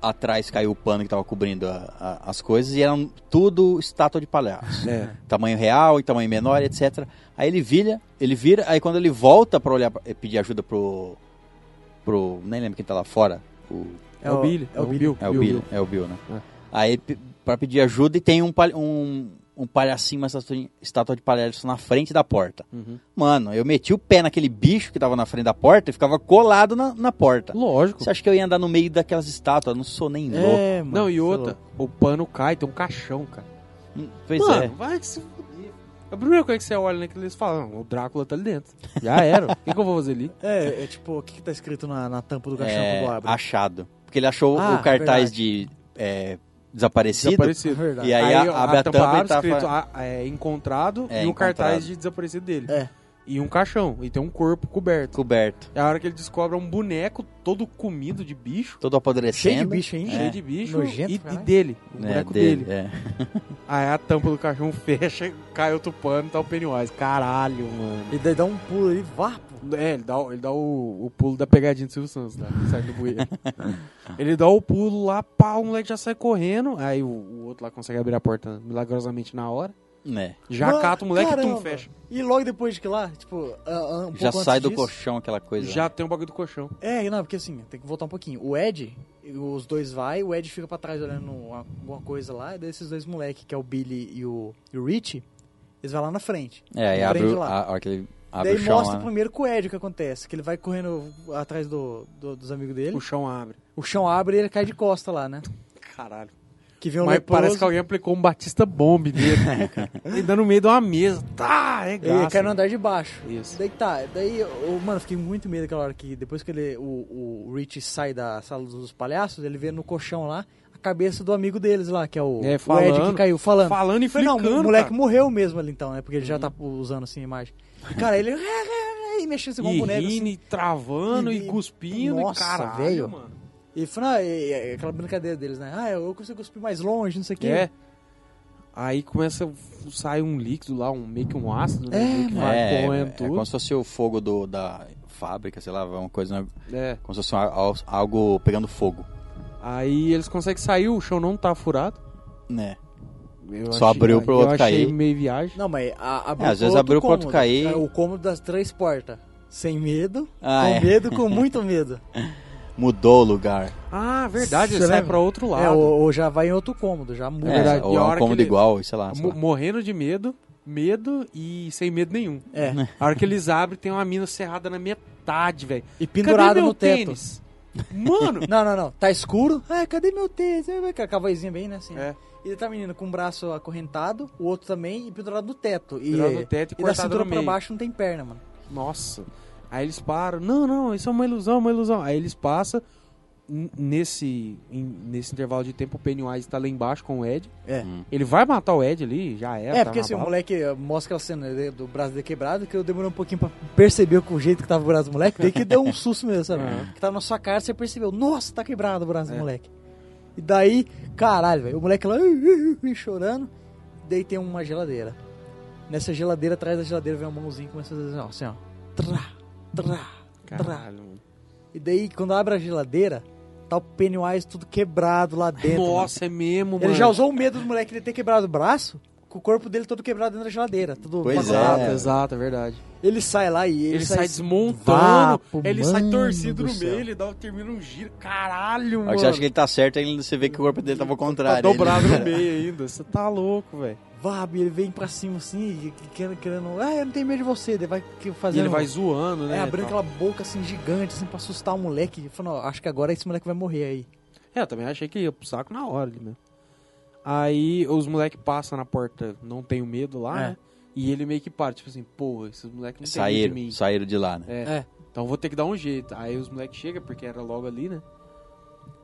Speaker 1: atrás caiu o pano que tava cobrindo a- a- as coisas e eram tudo estátua de palhaço.
Speaker 4: É.
Speaker 1: Tamanho real e tamanho menor, etc. Aí ele vira, ele vira, aí quando ele volta pra olhar pra- eh, pedir ajuda pro. pro. Nem lembro quem tá lá fora. O,
Speaker 4: É o Billy.
Speaker 3: É o Billy.
Speaker 1: é o Bill,
Speaker 4: Bill,
Speaker 1: é o Bill, né?
Speaker 4: É.
Speaker 1: Aí pe- pra pedir ajuda e tem um, palha- um, um palhacinho, uma estatu- estátua de palhaço na frente da porta.
Speaker 4: Uhum.
Speaker 1: Mano, eu meti o pé naquele bicho que tava na frente da porta e ficava colado na, na porta.
Speaker 4: Lógico.
Speaker 1: Você acha que eu ia andar no meio daquelas estátuas? Eu Não sou nem louco.
Speaker 3: É, mano.
Speaker 4: Não, e
Speaker 3: sei
Speaker 4: outra,
Speaker 3: lá.
Speaker 4: o pano cai, tem um caixão, cara.
Speaker 1: Hum, Pois
Speaker 4: Mano,
Speaker 1: é.
Speaker 4: vai se fuder. A primeira coisa que você olha naquilo, eles falam, o Drácula tá ali dentro. Já era. O que, que eu vou fazer ali?
Speaker 3: É, é tipo, o que, que tá escrito na, na tampa do caixão
Speaker 1: É,
Speaker 3: quando abre?
Speaker 1: achado. Porque ele achou
Speaker 3: Ah,
Speaker 1: o cartaz de é, desaparecido.
Speaker 3: É
Speaker 4: Desaparecido.
Speaker 3: verdade.
Speaker 1: E aí, a- abre a tampa, e
Speaker 4: abre
Speaker 1: tá
Speaker 4: escrito
Speaker 1: fa-
Speaker 4: ah, é, encontrado
Speaker 1: É,
Speaker 4: e um
Speaker 1: encontrado.
Speaker 4: cartaz de desaparecido dele.
Speaker 3: É.
Speaker 4: E um caixão. E tem um corpo coberto.
Speaker 1: Coberto.
Speaker 4: É a hora que ele descobre um boneco todo comido de bicho.
Speaker 1: Todo apodrecendo.
Speaker 3: Cheio de bicho ainda.
Speaker 4: Cheio de bicho
Speaker 3: Nojento,
Speaker 4: e, e
Speaker 3: caralho.
Speaker 4: dele, o
Speaker 1: É,
Speaker 4: boneco
Speaker 1: dele.
Speaker 4: dele.
Speaker 1: é.
Speaker 4: Aí a tampa do caixão fecha, cai outro pano e tá o Pennywise. Caralho, mano.
Speaker 3: E daí dá um pulo ali, vapo.
Speaker 4: É, ele dá, o- ele dá o, o pulo da pegadinha do Silvio Santos, né? Sai do bueiro. ele dá o pulo lá, pá, o moleque já sai correndo. Aí o, o outro lá consegue abrir a porta milagrosamente na hora.
Speaker 1: Né.
Speaker 4: Já
Speaker 3: Mano,
Speaker 4: cata o moleque e
Speaker 3: caramba.
Speaker 4: tum, fecha.
Speaker 3: E logo depois de que lá, tipo, ah, ah, um pouco
Speaker 1: Já
Speaker 3: antes
Speaker 1: sai do
Speaker 3: disso-
Speaker 1: colchão aquela coisa.
Speaker 4: Já tem o bagulho do colchão.
Speaker 3: É, e não, porque assim, tem que voltar um pouquinho. O Ed, os dois vai, o Ed fica pra trás olhando uma- alguma coisa lá, e daí esses dois moleques, que é o Billy e o, e o Rich, eles vão lá na frente.
Speaker 1: É, aí
Speaker 4: um
Speaker 3: Na
Speaker 1: abre,
Speaker 3: frente
Speaker 1: o-
Speaker 3: lá.
Speaker 1: a, a hora que ele abre
Speaker 3: daí
Speaker 1: o chão.
Speaker 3: mostra
Speaker 1: Lá, né?
Speaker 3: primeiro com o Ed o que acontece, que ele vai correndo atrás do, do- dos amigos dele,
Speaker 4: O chão abre.
Speaker 3: o chão abre e ele cai de costa lá, né?
Speaker 4: Caralho.
Speaker 3: Que Que vem um
Speaker 4: Mas
Speaker 3: leproso.
Speaker 4: parece que alguém aplicou um Batista Bomb nele. Ele dá no meio de uma mesa. Tá, é
Speaker 3: Ele
Speaker 4: gasto.
Speaker 3: cai no andar de baixo.
Speaker 4: Isso.
Speaker 3: Daí tá, daí, eu, mano, fiquei muito medo daquela hora que depois que ele, o, o Rich sai da sala dos palhaços, ele vê no colchão lá a cabeça do amigo deles lá, que é o, o
Speaker 4: É,
Speaker 3: Ed que
Speaker 4: falando.
Speaker 3: caiu, falando.
Speaker 4: Falando e
Speaker 3: Eu falei, não,
Speaker 4: flicando,
Speaker 3: o moleque
Speaker 4: cara. Uhum.
Speaker 3: morreu mesmo ali então, né? Porque ele já tá usando assim a imagem. Cara, ele "É, e mexendo assim, com o
Speaker 4: E
Speaker 3: boneco. assim.
Speaker 4: rindo, e travando,
Speaker 3: E-
Speaker 4: e, cuspindo,
Speaker 3: Nossa,
Speaker 4: e caralho,
Speaker 3: velho.
Speaker 4: mano.
Speaker 3: E falou, ah, e- e- aquela brincadeira deles, né? Ah, eu consigo cuspir mais longe, não sei o quê.
Speaker 4: É. Aí começa, sai um líquido lá, um, meio que um ácido, né?
Speaker 3: É,
Speaker 4: meio que vai
Speaker 1: É, é,
Speaker 4: correndo
Speaker 1: como
Speaker 4: tudo.
Speaker 1: se fosse o fogo do, da fábrica, sei lá, uma coisa, né?
Speaker 4: É.
Speaker 1: como se fosse uma- al- algo pegando fogo,
Speaker 4: Aí eles conseguem sair, o chão não tá furado.
Speaker 1: né?
Speaker 4: Eu
Speaker 1: Só abriu pro outro
Speaker 4: eu achei
Speaker 1: cair.
Speaker 4: meio viagem.
Speaker 3: Não, mas
Speaker 1: É,
Speaker 3: a, abriu
Speaker 1: às
Speaker 3: pro
Speaker 1: vezes
Speaker 3: outro
Speaker 1: abriu pro outro
Speaker 3: cômodo.
Speaker 1: cair.
Speaker 3: É, o cômodo das três portas. Sem medo,
Speaker 1: Ah,
Speaker 3: com
Speaker 1: é.
Speaker 3: medo, com muito medo.
Speaker 1: Mudou o lugar.
Speaker 4: Ah, verdade, ele
Speaker 3: Você
Speaker 4: sai
Speaker 3: lembra?
Speaker 4: pra outro
Speaker 3: É,
Speaker 4: lado.
Speaker 3: ou, ou já vai em outro cômodo, já muda.
Speaker 4: É verdade,
Speaker 1: ou
Speaker 4: e
Speaker 1: é
Speaker 4: a
Speaker 1: um
Speaker 4: hora que
Speaker 1: cômodo
Speaker 4: ele-
Speaker 1: igual, sei lá. sei
Speaker 4: Mo-
Speaker 1: lá.
Speaker 4: morrendo de medo, medo e sem medo nenhum.
Speaker 3: É,
Speaker 1: Né.
Speaker 4: A hora que eles abrem, tem uma mina serrada na metade, velho.
Speaker 3: e
Speaker 4: Cadê
Speaker 3: pendurado
Speaker 4: meu
Speaker 3: no teto.
Speaker 4: tênis? Mano,
Speaker 3: Não, não, não. Tá escuro. Ah, cadê meu tênis? Ah, Com a vozinha bem, né? Assim.
Speaker 4: É.
Speaker 3: E tá a menina com o braço acorrentado, o outro também, e pendurado no teto. E,
Speaker 4: Pendurado no teto e
Speaker 3: e da
Speaker 4: cortado
Speaker 3: cintura
Speaker 4: no
Speaker 3: pra
Speaker 4: meio.
Speaker 3: baixo não tem perna, mano.
Speaker 4: Nossa. Aí eles param. Não, não, isso é uma ilusão, uma ilusão. Aí eles passam. N- Nesse, em- nesse intervalo de tempo, o Pennywise tá lá embaixo com o Ed.
Speaker 3: É.
Speaker 1: Hum.
Speaker 4: Ele vai matar o Ed ali, já era.
Speaker 3: É,
Speaker 4: tá
Speaker 3: porque
Speaker 4: na
Speaker 3: assim, o
Speaker 4: bala.
Speaker 3: moleque eh, mostra aquela cena dele- do braço dele quebrado, que eu demorei um pouquinho pra perceber com o jeito que tava o braço do moleque, daí que deu um susto mesmo, sabe?
Speaker 4: Aham. É.
Speaker 3: Que tava na sua cara, você percebeu, nossa, tá quebrado o braço do moleque. E daí, caralho, velho, o moleque lá "Ui, ui, ui", chorando, daí tem uma geladeira. Nessa geladeira, atrás da geladeira, vem uma mãozinha e começa a fazer assim, ó. Trá, trá, trá.
Speaker 4: Caralho, mano.
Speaker 3: E daí, quando abre a geladeira, tá o Pennywise tudo quebrado lá dentro. mano.
Speaker 4: Nossa, é mesmo, mano.
Speaker 3: Ele já usou o medo do moleque de ter quebrado o braço, com o corpo dele todo quebrado dentro da geladeira. Tudo
Speaker 1: Pois
Speaker 3: bagunçado.
Speaker 4: Exato,
Speaker 1: É.
Speaker 4: exato, é verdade.
Speaker 3: Ele sai assim, lá e né? ele,
Speaker 4: Ele, sai desmontando,
Speaker 3: Vapo,
Speaker 4: ele sai
Speaker 3: mano
Speaker 4: torcido
Speaker 3: do
Speaker 4: no
Speaker 3: céu.
Speaker 4: meio, ele dá, termina um giro. Caralho,
Speaker 1: A hora
Speaker 4: mano.
Speaker 1: que você acha que ele é tá certo, aí você vê que o corpo dele tava ao
Speaker 4: tá
Speaker 1: contrário.
Speaker 4: dobrado
Speaker 1: Ele-
Speaker 4: no meio ainda. Você tá louco, velho.
Speaker 3: Vabe, ele vem pra cima assim, e querendo, querendo. Ah, eu não tenho medo de você. Ele vai que-
Speaker 4: E
Speaker 3: fazendo.
Speaker 4: ele vai zoando, né?
Speaker 3: é, abrindo
Speaker 4: e
Speaker 3: aquela boca assim gigante, assim, pra assustar o moleque. Falando, ó, acho que agora esse moleque vai morrer aí.
Speaker 4: É, eu também achei que ia pro saco na hora ali mesmo. Aí os moleques passam na porta, não tenho medo lá,
Speaker 3: É.
Speaker 4: né? E ele meio que para, tipo assim, porra, esses moleques não têm medo de
Speaker 1: Saíram,
Speaker 4: mim.
Speaker 1: saíram de lá, né?
Speaker 4: É. Então vou ter que dar um jeito. Aí os moleques chegam, porque era logo ali, né?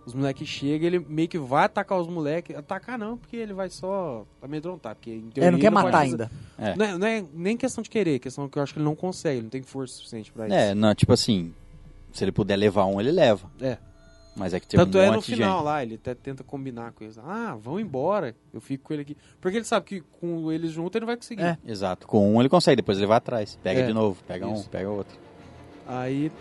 Speaker 4: Os moleques chegam, ele meio que vai atacar os moleques. Atacar não, porque ele vai só amedrontar. Porque em
Speaker 3: É,
Speaker 4: teoria,
Speaker 3: não quer
Speaker 4: pode
Speaker 3: matar
Speaker 4: fazer-
Speaker 3: ainda.
Speaker 1: É.
Speaker 4: Não é, não é nem questão de querer, questão que eu acho que ele não consegue, ele não tem força suficiente pra isso.
Speaker 1: É, não, tipo assim, se ele puder levar um, ele leva.
Speaker 4: É.
Speaker 1: Mas é que tem
Speaker 4: Tanto
Speaker 1: um
Speaker 4: é
Speaker 1: monte
Speaker 4: no
Speaker 1: de
Speaker 4: final
Speaker 1: gente.
Speaker 4: lá, ele até tenta combinar com eles. Ah, vão embora, eu fico com ele aqui. Porque ele sabe que com eles junto ele não vai conseguir.
Speaker 3: É.
Speaker 1: Exato. Com um ele consegue, depois ele vai atrás. Pega
Speaker 4: É.
Speaker 1: de novo, pega
Speaker 4: Isso.
Speaker 1: um, pega outro.
Speaker 4: Aí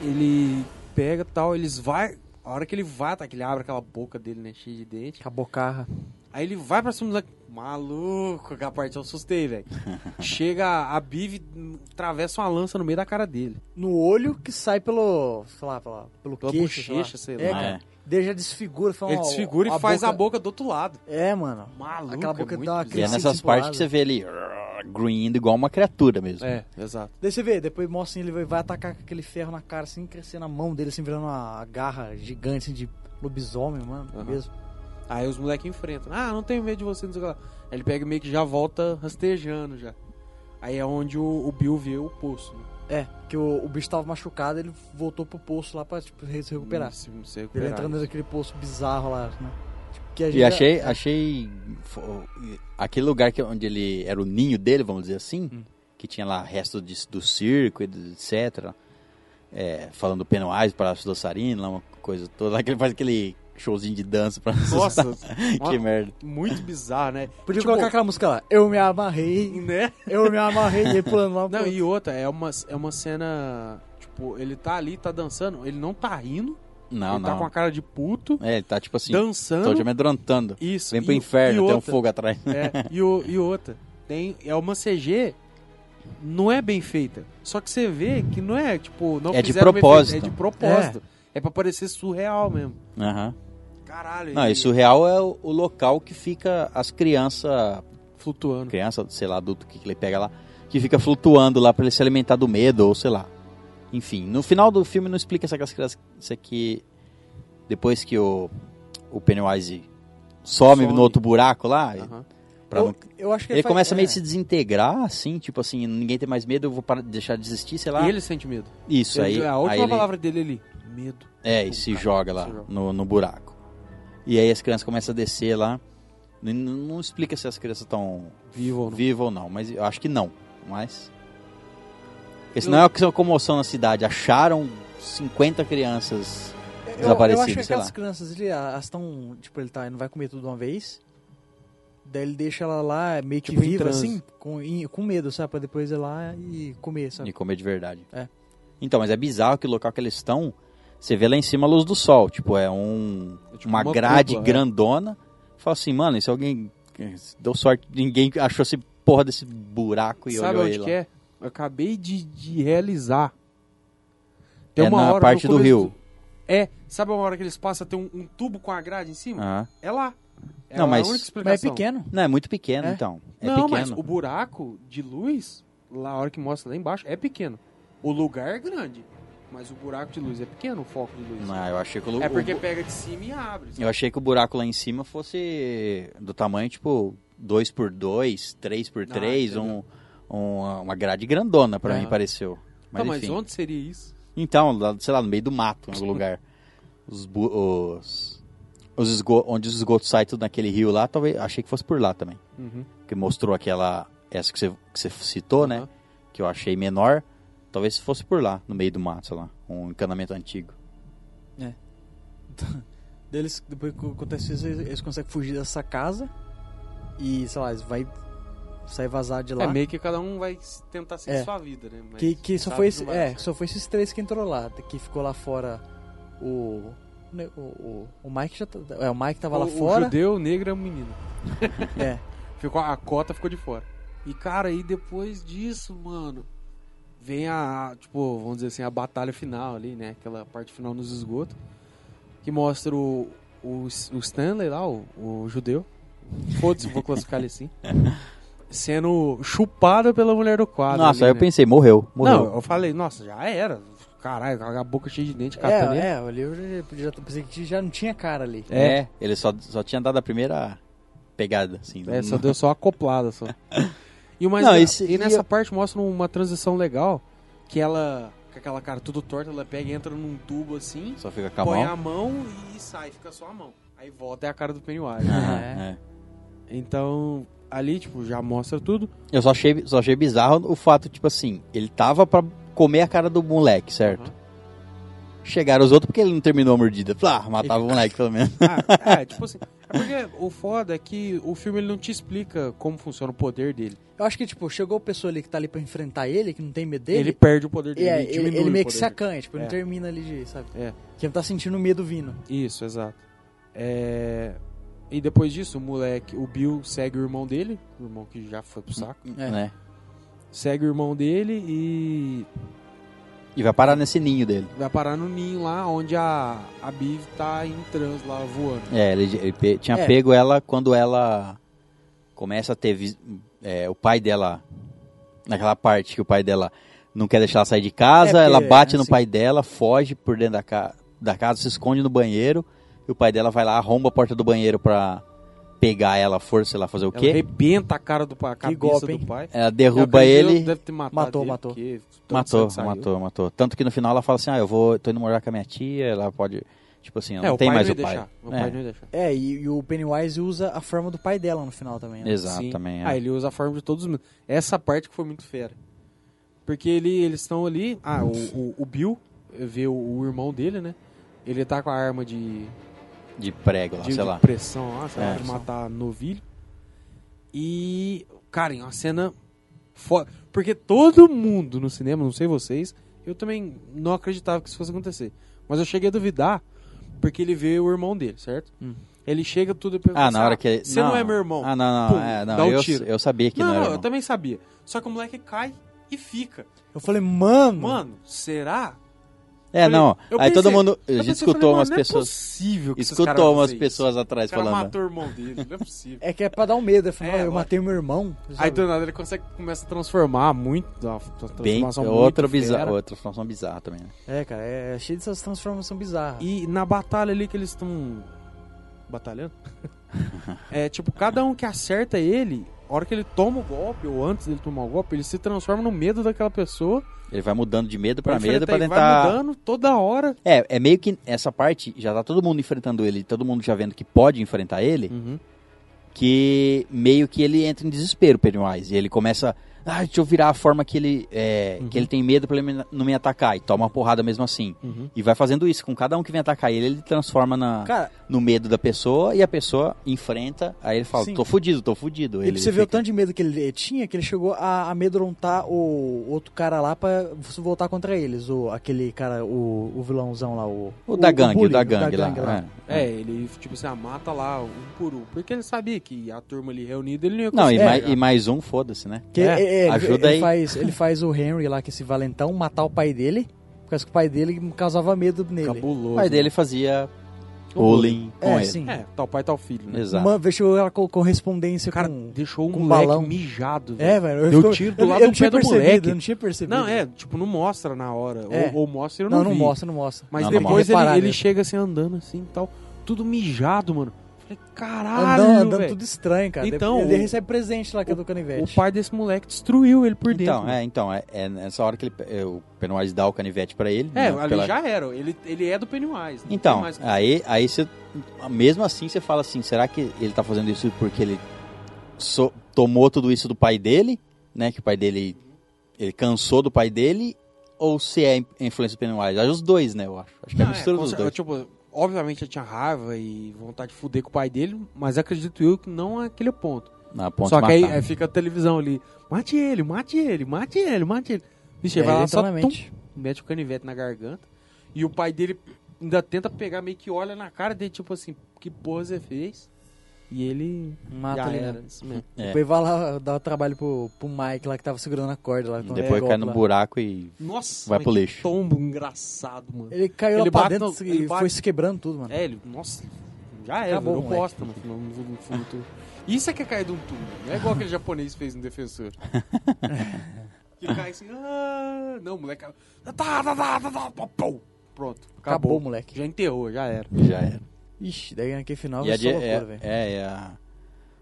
Speaker 4: ele pega e tal, eles vai, a hora que ele vai, tá, que ele abre aquela boca dele, né, cheia de dente.
Speaker 3: Cabocarra.
Speaker 4: Aí ele vai pra cima do moleque. Maluco, que a parte eu assustei, velho. Chega a Biv, atravessa uma lança no meio da cara dele.
Speaker 3: No olho que sai pelo. sei lá, pela, pelo
Speaker 4: Pela
Speaker 3: queixo.
Speaker 4: bochecha, sei lá.
Speaker 3: É,
Speaker 4: Ah,
Speaker 3: cara.
Speaker 1: é.
Speaker 3: Daí já desfigura. Fala,
Speaker 4: Ele
Speaker 3: ó,
Speaker 4: desfigura e faz a boca do outro lado.
Speaker 3: É, mano.
Speaker 4: Maluco,
Speaker 3: Aquela boca
Speaker 4: é muito
Speaker 3: dá
Speaker 1: E
Speaker 3: uma
Speaker 1: é
Speaker 4: bizarro.
Speaker 3: Ele se
Speaker 1: nessas partes que
Speaker 3: empurrado.
Speaker 1: você vê ele grunhindo igual uma criatura mesmo.
Speaker 4: É, exato.
Speaker 3: Daí você vê, depois mostra assim, ele vai- vai atacar com aquele ferro na cara, assim, crescendo a mão dele, assim, virando uma garra gigante assim, de lobisomem, mano.
Speaker 4: Aham.
Speaker 3: Mesmo.
Speaker 4: Aí os moleques enfrentam. Ah, não tenho medo de você, não sei o que lá. Aí ele pega e meio que já volta rastejando já. Aí é onde o, o Bill vê o poço, né?
Speaker 3: É, que o, o bicho tava machucado, ele voltou pro poço lá pra tipo, re- se recuperar.
Speaker 4: Se, se
Speaker 3: Ele
Speaker 4: recuperar.
Speaker 3: entrando naquele poço bizarro lá, né? Tipo, que a
Speaker 1: Uhum. E achei, achei fo- aquele lugar que, é onde ele era o ninho dele, vamos dizer assim,
Speaker 4: Hum.
Speaker 1: que tinha lá restos de- do circo, e do- etc. É, falando do Pennywise para os dançarinos, lá uma coisa toda, lá que ele faz aquele showzinho de dança para
Speaker 4: Nossa,
Speaker 1: que merda.
Speaker 4: muito bizarro, né?
Speaker 3: Podia
Speaker 4: Tipo,
Speaker 3: colocar aquela música lá, eu me amarrei,
Speaker 4: Né?
Speaker 3: eu me amarrei, e ele pulando lá.
Speaker 4: Não,
Speaker 3: pô.
Speaker 4: e outra, é uma, é uma cena. Tipo, ele tá ali, tá dançando, ele não tá rindo,
Speaker 1: Não,
Speaker 4: ele
Speaker 1: não.
Speaker 4: tá com a cara de puto,
Speaker 1: É, ele tá tipo assim, tô
Speaker 4: dançando.
Speaker 1: te amedrontando.
Speaker 4: Isso,
Speaker 1: Vem pro
Speaker 4: e- e
Speaker 1: inferno, tem um
Speaker 4: outra,
Speaker 1: fogo atrás.
Speaker 4: É, e, o- e outra, tem, é uma CG, não é bem feita. Só que você vê que não é, tipo, não
Speaker 1: É de
Speaker 4: fizeram bem feito,
Speaker 1: propósito.
Speaker 4: é de propósito. É. pra parecer surreal mesmo.
Speaker 1: Aham.
Speaker 4: Caralho.
Speaker 1: Não,
Speaker 4: e-
Speaker 1: e surreal é o, o local que fica as crianças
Speaker 4: Flutuando.
Speaker 1: criança, sei lá, adulto que que ele pega lá, que fica flutuando lá pra ele se alimentar do medo ou sei lá. Enfim, no final do filme não explica se aquelas crianças se que depois que o o Pennywise some,
Speaker 4: Some.
Speaker 1: no outro buraco lá.
Speaker 4: Aham.
Speaker 1: pra
Speaker 3: eu,
Speaker 1: não-
Speaker 3: eu acho que
Speaker 1: Ele
Speaker 3: faz-
Speaker 1: começa
Speaker 3: é.
Speaker 1: meio a se desintegrar, assim, tipo assim, ninguém tem mais medo, eu vou parar, deixar de desistir, sei lá.
Speaker 4: E ele sente medo.
Speaker 1: Isso aí.
Speaker 4: Ele- a
Speaker 1: aí
Speaker 4: última
Speaker 1: ele-
Speaker 4: palavra dele ali. Medo.
Speaker 1: É, e se
Speaker 4: Cara,
Speaker 1: joga lá
Speaker 4: se joga.
Speaker 1: no, no buraco. E aí as crianças começam a descer lá. N- n- Não, explica se as crianças estão
Speaker 4: Vivo ou não.
Speaker 1: vivas ou não, mas eu acho que não. Mas. Porque senão
Speaker 4: Eu-
Speaker 1: é uma questão- comoção na cidade. Acharam 50 crianças.
Speaker 3: Eu-
Speaker 1: desaparecido,
Speaker 3: Eu, acho que
Speaker 1: sei
Speaker 3: aquelas
Speaker 1: lá.
Speaker 3: crianças, ele, elas estão. Tipo, ele tá, ele não vai comer tudo de uma vez. Daí ele deixa ela lá meio que
Speaker 4: Tipo, em
Speaker 3: viva,
Speaker 4: transe.
Speaker 3: assim, com, em- com medo, sabe? Pra depois ir lá e comer,
Speaker 4: Tá.
Speaker 3: sabe?
Speaker 1: de comer de verdade.
Speaker 3: É.
Speaker 1: Então, mas é bizarro que o local que eles estão, você vê lá em cima a luz do sol. Tipo, é um,
Speaker 4: É tipo
Speaker 1: uma,
Speaker 4: uma
Speaker 1: grade
Speaker 4: cúpula, é.
Speaker 1: grandona. Fala assim, mano, e se alguém deu sorte, ninguém achou esse porra desse buraco e
Speaker 4: Sabe
Speaker 1: olhou
Speaker 4: onde
Speaker 1: ele lá.
Speaker 4: que é? Eu acabei de, de realizar. Tem
Speaker 1: É
Speaker 4: uma
Speaker 1: na
Speaker 4: hora no
Speaker 1: parte do
Speaker 4: começo
Speaker 1: rio.
Speaker 4: É, sabe uma hora que eles passam, tem um, um tubo com a grade em cima?
Speaker 1: Ah.
Speaker 4: É lá. É
Speaker 1: Não,
Speaker 4: a
Speaker 1: mas-
Speaker 4: única
Speaker 3: Mas é
Speaker 4: explicação.
Speaker 3: pequeno.
Speaker 1: Não, é muito pequeno,
Speaker 3: É?
Speaker 1: então. É
Speaker 4: não, mas
Speaker 1: pequeno.
Speaker 4: o buraco de luz, lá a hora que mostra lá embaixo, é pequeno. O lugar é grande, mas o buraco de luz é pequeno, o foco de luz.
Speaker 1: Não, Ah, eu achei que o,
Speaker 4: É porque
Speaker 1: o-
Speaker 4: pega de cima e abre. sabe?
Speaker 1: eu achei que o buraco lá em cima fosse do tamanho, tipo, 2 por 2 3 por
Speaker 4: Ah,
Speaker 1: 3 um,
Speaker 4: entendeu.
Speaker 1: um- uma grade grandona, pra mim,
Speaker 4: Aham.
Speaker 1: pareceu. Mas,
Speaker 4: tá, mas
Speaker 1: enfim.
Speaker 4: onde seria isso?
Speaker 1: Então, lá, sei lá, no meio do mato, em algum lugar. Os, bu- os, os esgo- onde os esgotos saem tudo naquele rio lá, talvez achei que fosse por lá também.
Speaker 4: Uhum.
Speaker 1: Que mostrou aquela. Essa que você, que você citou, né?
Speaker 4: Aham.
Speaker 1: Que eu achei menor. Talvez fosse por lá, no meio do mato, sei lá. Um encanamento antigo.
Speaker 3: Daí eles, depois que acontece isso, eles, eles conseguem fugir dessa casa. E, sei lá, eles vai sair vazar de lá.
Speaker 4: É meio que cada um vai s- tentar seguir
Speaker 3: É.
Speaker 4: sua vida, né? Mas
Speaker 3: Que, que só,
Speaker 4: sabe
Speaker 3: foi
Speaker 4: não
Speaker 3: esse,
Speaker 4: vai
Speaker 3: é,
Speaker 4: dar certo.
Speaker 3: só foi esses três que entrou lá. Que ficou lá fora o. né, O, o, o Mike já tá- é, o Mike tava lá
Speaker 4: o, O
Speaker 3: fora.
Speaker 4: judeu, o negro é um menino.
Speaker 3: É.
Speaker 4: Ficou, a cota ficou de fora. E, cara, aí depois disso, mano, vem a, tipo, vamos dizer assim, a batalha final ali, né? Aquela parte final nos esgotos. Que mostra o, o, S- o Stanley lá, o, o judeu. Foda-se, vou classificar ele assim. Sendo chupado pela mulher do quadro.
Speaker 1: Nossa, aí
Speaker 4: ali,
Speaker 1: eu
Speaker 4: né?
Speaker 1: pensei, morreu, morreu.
Speaker 4: Não, eu falei, nossa, já era. Caralho, com a boca cheia de dente, catando ele.
Speaker 3: É, é, ali eu já, já pensei que já não tinha cara ali.
Speaker 1: é. ele só, só tinha dado a primeira pegada, assim.
Speaker 4: É,
Speaker 1: não-
Speaker 4: só deu só uma acoplada só. E, o mais
Speaker 1: Não,
Speaker 4: legal-
Speaker 1: esse-
Speaker 4: e nessa
Speaker 1: e eu-
Speaker 4: parte mostra uma transição legal, que ela, com aquela cara tudo torta, ela pega e entra num tubo assim,
Speaker 1: só fica com a
Speaker 4: põe
Speaker 1: mão.
Speaker 4: a mão e sai, fica só a mão. Aí volta é a cara do Pennywise.
Speaker 1: Aham,
Speaker 3: É.
Speaker 1: é.
Speaker 4: Então, ali, tipo, já mostra tudo.
Speaker 1: Eu só achei, só achei bizarro o fato, tipo assim, ele tava pra comer a cara do moleque, certo? Chegaram os outros porque ele não terminou a mordida. Fala, ah, matava o moleque pelo menos.
Speaker 4: Ah, é, tipo assim, é porque o foda é que o filme ele não te explica como funciona o poder dele.
Speaker 3: Eu acho que, tipo, chegou a pessoa ali que tá ali pra enfrentar ele, que não tem medo dele.
Speaker 4: Ele perde o poder dele,
Speaker 3: é,
Speaker 4: ele,
Speaker 3: ele,
Speaker 4: diminui
Speaker 3: ele
Speaker 4: o
Speaker 3: meio que
Speaker 4: poder
Speaker 3: se
Speaker 4: dele.
Speaker 3: acanha, tipo,
Speaker 4: É.
Speaker 3: não termina ali de, sabe?
Speaker 4: É.
Speaker 3: Que ele tá sentindo medo vindo.
Speaker 4: Isso, exato. É, E depois disso, o moleque, o Bill segue o irmão dele, o irmão que já foi pro saco.
Speaker 3: É.
Speaker 1: Né?
Speaker 4: Segue o irmão dele e
Speaker 1: E vai parar nesse ninho dele.
Speaker 4: vai parar no ninho lá onde a, a Biv tá em transe lá voando.
Speaker 1: É, ele, ele pe- tinha
Speaker 3: É.
Speaker 1: pego ela quando ela começa a ter vis- é, o pai dela. Naquela parte que o pai dela não quer deixar ela sair de casa,
Speaker 3: É, porque,
Speaker 1: ela bate
Speaker 3: é,
Speaker 1: no
Speaker 3: assim-
Speaker 1: pai dela, foge por dentro da, ca- da casa, se esconde no banheiro, e o pai dela vai lá, arromba a porta do banheiro pra pegar ela à força, sei lá, fazer o
Speaker 4: Ela
Speaker 1: quê?
Speaker 4: arrebenta a cara do pai, a cabeça
Speaker 3: golpe, hein?
Speaker 4: do pai.
Speaker 1: Ela
Speaker 4: Eu
Speaker 1: É, derruba
Speaker 4: acredito que
Speaker 1: ele,
Speaker 4: Deve ter né? matado
Speaker 3: Matou,
Speaker 4: ele,
Speaker 3: matou.
Speaker 4: porque todo
Speaker 1: matou,
Speaker 4: sangue saiu.
Speaker 1: matou, matou. Tanto que no final ela fala assim, ah, eu vou, tô indo morar com a minha tia, ela pode, tipo assim, ela
Speaker 4: É,
Speaker 1: não
Speaker 4: o
Speaker 1: tem
Speaker 4: pai
Speaker 1: mais
Speaker 4: não
Speaker 1: o
Speaker 4: ia
Speaker 1: pai.
Speaker 4: deixar. O
Speaker 1: É,
Speaker 4: pai não ia deixar.
Speaker 3: É, e, e o Pennywise usa a forma do pai dela no final também, né?
Speaker 1: Exato,
Speaker 4: Sim.
Speaker 1: também. é.
Speaker 4: Ah, ele usa a forma de todos os meninos. Essa parte que foi muito fera. Porque ele, eles estão ali. Ah, o, o, o Bill vê o, o irmão dele, né? Ele tá com a arma de,
Speaker 1: De prego lá,
Speaker 4: de,
Speaker 1: sei
Speaker 4: de
Speaker 1: lá.
Speaker 4: pressão lá, sei lá,
Speaker 1: É.
Speaker 4: de matar novilho. E, cara, é uma cena foda. Porque todo mundo no cinema, não sei vocês, eu também não acreditava que isso fosse acontecer. Mas eu cheguei a duvidar porque ele vê o irmão dele, certo?
Speaker 3: Hum.
Speaker 4: Ele chega tudo e pergunta
Speaker 1: Ah,
Speaker 4: assim,
Speaker 1: na hora que ele...
Speaker 4: Você não, é meu irmão.
Speaker 1: Ah, não, não.
Speaker 4: Pum,
Speaker 1: é, não,
Speaker 4: dá um
Speaker 1: eu,
Speaker 4: tiro.
Speaker 1: eu sabia que não,
Speaker 4: não,
Speaker 1: era.
Speaker 4: não, eu
Speaker 1: irmão.
Speaker 4: também sabia. Só que o moleque cai e fica.
Speaker 3: Eu falei, mano,
Speaker 4: Mano, será?
Speaker 1: Hum. É, não.
Speaker 4: Eu
Speaker 1: Aí todo
Speaker 4: pensei-
Speaker 1: mundo. A
Speaker 4: Eu
Speaker 1: gente
Speaker 4: pensei,
Speaker 1: escutou
Speaker 4: falei, mano,
Speaker 1: umas
Speaker 4: não É
Speaker 1: pessoas.
Speaker 4: possível que esses caras
Speaker 1: escutou umas
Speaker 4: fazem
Speaker 1: pessoas
Speaker 4: isso.
Speaker 1: atrás
Speaker 4: O cara é
Speaker 1: falando.
Speaker 4: matou o irmão dele, não é possível.
Speaker 3: é que é pra dar um medo. Eu falei,
Speaker 4: É,
Speaker 3: "Ah, eu
Speaker 4: lógico.
Speaker 3: matei meu irmão.
Speaker 4: Aí
Speaker 3: sabe?
Speaker 4: do nada ele consegue, começa a transformar muito. Uma transformação
Speaker 1: né? Bem, é
Speaker 4: muito
Speaker 1: outra
Speaker 4: fera.
Speaker 1: bizarra, outra transformação bizarra também. né?
Speaker 3: É, cara, é, é cheio dessas transformações bizarras.
Speaker 4: E na batalha ali que eles estão batalhando. é tipo, cada um que acerta ele, a hora que ele toma o golpe, ou antes dele tomar o golpe, ele se transforma no medo daquela pessoa.
Speaker 1: Ele vai mudando de medo pra medo
Speaker 4: enfrentar-
Speaker 1: pra
Speaker 4: ele
Speaker 1: tentar.
Speaker 4: Vai mudando toda hora.
Speaker 1: É, é meio que essa parte já tá todo mundo enfrentando ele, todo mundo já vendo que pode enfrentar ele,
Speaker 4: Hum.
Speaker 1: que meio que ele entra em desespero, Pennywise. E ele começa, ah, deixa eu virar a forma que ele é,
Speaker 4: Uhum.
Speaker 1: que ele tem medo pra ele me- não me atacar e toma uma porrada mesmo assim. E vai fazendo isso com cada um que vem atacar ele, ele transforma na,
Speaker 3: Cara,
Speaker 1: no medo da pessoa e a pessoa enfrenta, aí ele fala,
Speaker 3: Sim.
Speaker 1: tô fudido, tô fudido.
Speaker 3: E
Speaker 1: Ele
Speaker 3: pra você ver o
Speaker 1: fica-
Speaker 3: tanto de medo que ele tinha, que ele chegou a amedrontar o outro cara lá pra voltar contra eles. O, aquele cara, o, o vilãozão lá, o...
Speaker 1: o da gangue, o,
Speaker 3: bully,
Speaker 1: da gangue lá. é.
Speaker 4: É, ele, tipo assim, ah, mata lá um por um. Porque ele sabia que a turma ali reunida, ele não ia
Speaker 1: Não, e,
Speaker 4: conseguir
Speaker 1: mais,
Speaker 4: pegar.
Speaker 1: e mais um, foda-se, né?
Speaker 3: Assim, é. Que
Speaker 4: É,
Speaker 3: é, é,
Speaker 1: ajuda
Speaker 3: ele,
Speaker 1: aí.
Speaker 3: Ele faz, ele faz o Henry lá, que é esse valentão, matar o pai dele, por causa que o pai dele causava medo nele.
Speaker 1: O
Speaker 4: Cabuloso.
Speaker 1: pai dele fazia bullying com
Speaker 3: É,
Speaker 1: ele.
Speaker 3: sim.
Speaker 4: É, tal pai, tal filho, né?
Speaker 1: Exato.
Speaker 3: Uma, deixou ela com correspondência
Speaker 4: O cara
Speaker 3: com...
Speaker 4: deixou o
Speaker 3: com
Speaker 4: moleque
Speaker 3: balão.
Speaker 4: mijado.
Speaker 3: É, velho.
Speaker 4: Deu
Speaker 3: fico-
Speaker 4: tiro do
Speaker 3: eu-
Speaker 4: lado
Speaker 3: eu
Speaker 4: do
Speaker 3: não tinha
Speaker 4: pé do
Speaker 3: percebido,
Speaker 4: moleque.
Speaker 3: Eu não tinha percebido.
Speaker 4: Não, é, tipo, não mostra na hora.
Speaker 3: É.
Speaker 4: Ou, ou mostra e eu não,
Speaker 3: Não, não,
Speaker 4: vi.
Speaker 3: mostra, não mostra.
Speaker 4: Mas
Speaker 1: Não, não
Speaker 4: depois
Speaker 3: mostra.
Speaker 4: ele,
Speaker 3: Reparar
Speaker 4: ele
Speaker 3: mesmo.
Speaker 4: chega assim, andando assim e tal. Tudo mijado, mano. Falei, caralho,
Speaker 3: andando, andando
Speaker 4: velho.
Speaker 3: tudo estranho, cara.
Speaker 4: Então,
Speaker 3: ele
Speaker 4: o-
Speaker 3: recebe presente lá, que é do canivete.
Speaker 4: O pai desse moleque destruiu ele por dentro.
Speaker 1: Então, é, então, é, é nessa hora que ele, pe- é, o Pennywise dá o canivete pra ele.
Speaker 4: É,
Speaker 1: né,
Speaker 4: ali
Speaker 1: pela-
Speaker 4: já era. Ele, ele é do Pennywise. não tem
Speaker 1: Então,
Speaker 4: mais-
Speaker 1: aí, aí você, mesmo assim você fala assim, será que ele tá fazendo isso porque ele so- tomou tudo isso do pai dele, né? Que o pai dele, ele cansou do pai dele, ou se é in- influência do Pennywise? Acho os dois, né, eu acho. Acho que é a
Speaker 4: Não,
Speaker 1: mistura
Speaker 4: com
Speaker 1: dos
Speaker 4: cer-
Speaker 1: dois.
Speaker 4: Tipo, obviamente ele tinha raiva e vontade de fuder com o pai dele, mas acredito eu que não é aquele ponto.
Speaker 1: Na ponta
Speaker 4: Só que aí, é
Speaker 1: matar.
Speaker 4: aí fica a televisão ali, mate ele, mate ele, mate ele, mate ele. Vixe,
Speaker 3: É,
Speaker 4: vai lá
Speaker 3: ele
Speaker 4: só
Speaker 3: entra na
Speaker 4: tum,
Speaker 3: mente.
Speaker 4: mete o canivete na garganta. E o pai dele ainda tenta pegar, meio que olha na cara dele, tipo assim, que porra você fez? E ele
Speaker 3: Mata
Speaker 4: já
Speaker 3: ali, né?
Speaker 4: era, isso mesmo.
Speaker 1: É.
Speaker 3: Depois vai lá dar trabalho pro, pro Mike lá que tava segurando a corda lá. quando
Speaker 1: Depois
Speaker 3: ele
Speaker 1: cai
Speaker 3: golpe
Speaker 1: no
Speaker 3: né, é lá.
Speaker 1: buraco e
Speaker 4: Nossa,
Speaker 1: Vai
Speaker 4: mas
Speaker 1: pro
Speaker 4: que
Speaker 1: lixo.
Speaker 4: tombo engraçado, mano.
Speaker 3: Ele caiu
Speaker 4: Ele
Speaker 3: lá pra
Speaker 4: bate
Speaker 3: dentro
Speaker 4: no- ele
Speaker 3: e
Speaker 4: bate-
Speaker 3: foi se quebrando tudo, mano.
Speaker 4: É, ele, nossa, já era,
Speaker 3: Acabou,
Speaker 4: virou
Speaker 3: moleque.
Speaker 4: bosta no final no- no fundo do túnel. Isso é que é cair de um túnel, não é igual aquele japonês fez no defensor. que cai assim, ah, não, moleque, tá, tá, tá, tá, tá, pô, pô. pronto,
Speaker 3: Acabou,
Speaker 4: acabou,
Speaker 3: moleque.
Speaker 4: já enterrou, já era.
Speaker 1: já era.
Speaker 3: Ixi, daí naquele final
Speaker 1: E
Speaker 3: é
Speaker 1: a
Speaker 3: só
Speaker 1: de-
Speaker 3: loucura,
Speaker 1: é,
Speaker 3: velho.
Speaker 1: é, é a-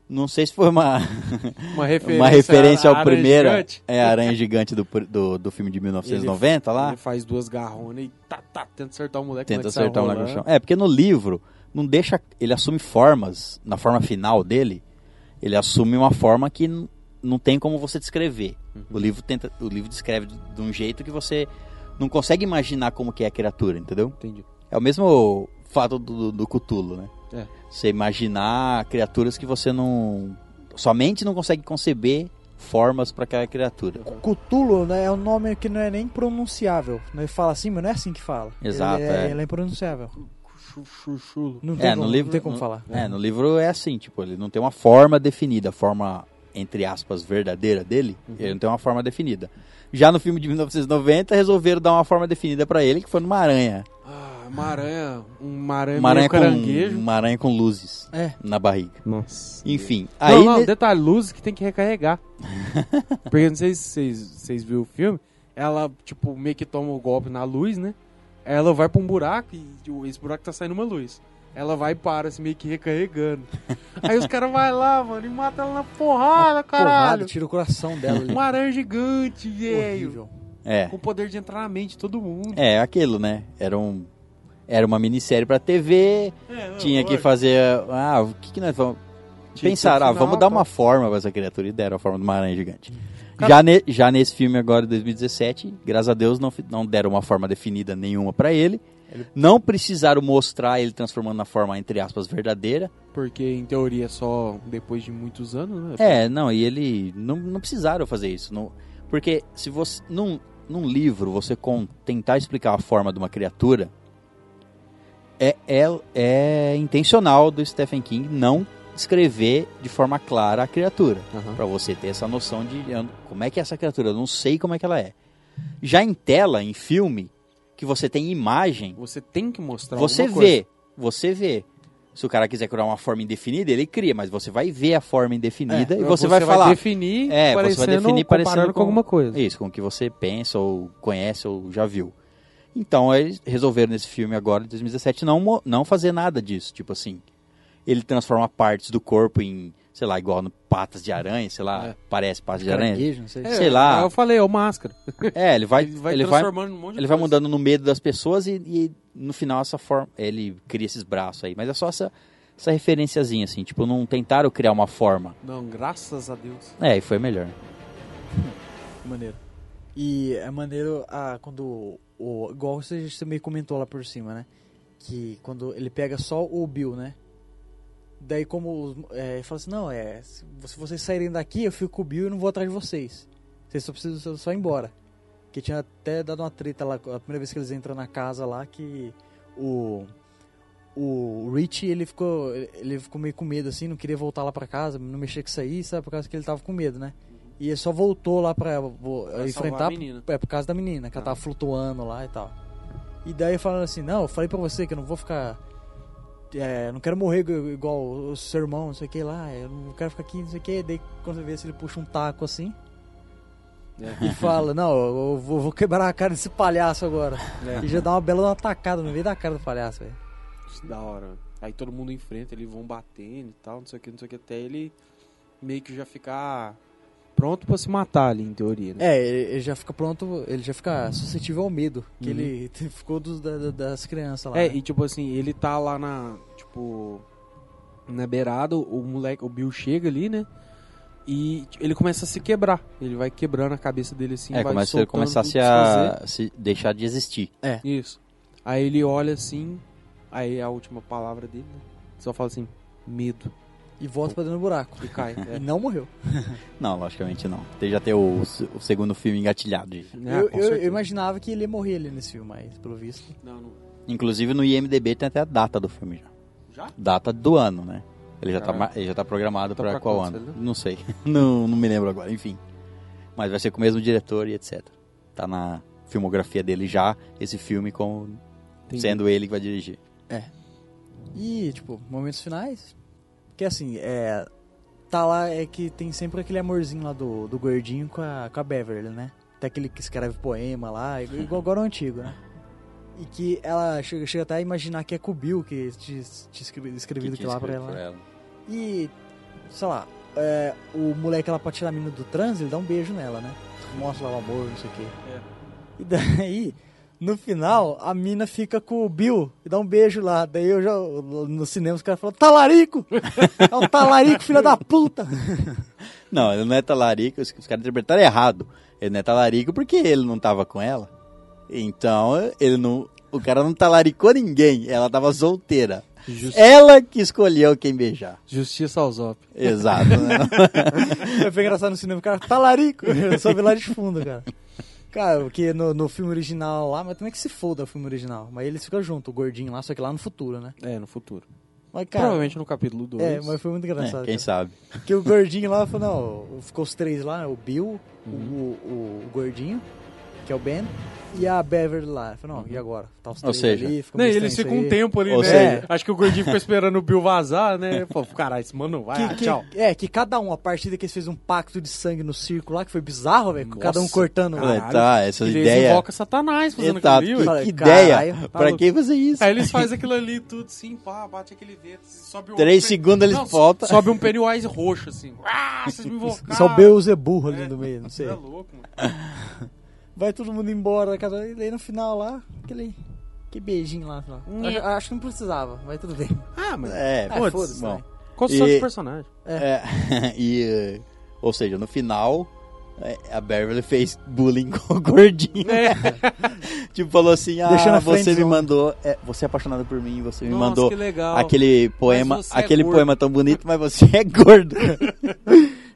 Speaker 1: Não sei se foi uma,
Speaker 4: Uma referência,
Speaker 1: uma referência
Speaker 4: à-
Speaker 1: ao
Speaker 4: à
Speaker 1: primeiro.
Speaker 4: Aranjante.
Speaker 1: É a Aranha Gigante do, pr- do, do filme de 1990 lá.
Speaker 4: Ele faz duas garronas e tá, tá, tenta acertar o moleque.
Speaker 1: tenta
Speaker 4: moleque sai
Speaker 1: acertar um
Speaker 4: rolando.
Speaker 1: no chão. É, porque no livro, não deixa. Ele assume formas, na forma final dele, ele assume uma forma que n- não tem como você descrever.
Speaker 4: Uhum.
Speaker 1: O livro tenta. O livro descreve de, de um jeito que você não consegue imaginar como que é a criatura, entendeu?
Speaker 4: Entendi.
Speaker 1: É o mesmo fato do, do, do Cthulhu, né?
Speaker 4: É.
Speaker 1: Você imaginar criaturas que você não. Somente não consegue conceber formas pra aquela criatura.
Speaker 3: Cutulo né, é um nome que não é nem pronunciável. Ele fala assim, mas não é assim que fala.
Speaker 1: Exato,
Speaker 3: Ele é,
Speaker 1: é.
Speaker 3: ele é impronunciável.
Speaker 4: Chu- chu- Chulo.
Speaker 3: Não tem,
Speaker 1: É,
Speaker 3: como,
Speaker 1: no livro
Speaker 3: não tem como falar.
Speaker 1: É, no livro é assim, tipo, ele não tem uma forma definida, a forma entre aspas verdadeira dele,
Speaker 3: Uhum.
Speaker 1: ele não tem uma forma definida. Já no filme de 1990 resolveram dar uma forma definida pra ele, que foi numa aranha,
Speaker 4: Ah, uma aranha, uma aranha,
Speaker 1: uma
Speaker 4: meio
Speaker 1: aranha com um-
Speaker 4: caranguejo.
Speaker 1: uma aranha com luzes
Speaker 3: É.
Speaker 1: na barriga.
Speaker 4: Nossa.
Speaker 1: Enfim,
Speaker 4: Aí
Speaker 1: aí
Speaker 4: não, não,
Speaker 1: ne-
Speaker 4: detalhe, luz que tem que recarregar. Porque não sei se vocês, vocês viram o filme, ela, tipo, meio que toma o golpe na luz, né? Ela vai pra um buraco e o- esse buraco tá saindo uma luz. Ela vai e para, assim, meio que recarregando. Aí os caras vão lá, mano, e matam ela na
Speaker 3: Porrada,
Speaker 4: porrada, caralho.
Speaker 1: tipo,
Speaker 3: tira o coração dela ali.
Speaker 4: Uma aranha gigante, velho.
Speaker 3: Horrível.
Speaker 1: é,
Speaker 4: Com o poder de entrar na mente de todo mundo.
Speaker 1: é aquilo, né? Era um era uma minissérie pra TV,
Speaker 4: É, não,
Speaker 1: tinha que
Speaker 4: lógico.
Speaker 1: fazer, ah, o que que nós vamos
Speaker 4: Tinha que
Speaker 1: Pensaram,
Speaker 4: ter
Speaker 1: ah,
Speaker 4: final,
Speaker 1: vamos dar
Speaker 4: tá?
Speaker 1: uma forma pra essa criatura e deram a forma de uma aranha gigante.
Speaker 4: Cara-
Speaker 1: Já, ne- já nesse filme agora, de 2017, graças a Deus, não, fi- não deram uma forma definida nenhuma pra ele. Não precisaram mostrar ele transformando na forma, entre aspas, verdadeira.
Speaker 4: Porque, em teoria, é só depois de muitos anos, né?
Speaker 1: É, não, e ele... Não, não precisaram fazer isso. não- porque se você... Num, num livro, você con- tentar explicar a forma de uma criatura... É, é, é intencional do Stephen King não escrever de forma clara a criatura.
Speaker 4: Aham.
Speaker 1: Pra você ter essa noção de eu- como é que é essa criatura, eu não sei como é que ela é. Já em tela, em filme, que você tem imagem,
Speaker 4: Você tem que mostrar
Speaker 1: você
Speaker 4: alguma coisa.
Speaker 1: vê, você vê. Se o cara quiser criar uma forma indefinida, ele cria, mas você vai ver a forma
Speaker 4: É,
Speaker 1: indefinida e você, vai falar
Speaker 4: definir,
Speaker 1: É, você vai
Speaker 4: parecendo,
Speaker 1: definir
Speaker 4: comparando
Speaker 1: parecendo
Speaker 4: com
Speaker 1: com-
Speaker 4: alguma coisa.
Speaker 1: isso com o que você pensa ou conhece ou já viu. é, Então eles resolveram nesse filme agora de 2017 não mo- não fazer nada disso, tipo assim. ele transforma partes do corpo em, sei lá, igual no patas de aranha, sei lá, parece patas de aranha.
Speaker 3: Caranguejo, não sei.
Speaker 1: sei lá.
Speaker 4: Aí eu falei, é o máscara.
Speaker 1: É, ele vai,
Speaker 4: ele vai
Speaker 1: ele vai,
Speaker 4: transformando um monte de
Speaker 1: ele vai
Speaker 4: coisa.
Speaker 1: mudando no medo das pessoas e, e no final essa forma, ele cria esses braços aí, mas é só essa essa referenciazinha assim, tipo, não tentaram criar uma forma.
Speaker 4: Não, graças a Deus.
Speaker 1: É, e foi melhor.
Speaker 3: Maneiro. E é maneiro ah, quando. O, igual você, você meio comentou lá por cima, né? Que quando ele pega só o Bill, né? Daí como os- é, ele fala assim, não, é. Se se vocês saírem daqui, eu fico com o Bill e não vou atrás de vocês. Vocês só precisam só- só ir embora. Que tinha até dado uma treta lá, a primeira vez que eles entram na casa lá, que o. O Rich, ele ficou, ele ficou meio com medo, assim, não queria voltar lá pra casa, não mexer com isso aí, sabe? Por causa que ele tava com medo, né? E ele só voltou lá pra, vo-
Speaker 4: Pra salvar
Speaker 3: enfrentar
Speaker 4: a menina.
Speaker 3: é por causa da menina, que ela
Speaker 4: Ah.
Speaker 3: tava flutuando lá e tal. E daí falando assim, não, eu falei pra você que eu não vou ficar. É, eu não quero morrer igu- igual o seu irmão, não sei o que lá, eu não quero ficar aqui, não sei o que. Daí quando você vê se ele puxa um taco assim.
Speaker 4: É,
Speaker 3: E fala, não, eu vou, vou quebrar a cara desse palhaço agora. E já dá uma bela uma tacada no meio da cara do palhaço, velho.
Speaker 4: Isso é da hora. Aí todo mundo enfrenta, eles vão batendo e tal, não sei o que, não sei o que, até ele meio que já ficar pronto pra se matar ali, em teoria, né?
Speaker 3: É, ele ele já fica pronto, ele já fica suscetível ao medo. Que ele ficou dos, da- da- das crianças lá.
Speaker 4: É,
Speaker 3: né?
Speaker 4: e tipo assim, ele tá lá na, tipo, na beirada, o moleque, o Bill chega ali, né? E tipo, ele começa a se quebrar. Ele vai quebrando a cabeça dele assim,
Speaker 1: é,
Speaker 4: vai
Speaker 1: começa ele
Speaker 4: soltando,
Speaker 1: começasse
Speaker 4: tudo que fazer.
Speaker 1: a se deixar de existir.
Speaker 4: Isso. Aí ele olha assim, aí a última palavra dele, né? Só fala assim, medo,
Speaker 3: E volta pra dentro do buraco.
Speaker 4: e cai.
Speaker 3: E
Speaker 4: É.
Speaker 3: não morreu.
Speaker 1: Não, logicamente não. Tem- Já tem o, o segundo filme engatilhado.
Speaker 4: Ah,
Speaker 3: eu,
Speaker 4: com
Speaker 3: eu- eu
Speaker 4: certeza.
Speaker 3: imaginava que ele ia morrer ali nesse filme, mas pelo visto.
Speaker 4: Não, não.
Speaker 1: Inclusive no IMDB tem até a data do filme já.
Speaker 4: Já?
Speaker 1: Data do ano, né? Ele já, tá,
Speaker 4: Caramba.
Speaker 1: ma- ele já tá programado
Speaker 4: Tá
Speaker 1: pra
Speaker 4: pra
Speaker 1: qual
Speaker 4: quando,
Speaker 1: ano?
Speaker 4: você
Speaker 1: Não sei. não, não me lembro agora, enfim. Mas vai ser com o mesmo diretor e etc. Tá na filmografia dele já esse filme como
Speaker 4: Entendi.
Speaker 1: sendo ele que vai dirigir.
Speaker 3: E, tipo, momentos finais. Porque assim, é. Tá lá é que tem sempre aquele amorzinho lá do, do gordinho com a, com a Beverly, né? Tem aquele que escreve poema lá, igual agora o antigo, né? E que ela chega, chega até a imaginar que é com o Bill que tinha tinha escre- escrevido
Speaker 1: Que é.
Speaker 3: aquilo lá pra
Speaker 1: tinha
Speaker 3: ela. né?
Speaker 1: escrito
Speaker 3: E, sei lá, é, o moleque lá pra tirar a menina do trânsito, ele dá um beijo nela, né? Mostra lá o amor, não sei o quê.
Speaker 1: É.
Speaker 3: E daí, no final, a mina fica com o Bill e dá um beijo lá. Daí eu já, no cinema, os caras falam, talarico! É um talarico, filha da puta!
Speaker 1: Não, ele não é talarico, os, os caras interpretaram errado. Ele não é talarico porque ele não tava com ela. Então, ele não. O cara não talaricou ninguém, ela tava solteira.
Speaker 3: É.
Speaker 4: Justi-
Speaker 1: Ela que escolheu quem beijar.
Speaker 4: Justiça aos óbvios.
Speaker 1: Exato. né?
Speaker 3: Eu fui engraçado no cinema, o cara, talarico! Eu só vi lá de fundo, cara. Cara, porque no, no filme original lá, mas também que se foda o filme original. Mas eles ficam junto, o gordinho lá, só que lá no futuro, né?
Speaker 4: É, no futuro.
Speaker 3: Mas, cara.
Speaker 4: Provavelmente no capítulo 2.
Speaker 3: É, mas foi muito
Speaker 1: É,
Speaker 3: engraçado.
Speaker 1: quem
Speaker 3: cara.
Speaker 1: sabe?
Speaker 3: Porque o gordinho lá falou, não, ficou os três lá, né? o Bill,
Speaker 1: Uhum.
Speaker 3: o, o, o gordinho, que é o Ben, e a Beverly lá. Eu Falei, não, e agora? Tá os
Speaker 1: Ou
Speaker 3: três
Speaker 1: seja,
Speaker 3: ali, fica
Speaker 4: Não,
Speaker 3: meio
Speaker 4: e eles
Speaker 3: estranho
Speaker 4: ficam um
Speaker 3: isso é-
Speaker 4: tempo ali,
Speaker 1: Ou
Speaker 4: né?
Speaker 1: seja-
Speaker 4: Acho que o gordinho ficou esperando o Bill vazar, né? Pô, caralho, esse mano não vai.
Speaker 3: aí.
Speaker 4: ah,
Speaker 3: Que, que-
Speaker 4: tchau.
Speaker 3: é, que cada um, a partida que eles fez um pacto de sangue no círculo lá, que foi bizarro, velho, com cada um
Speaker 4: Nossa,
Speaker 3: cortando.
Speaker 4: Caralho.
Speaker 1: É, tá, essa
Speaker 4: Eles
Speaker 1: ideia.
Speaker 4: invocam Satanás fazendo
Speaker 1: Exato.
Speaker 4: aquilo
Speaker 1: Que,
Speaker 4: ali, ué.
Speaker 3: Falei,
Speaker 1: que ideia?
Speaker 3: caralho, tá
Speaker 1: pra
Speaker 3: louco.
Speaker 1: que fazer isso?
Speaker 4: Aí eles fazem aquilo ali tudo, sim, pá, bate aquele vento, sobe um...
Speaker 1: Três segundos eles
Speaker 4: Não,
Speaker 1: voltam.
Speaker 4: Sobe um Pennywise roxo, assim. Ah, vocês me invocaram.
Speaker 3: Só é o Beuzeburro ali
Speaker 4: É.
Speaker 3: no meio, não sei.
Speaker 4: Você é louco, mano.
Speaker 3: Vai todo mundo embora, cara. E daí no final lá, aquele. Que beijinho lá. lá.
Speaker 1: Hum.
Speaker 4: Nhé.
Speaker 3: Acho, acho que não precisava, mas tudo bem.
Speaker 4: Ah, mas...
Speaker 1: É,
Speaker 3: Ah,
Speaker 1: putz,
Speaker 3: foda-se,
Speaker 1: bom.
Speaker 3: né?
Speaker 4: Construção
Speaker 1: E-
Speaker 4: de personagem.
Speaker 1: É, e, eh, ou seja, no final, eh, a Beverly fez bullying com o gordinho. tipo, falou assim: ah,
Speaker 3: É. Deixando a
Speaker 1: você me
Speaker 3: friendzone.
Speaker 1: mandou. é, você é apaixonada por mim, você me
Speaker 4: Nossa,
Speaker 1: mandou
Speaker 4: que legal.
Speaker 1: aquele poema.
Speaker 4: você é
Speaker 1: Aquele
Speaker 4: gordo.
Speaker 1: poema tão bonito, mas você é gordo.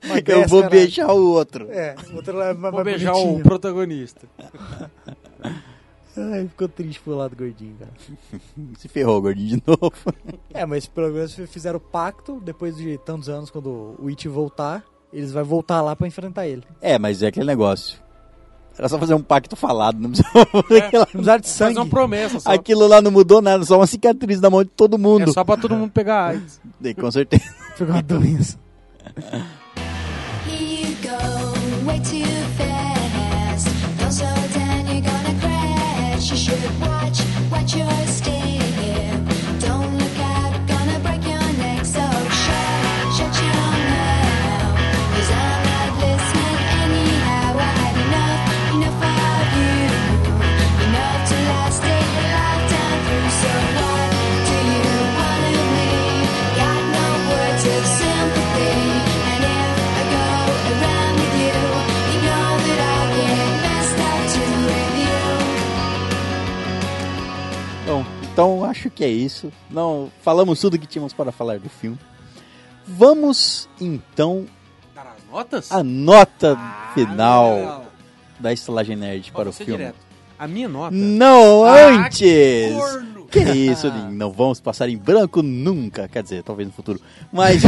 Speaker 1: Eu
Speaker 3: dessa,
Speaker 1: vou
Speaker 3: caralho.
Speaker 1: beijar o outro.
Speaker 3: É, outro lá é mais
Speaker 4: Vou beijar
Speaker 3: bonitinho.
Speaker 4: o protagonista.
Speaker 3: Ai, ficou triste pro lado gordinho, cara.
Speaker 1: Se ferrou, gordinho, de novo.
Speaker 3: É, mas pelo menos fizeram o pacto, depois de tantos anos, quando o It voltar, eles vão voltar lá pra enfrentar ele.
Speaker 1: É, mas é aquele negócio. Era só fazer um pacto falado, não precisava.
Speaker 3: Não precisaram de
Speaker 4: Faz
Speaker 3: sangue.
Speaker 4: uma promessa É, só.
Speaker 1: Aquilo lá não mudou nada, só uma cicatriz na mão de todo
Speaker 4: É
Speaker 1: mundo.
Speaker 4: só pra todo mundo pegar AIDS.
Speaker 1: E Com certeza.
Speaker 3: Ficou uma doença.
Speaker 2: Here you go, way too fast. Don't slow down, you're gonna crash. You should watch, watch your step. Don't look out, gonna break your neck.
Speaker 1: Então acho que é isso. Não falamos tudo que tínhamos para falar do filme. Vamos então
Speaker 4: Cara, as notas?
Speaker 1: à nota Ah, final
Speaker 4: Ó,
Speaker 1: da Estalagem Nerd para o
Speaker 4: vou Ah, ser
Speaker 1: filme. Hum.
Speaker 4: direto. A minha nota.
Speaker 1: Não
Speaker 4: Ah,
Speaker 1: antes!
Speaker 4: corno!
Speaker 1: Que isso, Lin, não vamos passar em branco nunca. Quer dizer, talvez no futuro. Mas,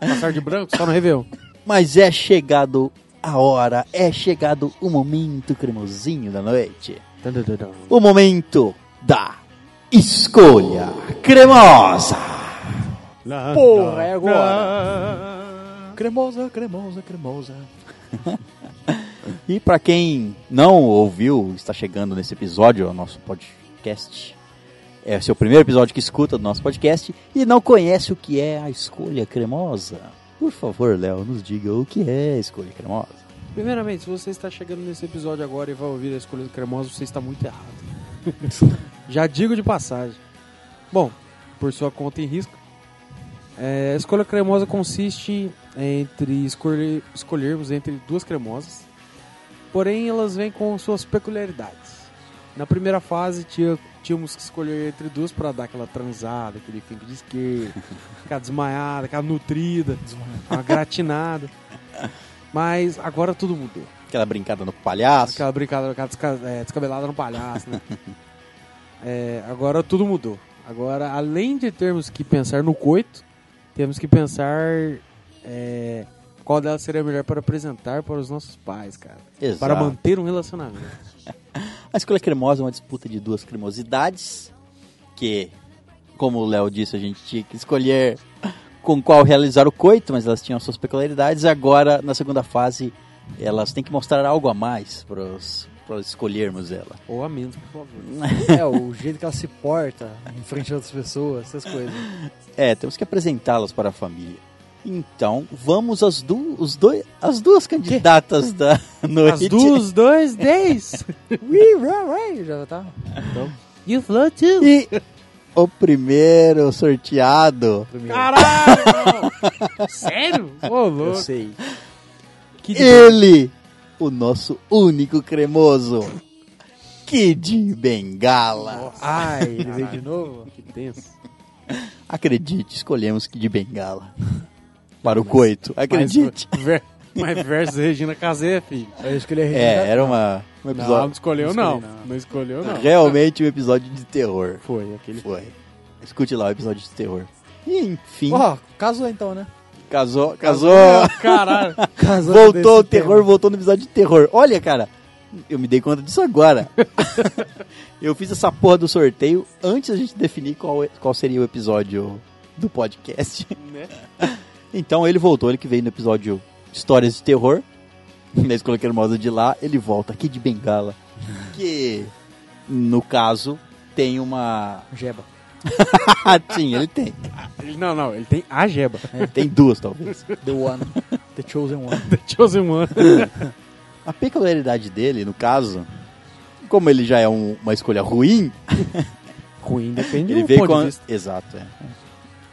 Speaker 4: Passar de branco só no Réveillon.
Speaker 1: mas é chegado a hora, é chegado o momento cremosinho da noite. O momento da escolha cremosa.
Speaker 3: Porra, é agora. Cremosa, cremosa, cremosa.
Speaker 1: E pra quem não ouviu, está chegando nesse episódio ao nosso podcast. É o seu primeiro episódio que escuta do nosso podcast e não conhece o que é a escolha cremosa. Por favor, Léo, nos diga o que é a escolha cremosa.
Speaker 4: Primeiramente, se você está chegando nesse episódio agora e vai ouvir a escolha do cremoso, você está muito errado. Já digo de passagem. Bom, por sua conta e risco, é, a escolha cremosa consiste entre escolher, escolhermos entre duas cremosas, porém elas vêm com suas peculiaridades. Na primeira fase, tinha- tínhamos que escolher entre duas para dar aquela transada, aquele fink de esquerda, aquela desmaiada, aquela nutrida, uma gratinada. Mas agora tudo mudou.
Speaker 1: Aquela brincada no palhaço.
Speaker 4: Aquela brincadeira, aquela desca- é, descabelada no palhaço, né? É, agora tudo mudou. Agora, além de termos que pensar no coito, temos que pensar é, qual delas seria melhor para apresentar para os nossos pais, cara.
Speaker 1: Exato.
Speaker 4: Para manter um relacionamento.
Speaker 1: A escolha cremosa é uma disputa de duas cremosidades que, como o Léo disse, a gente tinha que escolher com qual realizar o coito, mas elas tinham suas peculiaridades. Agora, na segunda fase, elas têm que mostrar algo a mais para escolhermos ela.
Speaker 4: Ou a menos, por favor.
Speaker 3: É, o jeito que ela se porta em frente a outras pessoas, essas coisas.
Speaker 1: É, temos que apresentá-las para a família. Então, vamos às, du os doi- as duas candidatas da
Speaker 4: As
Speaker 1: noite.
Speaker 4: duas, dois, dez! Então.
Speaker 3: Ui, rá, rá, Já tá.
Speaker 4: You flow too!
Speaker 1: E o primeiro sorteado
Speaker 3: Primeiro.
Speaker 4: Caralho! irmão! Sério? Ô,
Speaker 3: Eu
Speaker 4: louco!
Speaker 3: sei.
Speaker 4: Que
Speaker 1: Ele, o nosso único cremoso, Kid Bengala.
Speaker 3: Ai, ele veio de novo?
Speaker 4: Que tenso.
Speaker 1: Acredite, escolhemos Kid Bengala. Para o coito, acredite.
Speaker 4: Ver- Mas versus Regina Casé, filho.
Speaker 3: Eu escolhi a
Speaker 1: É,
Speaker 3: Regina.
Speaker 1: era uma, um
Speaker 4: Não, não
Speaker 1: episódio.
Speaker 4: escolheu
Speaker 3: Não escolhi, não.
Speaker 4: não. Não Ah. escolheu não.
Speaker 1: Realmente um episódio de terror.
Speaker 4: Foi aquele.
Speaker 1: Foi. Escute lá o episódio de terror. E enfim,
Speaker 3: Ó, casou então, né?
Speaker 1: casou, casou,
Speaker 4: né? Caralho.
Speaker 3: Casou
Speaker 1: voltou o
Speaker 3: desse
Speaker 1: terror, voltou no episódio de terror. Olha, cara, eu me dei conta disso agora. eu fiz essa porra do sorteio antes da gente definir qual, é- qual seria o episódio do podcast. Então ele voltou, ele que veio no episódio Histórias de Terror. Na Escola Cremosa de lá, ele volta aqui de Bengala. Que, no caso, tem uma... Ah,
Speaker 3: tempo. Jeba.
Speaker 1: Sim, ele tem.
Speaker 4: Ele- Não, não, ele tem a jeba.
Speaker 1: Tem duas, talvez.
Speaker 3: The One. The Chosen One.
Speaker 4: Chosen One.
Speaker 1: A peculiaridade dele, no caso, como ele já é um- uma escolha ruim,
Speaker 4: Ruim depende
Speaker 1: ele
Speaker 4: do
Speaker 1: veio
Speaker 4: ponto
Speaker 1: com.
Speaker 4: de
Speaker 1: a-
Speaker 4: vista.
Speaker 1: Exato, é.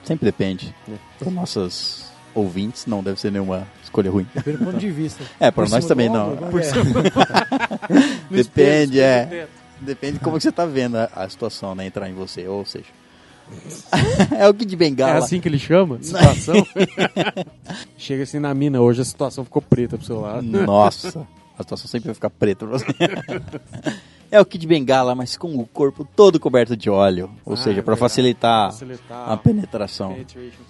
Speaker 1: Sempre depende. Para nossas ouvintes, não deve ser nenhuma escolha ruim.
Speaker 3: Pelo ponto de vista.
Speaker 1: É, para
Speaker 3: Por
Speaker 1: nós
Speaker 3: cima
Speaker 1: também
Speaker 3: do
Speaker 1: não.
Speaker 3: ombro,
Speaker 1: Por
Speaker 3: é.
Speaker 4: No
Speaker 1: Depende,
Speaker 4: espelho,
Speaker 1: é.
Speaker 4: espelho do teto.
Speaker 1: Depende de como que você tá vendo a, a situação, né? Entrar em você, ou seja. é o que de
Speaker 4: É
Speaker 1: bengala.
Speaker 4: assim que ele chama? Situação? Chega assim na mina, hoje a situação ficou preta pro seu lado.
Speaker 1: Nossa, a situação sempre vai ficar preta pra você. É o Kid Bengala, mas com o corpo todo coberto de óleo. Ou
Speaker 4: Ah,
Speaker 1: seja,
Speaker 4: é
Speaker 1: para
Speaker 4: verdade.
Speaker 1: facilitar
Speaker 4: Facilitar.
Speaker 1: a penetração.
Speaker 4: Penetration.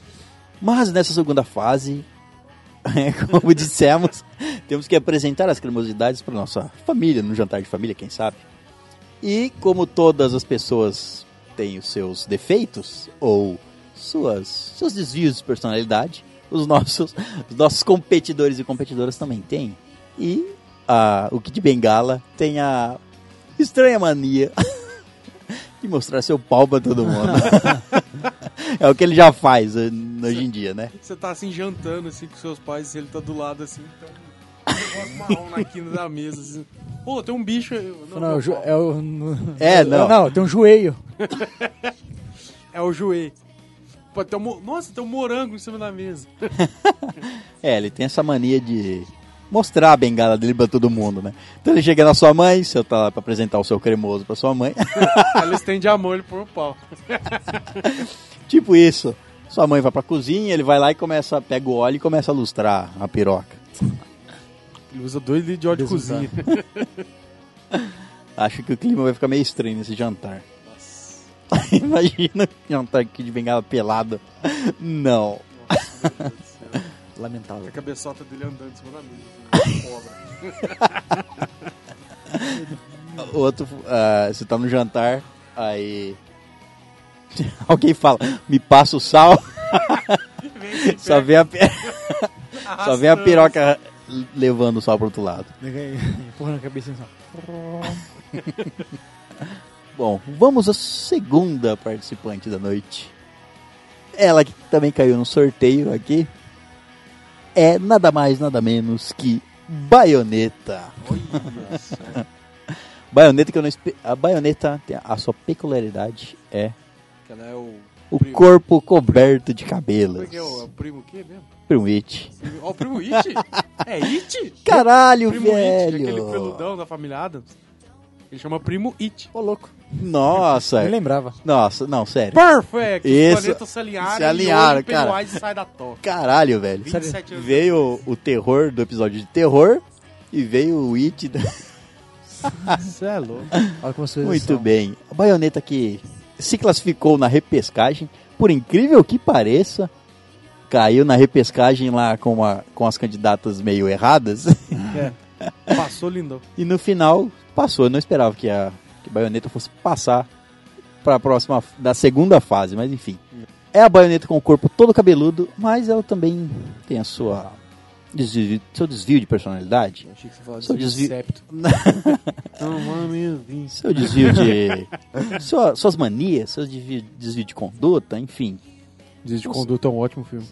Speaker 1: Mas nessa segunda fase, é, como dissemos, temos que apresentar as cremosidades para nossa família, no jantar de família, quem sabe. E como todas as pessoas têm os seus defeitos ou suas seus desvios de personalidade, os nossos os nossos competidores e competidoras também têm. E a, o Kid Bengala tem a estranha mania de mostrar seu pau pra todo mundo. é o que ele já faz eh, hoje em dia, né?
Speaker 4: Você tá assim jantando assim com seus pais e ele tá do lado assim, então. um negócio marrom na quina da mesa. Assim. Pô, tem um bicho. aí. Não,
Speaker 3: Não,
Speaker 4: meu
Speaker 3: o ju-
Speaker 4: pau.
Speaker 3: é o.
Speaker 1: É, não.
Speaker 3: Não, tem um joelho.
Speaker 4: É o joelho. Pô, tem um mo- Nossa, tem um morango em cima da mesa.
Speaker 1: É, ele tem essa mania de mostrar a bengala dele pra todo mundo, né? Então ele chega na sua mãe, você tá lá pra apresentar o seu cremoso pra sua mãe.
Speaker 5: Ela estende a mão, ele põe o pau.
Speaker 1: tipo isso. Sua mãe vai pra cozinha, ele vai lá e começa, pega o óleo e começa a lustrar a piroca.
Speaker 5: Ele usa dois litros de óleo de
Speaker 3: Desusar.
Speaker 5: cozinha.
Speaker 1: Acho que o clima vai ficar meio estranho nesse jantar. Imagina um jantar aqui de bengala pelado. Não.
Speaker 5: A
Speaker 3: Lamentável.
Speaker 5: cabeçota dele andando em cima da mesa. Cobra.
Speaker 1: Outro, ah, você tá no jantar, aí. Alguém fala, me passa o sal. Só vem a, pi- Só vem a piroca levando o sal pro outro lado.
Speaker 3: Empurrando a cabeça assim.
Speaker 1: Bom, vamos à segunda participante da noite. Ela que também caiu no sorteio aqui é nada mais, nada menos que Baioneta. Baioneta que eu não espe... A baioneta, tem a- a sua peculiaridade é
Speaker 5: Ela é o.
Speaker 1: o
Speaker 5: primo.
Speaker 1: corpo coberto de
Speaker 5: Como é
Speaker 1: cabelos.
Speaker 5: que é o, é o primo o quê mesmo?
Speaker 1: Primo It.
Speaker 5: Primo- Ó, o primo It? É It?
Speaker 1: Caralho,
Speaker 5: Primo It, que é aquele
Speaker 1: velho!
Speaker 5: peludão da família Adams. Ele chama primo It.
Speaker 3: Ô, louco.
Speaker 1: Nossa,
Speaker 3: Me lembrava.
Speaker 1: nossa, não, sério.
Speaker 5: Perfect!
Speaker 1: Isso.
Speaker 5: Os planetas se alinharam.
Speaker 1: Se alinharam,
Speaker 5: e hoje o Pennywise
Speaker 1: cara.
Speaker 5: sai da toca.
Speaker 1: Caralho, velho.
Speaker 5: 27 anos.
Speaker 1: Veio o terror do episódio de terror e veio o It da-
Speaker 4: Você é louco.
Speaker 3: Olha como as coisas
Speaker 1: Muito
Speaker 3: são.
Speaker 1: bem. A baioneta que se classificou na repescagem, por incrível que pareça, caiu na repescagem lá com, a, com as candidatas meio erradas.
Speaker 5: É. Passou lindão.
Speaker 1: E no final, passou. Eu não esperava que a, que a baioneta fosse passar para a próxima, da segunda fase, mas enfim. É a baioneta com o corpo todo cabeludo, mas ela também tem a sua. desvio- seu desvio de personalidade.
Speaker 5: Eu achei que você falava
Speaker 1: Só desvio.
Speaker 5: septo. Não, mano, meu Deus.
Speaker 1: Seu desvio de. sua- suas manias, seu desvio, desvio de conduta, enfim.
Speaker 5: Diz de conduta é um ótimo filme.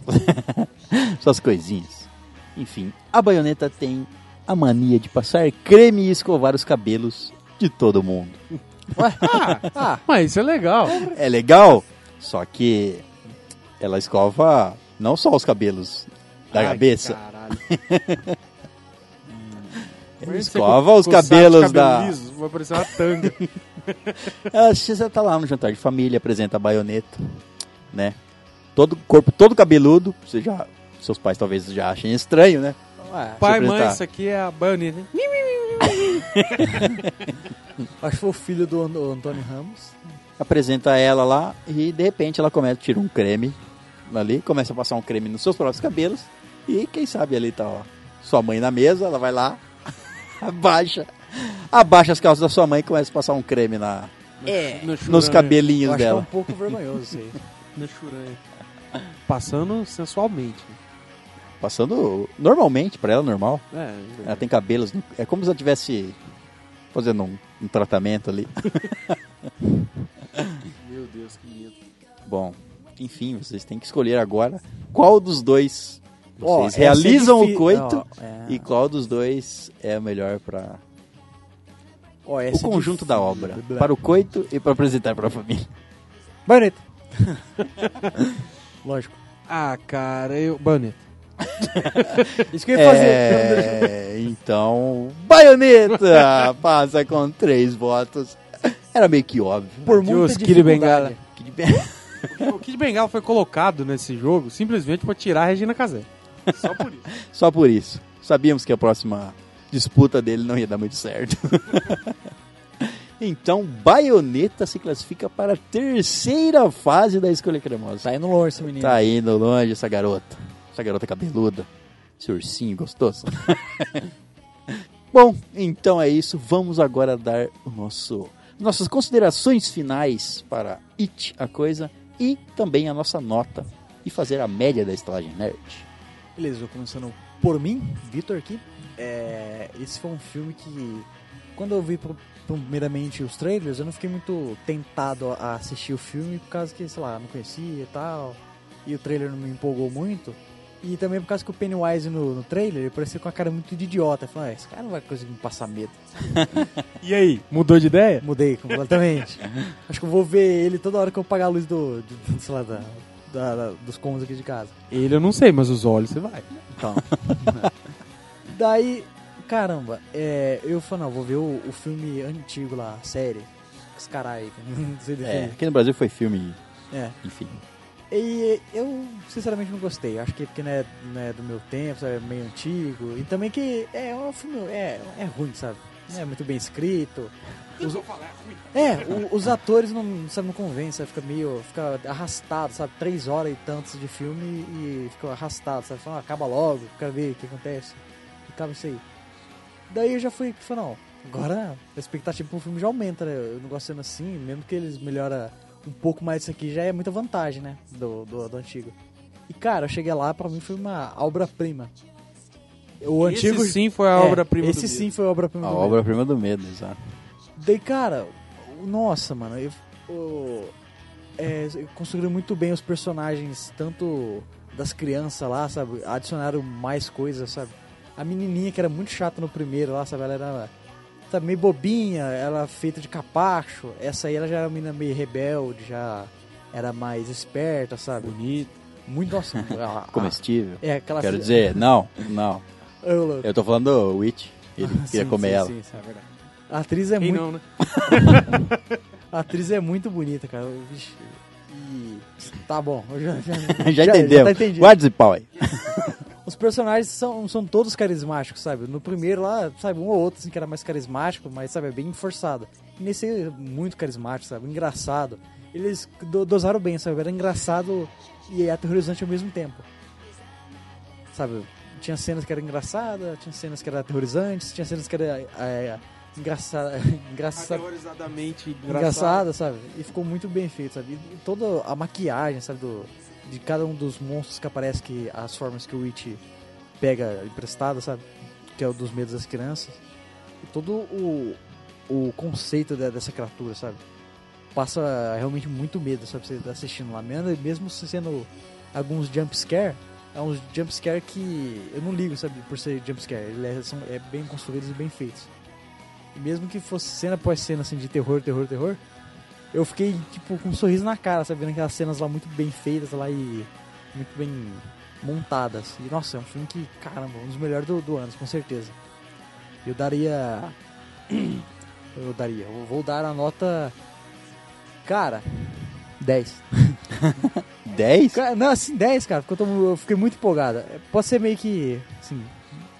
Speaker 1: suas coisinhas. Enfim, a baioneta tem a mania de passar creme e escovar os cabelos de todo mundo. tá.
Speaker 5: Ah, mas isso é legal.
Speaker 1: É legal, só que ela escova não só os cabelos da
Speaker 5: Ai,
Speaker 1: cabeça,
Speaker 5: Caralho.
Speaker 1: ela escova os cabelos da.
Speaker 5: Vai parecer uma tanga.
Speaker 1: Ela, se você tá lá no jantar de família, apresenta a baioneta, né? Todo corpo, todo cabeludo, você já, seus pais talvez já achem estranho, né?
Speaker 3: Ué,
Speaker 5: Pai,
Speaker 1: Deixa eu
Speaker 5: mãe,
Speaker 1: apresentar.
Speaker 5: isso aqui é a baioneta. hein?
Speaker 3: acho que foi o filho do An- do Antônio Ramos.
Speaker 1: apresenta ela lá e de repente ela começa a tirar um creme ali, começa a passar um creme nos seus próprios cabelos e quem sabe ali tá ó, sua mãe na mesa, ela vai lá, abaixa, abaixa as calças da sua mãe e começa a passar um creme na,
Speaker 5: No
Speaker 1: É. nos
Speaker 5: churanha.
Speaker 3: Eu
Speaker 1: cabelinhos
Speaker 3: acho que é um
Speaker 1: dela.
Speaker 3: pouco vergonhoso isso aí.
Speaker 5: No churanha. Passando sensualmente.
Speaker 1: Passando normalmente, pra ela normal.
Speaker 5: É,
Speaker 1: Ela tem cabelos, é como se ela tivesse fazendo um, um tratamento ali.
Speaker 5: meu Deus, que medo.
Speaker 1: Bom, enfim, vocês têm que escolher agora qual dos dois
Speaker 3: Ó,
Speaker 1: vocês
Speaker 3: essa é
Speaker 1: realizam o
Speaker 3: difí-
Speaker 1: coito
Speaker 3: Ó, é.
Speaker 1: E qual dos dois é melhor para
Speaker 3: Ó, essa
Speaker 1: o
Speaker 3: é
Speaker 1: conjunto
Speaker 3: difí-
Speaker 1: da obra? Para o coito e para apresentar para a família.
Speaker 3: Baioneta. Lógico.
Speaker 5: Ah, cara, eu. Baioneta.
Speaker 3: Isso que eu ia fazer.
Speaker 1: É, então, baioneta passa com três votos. Era meio que óbvio.
Speaker 3: Por
Speaker 5: Deus,
Speaker 3: muita
Speaker 5: Kid
Speaker 3: dificuldade.
Speaker 5: Bengala. O Kid Bengala foi colocado nesse jogo simplesmente pra tirar a Regina Casé. Só por isso.
Speaker 1: Só por isso. Sabíamos que a próxima disputa dele não ia dar muito certo. então, baioneta se classifica para a terceira fase da escolha cremosa.
Speaker 3: Tá indo longe esse menino.
Speaker 1: Tá indo longe essa garota. Essa garota é cabeluda. Esse ursinho gostoso. Bom, então é isso. Vamos agora dar o nosso nossas considerações finais para It, a coisa, e também a nossa nota e fazer a média da estalagem nerd.
Speaker 3: Beleza, vou começando por mim, Vitor aqui. É, esse foi um filme que, quando eu vi pro- primeiramente os trailers, eu não fiquei muito tentado a assistir o filme por causa que, sei lá, não conhecia e tal. E o trailer não me empolgou muito. E também por causa que o Pennywise no, no trailer ele parecia com uma cara muito de idiota. Eu falei, ah, esse cara não vai conseguir me passar medo.
Speaker 5: E aí, mudou de ideia?
Speaker 3: Mudei completamente. Acho que eu vou ver ele toda hora que eu apagar a luz do, do- sei lá, da- da- da- dos cômodos aqui de casa.
Speaker 5: Ele eu não sei, mas os olhos você vai.
Speaker 3: Então. Daí, caramba, é, eu falei, não, vou ver o, o filme antigo lá, a série. Os carai, não sei
Speaker 1: É,
Speaker 3: definir.
Speaker 1: aqui no Brasil foi filme,
Speaker 3: É.
Speaker 1: enfim.
Speaker 3: E eu, sinceramente, não gostei. Acho que é porque não é, não é do meu tempo, sabe? É meio antigo. E também que é um filme, é, é ruim, sabe? Não é muito bem escrito. Os, é, o- os atores não, sabe, não convencem, sabe? Fica meio, fica arrastado, sabe? Três horas e tantos de filme e fica arrastado, sabe? Fala, "Ah, acaba logo, quero ver o que acontece. Acaba isso aí. Daí eu já fui, falei, não, agora a expectativa pro filme já aumenta, né? Eu não gosto sendo assim, mesmo que eles melhoram um pouco mais isso aqui, já é muita vantagem, né? Do, do, do antigo. E cara, eu cheguei lá, pra mim foi uma obra-prima. O antigo.
Speaker 4: Esse sim foi a
Speaker 3: é,
Speaker 4: obra-prima
Speaker 3: Esse
Speaker 4: do
Speaker 3: sim foi a obra-prima
Speaker 1: A
Speaker 3: do
Speaker 1: obra-prima do medo, exato.
Speaker 3: Daí, cara, nossa, mano, eu, eu, é, eu construí muito bem os personagens, tanto das crianças lá, sabe? Adicionaram mais coisas, sabe? A menininha que era muito chata no primeiro lá, sabe? Ela era sabe, meio bobinha, ela feita de capacho. Essa aí ela já era uma menina meio rebelde, já era mais esperta, sabe?
Speaker 4: Bonito.
Speaker 3: Muito, nossa, a- a-
Speaker 1: Comestível.
Speaker 3: é aquela...
Speaker 1: Quero dizer, não, não.
Speaker 3: Eu-
Speaker 1: Eu tô falando do Witch. Ele queria
Speaker 3: sim,
Speaker 1: comer
Speaker 3: sim,
Speaker 1: ela.
Speaker 3: sim, sim, é verdade. A atriz é
Speaker 4: Quem
Speaker 3: muito...
Speaker 4: não, né?
Speaker 3: A atriz é muito bonita, cara. Eu- Vixe. E... Tá bom, eu já, já,
Speaker 1: já,
Speaker 3: já
Speaker 1: entendemos.
Speaker 3: tá entendido.
Speaker 1: Guarda esse pau aí.
Speaker 3: Os personagens são, são todos carismáticos, sabe? No primeiro lá, sabe, um ou outro assim, que era mais carismático, mas sabe, é bem forçado. E nesse é muito carismático, sabe? Engraçado. Eles do- dosaram bem, sabe? Era engraçado e é aterrorizante ao mesmo tempo. Sabe? Tinha cenas que eram engraçadas, tinha cenas que eram aterrorizantes, tinha cenas que eram é, engraçadas. engraçadas
Speaker 4: Aterrorizadamente engraçado.
Speaker 3: engraçada, sabe? E ficou muito bem feito, sabe? E toda a maquiagem, sabe, do, de cada um dos monstros que aparece, que as formas que o Witch pega emprestada, sabe? Que é o dos medos das crianças. E todo o, o conceito de- dessa criatura, sabe? Passa realmente muito medo, sabe? Você tá assistindo lá. Mesmo mesmo se sendo alguns jumpscare, é uns jumpscare que eu não ligo, sabe? Por ser jumpscare. Ele é, são, é bem construídos e bem feitos. E mesmo que fosse cena após cena, assim, de terror, terror, terror, eu fiquei, tipo, com um sorriso na cara, sabe? Vendo aquelas cenas lá muito bem feitas lá e muito bem montadas. E, nossa, é um filme que, caramba, um dos melhores do, do ano, com certeza. Eu daria... Eu daria... Eu vou dar a nota... Cara... 10.
Speaker 1: 10?
Speaker 3: Cara, não, assim, 10, cara, porque eu, tô- eu fiquei muito empolgado. É, Pode ser meio que, assim,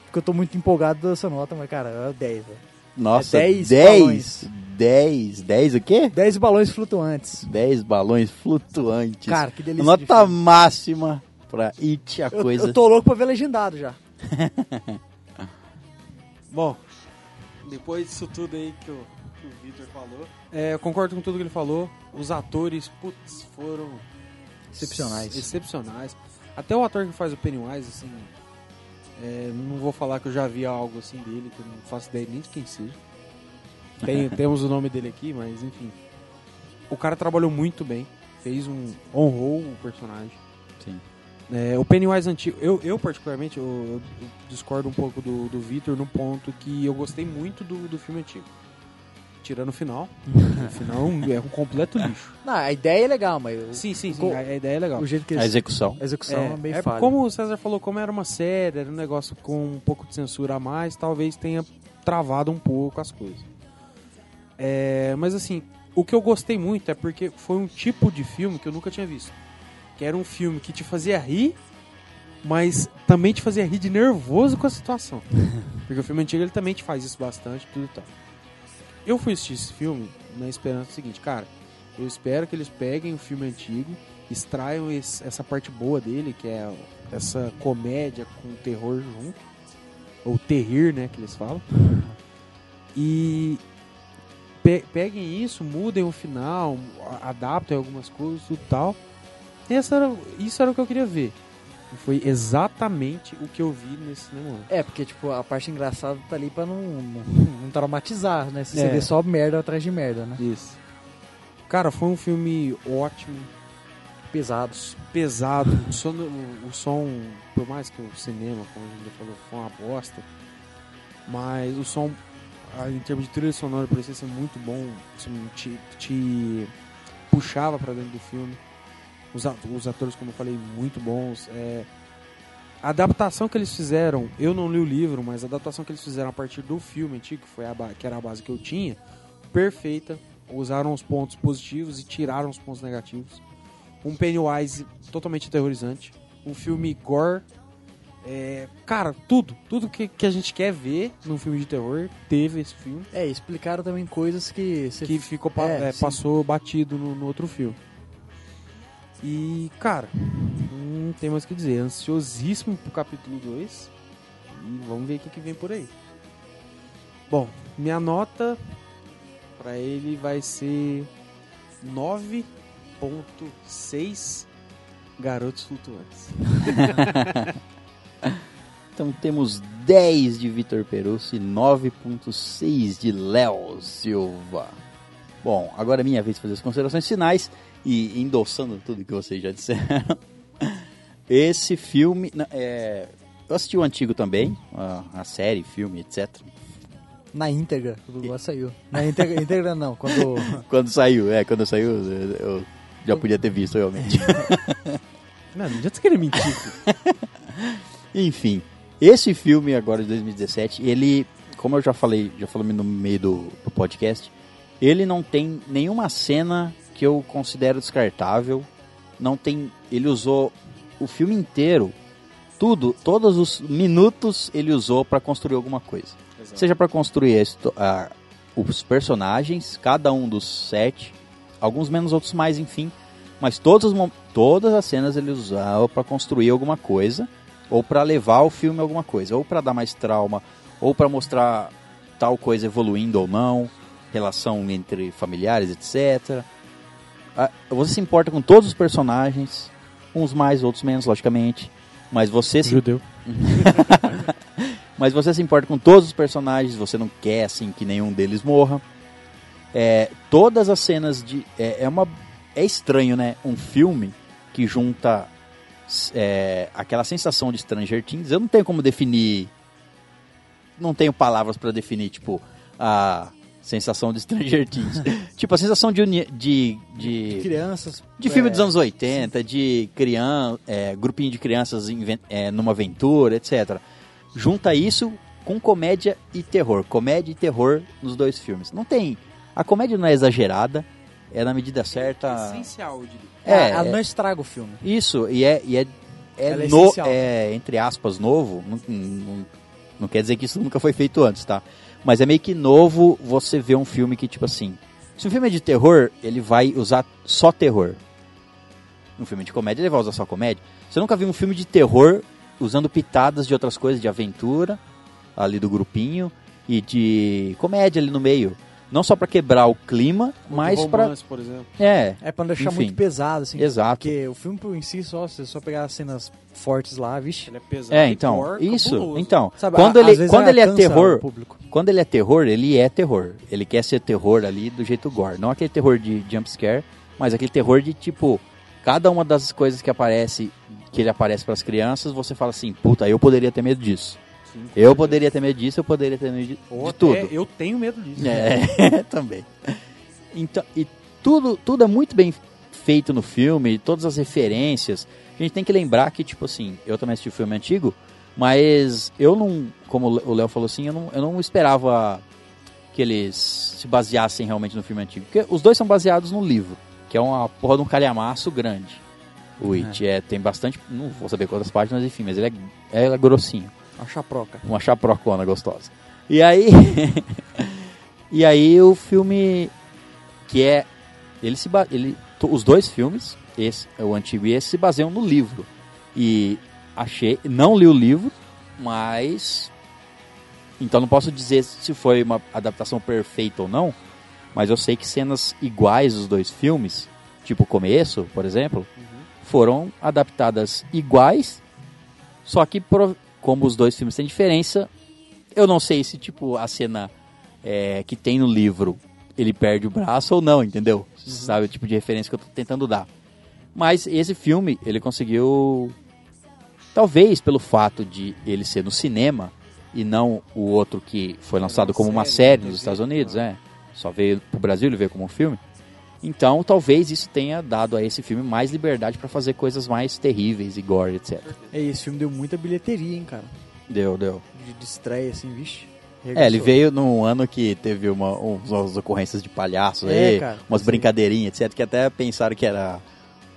Speaker 3: porque eu tô muito empolgado dessa nota, mas, cara, é 10, velho.
Speaker 1: Nossa,
Speaker 3: é 10
Speaker 1: 10?
Speaker 3: balões.
Speaker 1: 10? 10 o quê?
Speaker 3: 10 balões flutuantes.
Speaker 1: 10 balões flutuantes.
Speaker 3: Cara, que delícia. de
Speaker 1: Nota
Speaker 3: filme.
Speaker 1: máxima pra It é a
Speaker 3: eu,
Speaker 1: coisa.
Speaker 3: eu tô louco pra ver legendado já.
Speaker 4: Bom, depois disso tudo aí que o, que o Victor falou, é, eu concordo com tudo que ele falou. Os atores, putz, foram
Speaker 3: Excepcionais.
Speaker 4: Excepcionais. Até o ator que faz o Pennywise, assim. é, não vou falar que eu já vi algo assim dele, que eu não faço ideia nem de quem seja. Tem- temos o nome dele aqui, mas enfim. O cara trabalhou muito bem. Fez um. honrou o personagem.
Speaker 1: Sim.
Speaker 4: É, o Pennywise antigo, eu, eu particularmente, eu, eu discordo um pouco do, do Victor no ponto que eu gostei muito do, do filme antigo. Tirando o final. o final é um- é um completo lixo.
Speaker 3: Não, a ideia é legal, mas o,
Speaker 4: Sim, sim, sim.
Speaker 3: Co-
Speaker 4: A, a ideia é legal.
Speaker 3: o jeito que
Speaker 1: A
Speaker 3: eles,
Speaker 1: execução.
Speaker 3: a execução é, meio falha.
Speaker 4: Como o César falou, como era uma série, era um negócio com um pouco de censura a mais, talvez tenha travado um pouco as coisas. É, mas assim, o que eu gostei muito é porque foi um tipo de filme que eu nunca tinha visto. Que era um filme que te fazia rir, mas também te fazia rir de nervoso com a situação. Porque o filme antigo ele também te faz isso bastante, tudo e tal. Eu fui assistir esse filme na esperança do seguinte, cara, eu espero que eles peguem o filme antigo extraiam esse- essa parte boa dele, que é essa comédia com terror junto. Ou terrir, né, que eles falam. E pe- peguem isso, mudem o final, a- adaptem algumas coisas e tal. Essa era, isso era o que eu queria ver. E foi exatamente o que eu vi nesse cinema.
Speaker 3: É, porque, tipo, a parte engraçada tá ali pra não, não, não traumatizar, né? Se você
Speaker 4: É.
Speaker 3: vê só merda atrás de merda, né?
Speaker 4: Isso. Cara, foi um filme ótimo.
Speaker 3: Pesados.
Speaker 4: pesado. O, sono- o- o som, por mais que o cinema, como a gente já falou, foi uma bosta, mas o som, ah, em termos de trilha sonora, parecia ser muito bom.
Speaker 5: assim,
Speaker 4: Isso me- Te, te puxava pra dentro do filme. Os, a- os atores, como eu falei, muito bons. É,
Speaker 5: A adaptação que eles fizeram, eu não li o livro, mas a adaptação que eles fizeram a partir do filme antigo, que, foi a ba- que era a base que eu tinha, perfeita. Usaram os pontos positivos e tiraram os pontos negativos. Um Pennywise totalmente aterrorizante. Um filme gore. É, cara, tudo. Tudo que, que a gente quer ver num filme de terror, teve esse filme.
Speaker 3: É, explicaram também coisas que você
Speaker 5: que ficou pa-
Speaker 3: É,
Speaker 5: é,
Speaker 3: sim.
Speaker 5: passou batido no, no outro filme. E, cara, não tem mais o que dizer. Ansiosíssimo pro capítulo 2. E vamos ver o que, que vem por aí. Bom, minha nota pra ele vai ser 9.6 garotos flutuantes.
Speaker 1: Então temos 10 de Vitor Perusso e 9.6 de Léo Silva. Bom, agora é minha vez de fazer as considerações finais e endossando tudo que vocês já disseram. Esse filme. na- é, eu assisti o antigo também, a, a série, filme, etc.
Speaker 3: Na íntegra, quando igual saiu. Na íntegra, íntegra não, quando.
Speaker 1: Quando saiu, é, quando saiu, eu, eu já podia ter visto realmente.
Speaker 5: Mano, não adianta você querer mentir. filho.
Speaker 1: Enfim, esse filme agora de 2017, ele, como eu já falei, já falei no meio do, do podcast, ele não tem nenhuma cena que eu considero descartável. Não tem, ele usou o filme inteiro, tudo, todos os minutos ele usou pra construir alguma coisa. Seja pra construir a histó- a- os personagens, cada um dos sete, alguns menos, outros mais, enfim. Mas todos os mom- todas as cenas ele usava pra construir alguma coisa ou para levar o filme a alguma coisa, ou para dar mais trauma, ou para mostrar tal coisa evoluindo ou não, relação entre familiares, etc. Ah, Você se importa com todos os personagens, uns mais, outros menos, logicamente, mas você se
Speaker 5: Judeu.
Speaker 1: mas você se importa com todos os personagens, você não quer assim que nenhum deles morra. É, todas as cenas de é, é uma é estranho, né? Um filme que junta s- é, aquela sensação de Stranger Things. Eu não tenho como definir, não tenho palavras pra definir tipo a sensação de Stranger Things. tipo a sensação de uni- de, de
Speaker 3: Crianças.
Speaker 1: de filme
Speaker 3: é,
Speaker 1: dos anos 80, de criança, é, grupinho de crianças inven- é, numa aventura, etc. Junta isso com comédia e terror. Comédia e terror nos dois filmes. Não tem. A comédia não é exagerada, é na medida
Speaker 5: Tá.
Speaker 1: certa.
Speaker 5: Essencial, eu diria.
Speaker 1: É,
Speaker 3: É, ela
Speaker 1: é.
Speaker 3: não estraga o filme.
Speaker 1: Isso, e é, e é, é,
Speaker 3: Ela é
Speaker 1: no,
Speaker 3: essencial.
Speaker 1: é, entre aspas, novo. Não, não- não quer dizer que isso nunca foi feito antes, tá? Mas é meio que novo você ver um filme que, tipo assim. Se um filme é de terror, ele vai usar só terror. Um filme de comédia, ele vai usar só comédia. Você nunca viu um filme de terror usando pitadas de outras coisas, de aventura, ali do grupinho, e de comédia ali no meio. Não só pra quebrar o clima, mas pra.
Speaker 5: romance, por exemplo.
Speaker 1: É,
Speaker 3: É pra não deixar
Speaker 1: Enfim.
Speaker 3: muito pesado, assim.
Speaker 1: exato.
Speaker 3: Porque o filme por em si só, se você só pegar as cenas fortes lá, vixe.
Speaker 5: Ele é pesado.
Speaker 1: É,
Speaker 5: e
Speaker 1: então,
Speaker 5: gore,
Speaker 1: isso.
Speaker 5: cabuloso.
Speaker 1: Então,
Speaker 3: Sabe,
Speaker 1: quando
Speaker 3: a- às
Speaker 1: ele,
Speaker 3: vezes
Speaker 1: quando ele é
Speaker 3: alcança
Speaker 1: terror,
Speaker 3: o público.
Speaker 1: quando ele é terror, ele é terror. Ele quer ser terror ali do jeito gore, não aquele terror de jump scare, mas aquele terror de tipo cada uma das coisas que aparece, que ele aparece para as crianças, você fala assim, puta, eu poderia ter medo disso.
Speaker 5: Sim, com
Speaker 1: Eu
Speaker 5: certeza.
Speaker 1: poderia ter medo disso, eu poderia ter medo de,
Speaker 5: Ou
Speaker 1: de
Speaker 5: até
Speaker 1: tudo.
Speaker 5: Eu tenho medo disso.
Speaker 1: É, também. Então, e tudo, tudo é muito bem feito no filme, todas as referências. A gente tem que lembrar que, tipo assim, eu também assisti o filme antigo, mas eu não, como o Léo falou assim, eu não, eu não esperava que eles se baseassem realmente no filme antigo. Porque os dois são baseados no livro, que é uma porra de um calhamaço grande. O It é, tem bastante. Não vou saber quantas páginas, enfim, mas ele é, ele é grossinho
Speaker 3: A chaproca.
Speaker 1: uma chaprocona gostosa. E aí E aí o filme que é ele se ba- ele to- os dois filmes, esse o antigo e esse se baseiam no livro. E achei, não li o livro, mas então não posso dizer se foi uma adaptação perfeita ou não, mas eu sei que cenas iguais dos dois filmes, tipo o começo, por exemplo, foram adaptadas iguais, só que pro- como os dois filmes têm diferença, eu não sei se tipo a cena é, que tem no livro ele perde o braço ou não, entendeu?
Speaker 5: Uhum.
Speaker 1: Sabe o tipo de referência que eu tô tentando dar. Mas esse filme, ele conseguiu talvez pelo fato de ele ser no cinema e não o outro que foi lançado
Speaker 5: uma
Speaker 1: como uma
Speaker 5: série,
Speaker 1: série
Speaker 5: né, TV,
Speaker 1: nos Estados Unidos, é. Só veio pro Brasil, ele veio como um filme. Então, talvez isso tenha dado a esse filme mais liberdade pra fazer coisas mais terríveis e gore, etc.
Speaker 3: É, esse filme deu muita bilheteria, hein, cara.
Speaker 1: Deu, deu.
Speaker 3: De, de estreia, assim, vixe.
Speaker 1: É, ele
Speaker 3: Arregaçou.
Speaker 1: veio num ano que teve uma, uns- umas ocorrências de palhaços
Speaker 3: É,
Speaker 1: aí,
Speaker 3: cara,
Speaker 1: umas
Speaker 3: sim.
Speaker 1: brincadeirinhas, etc, que até pensaram que era,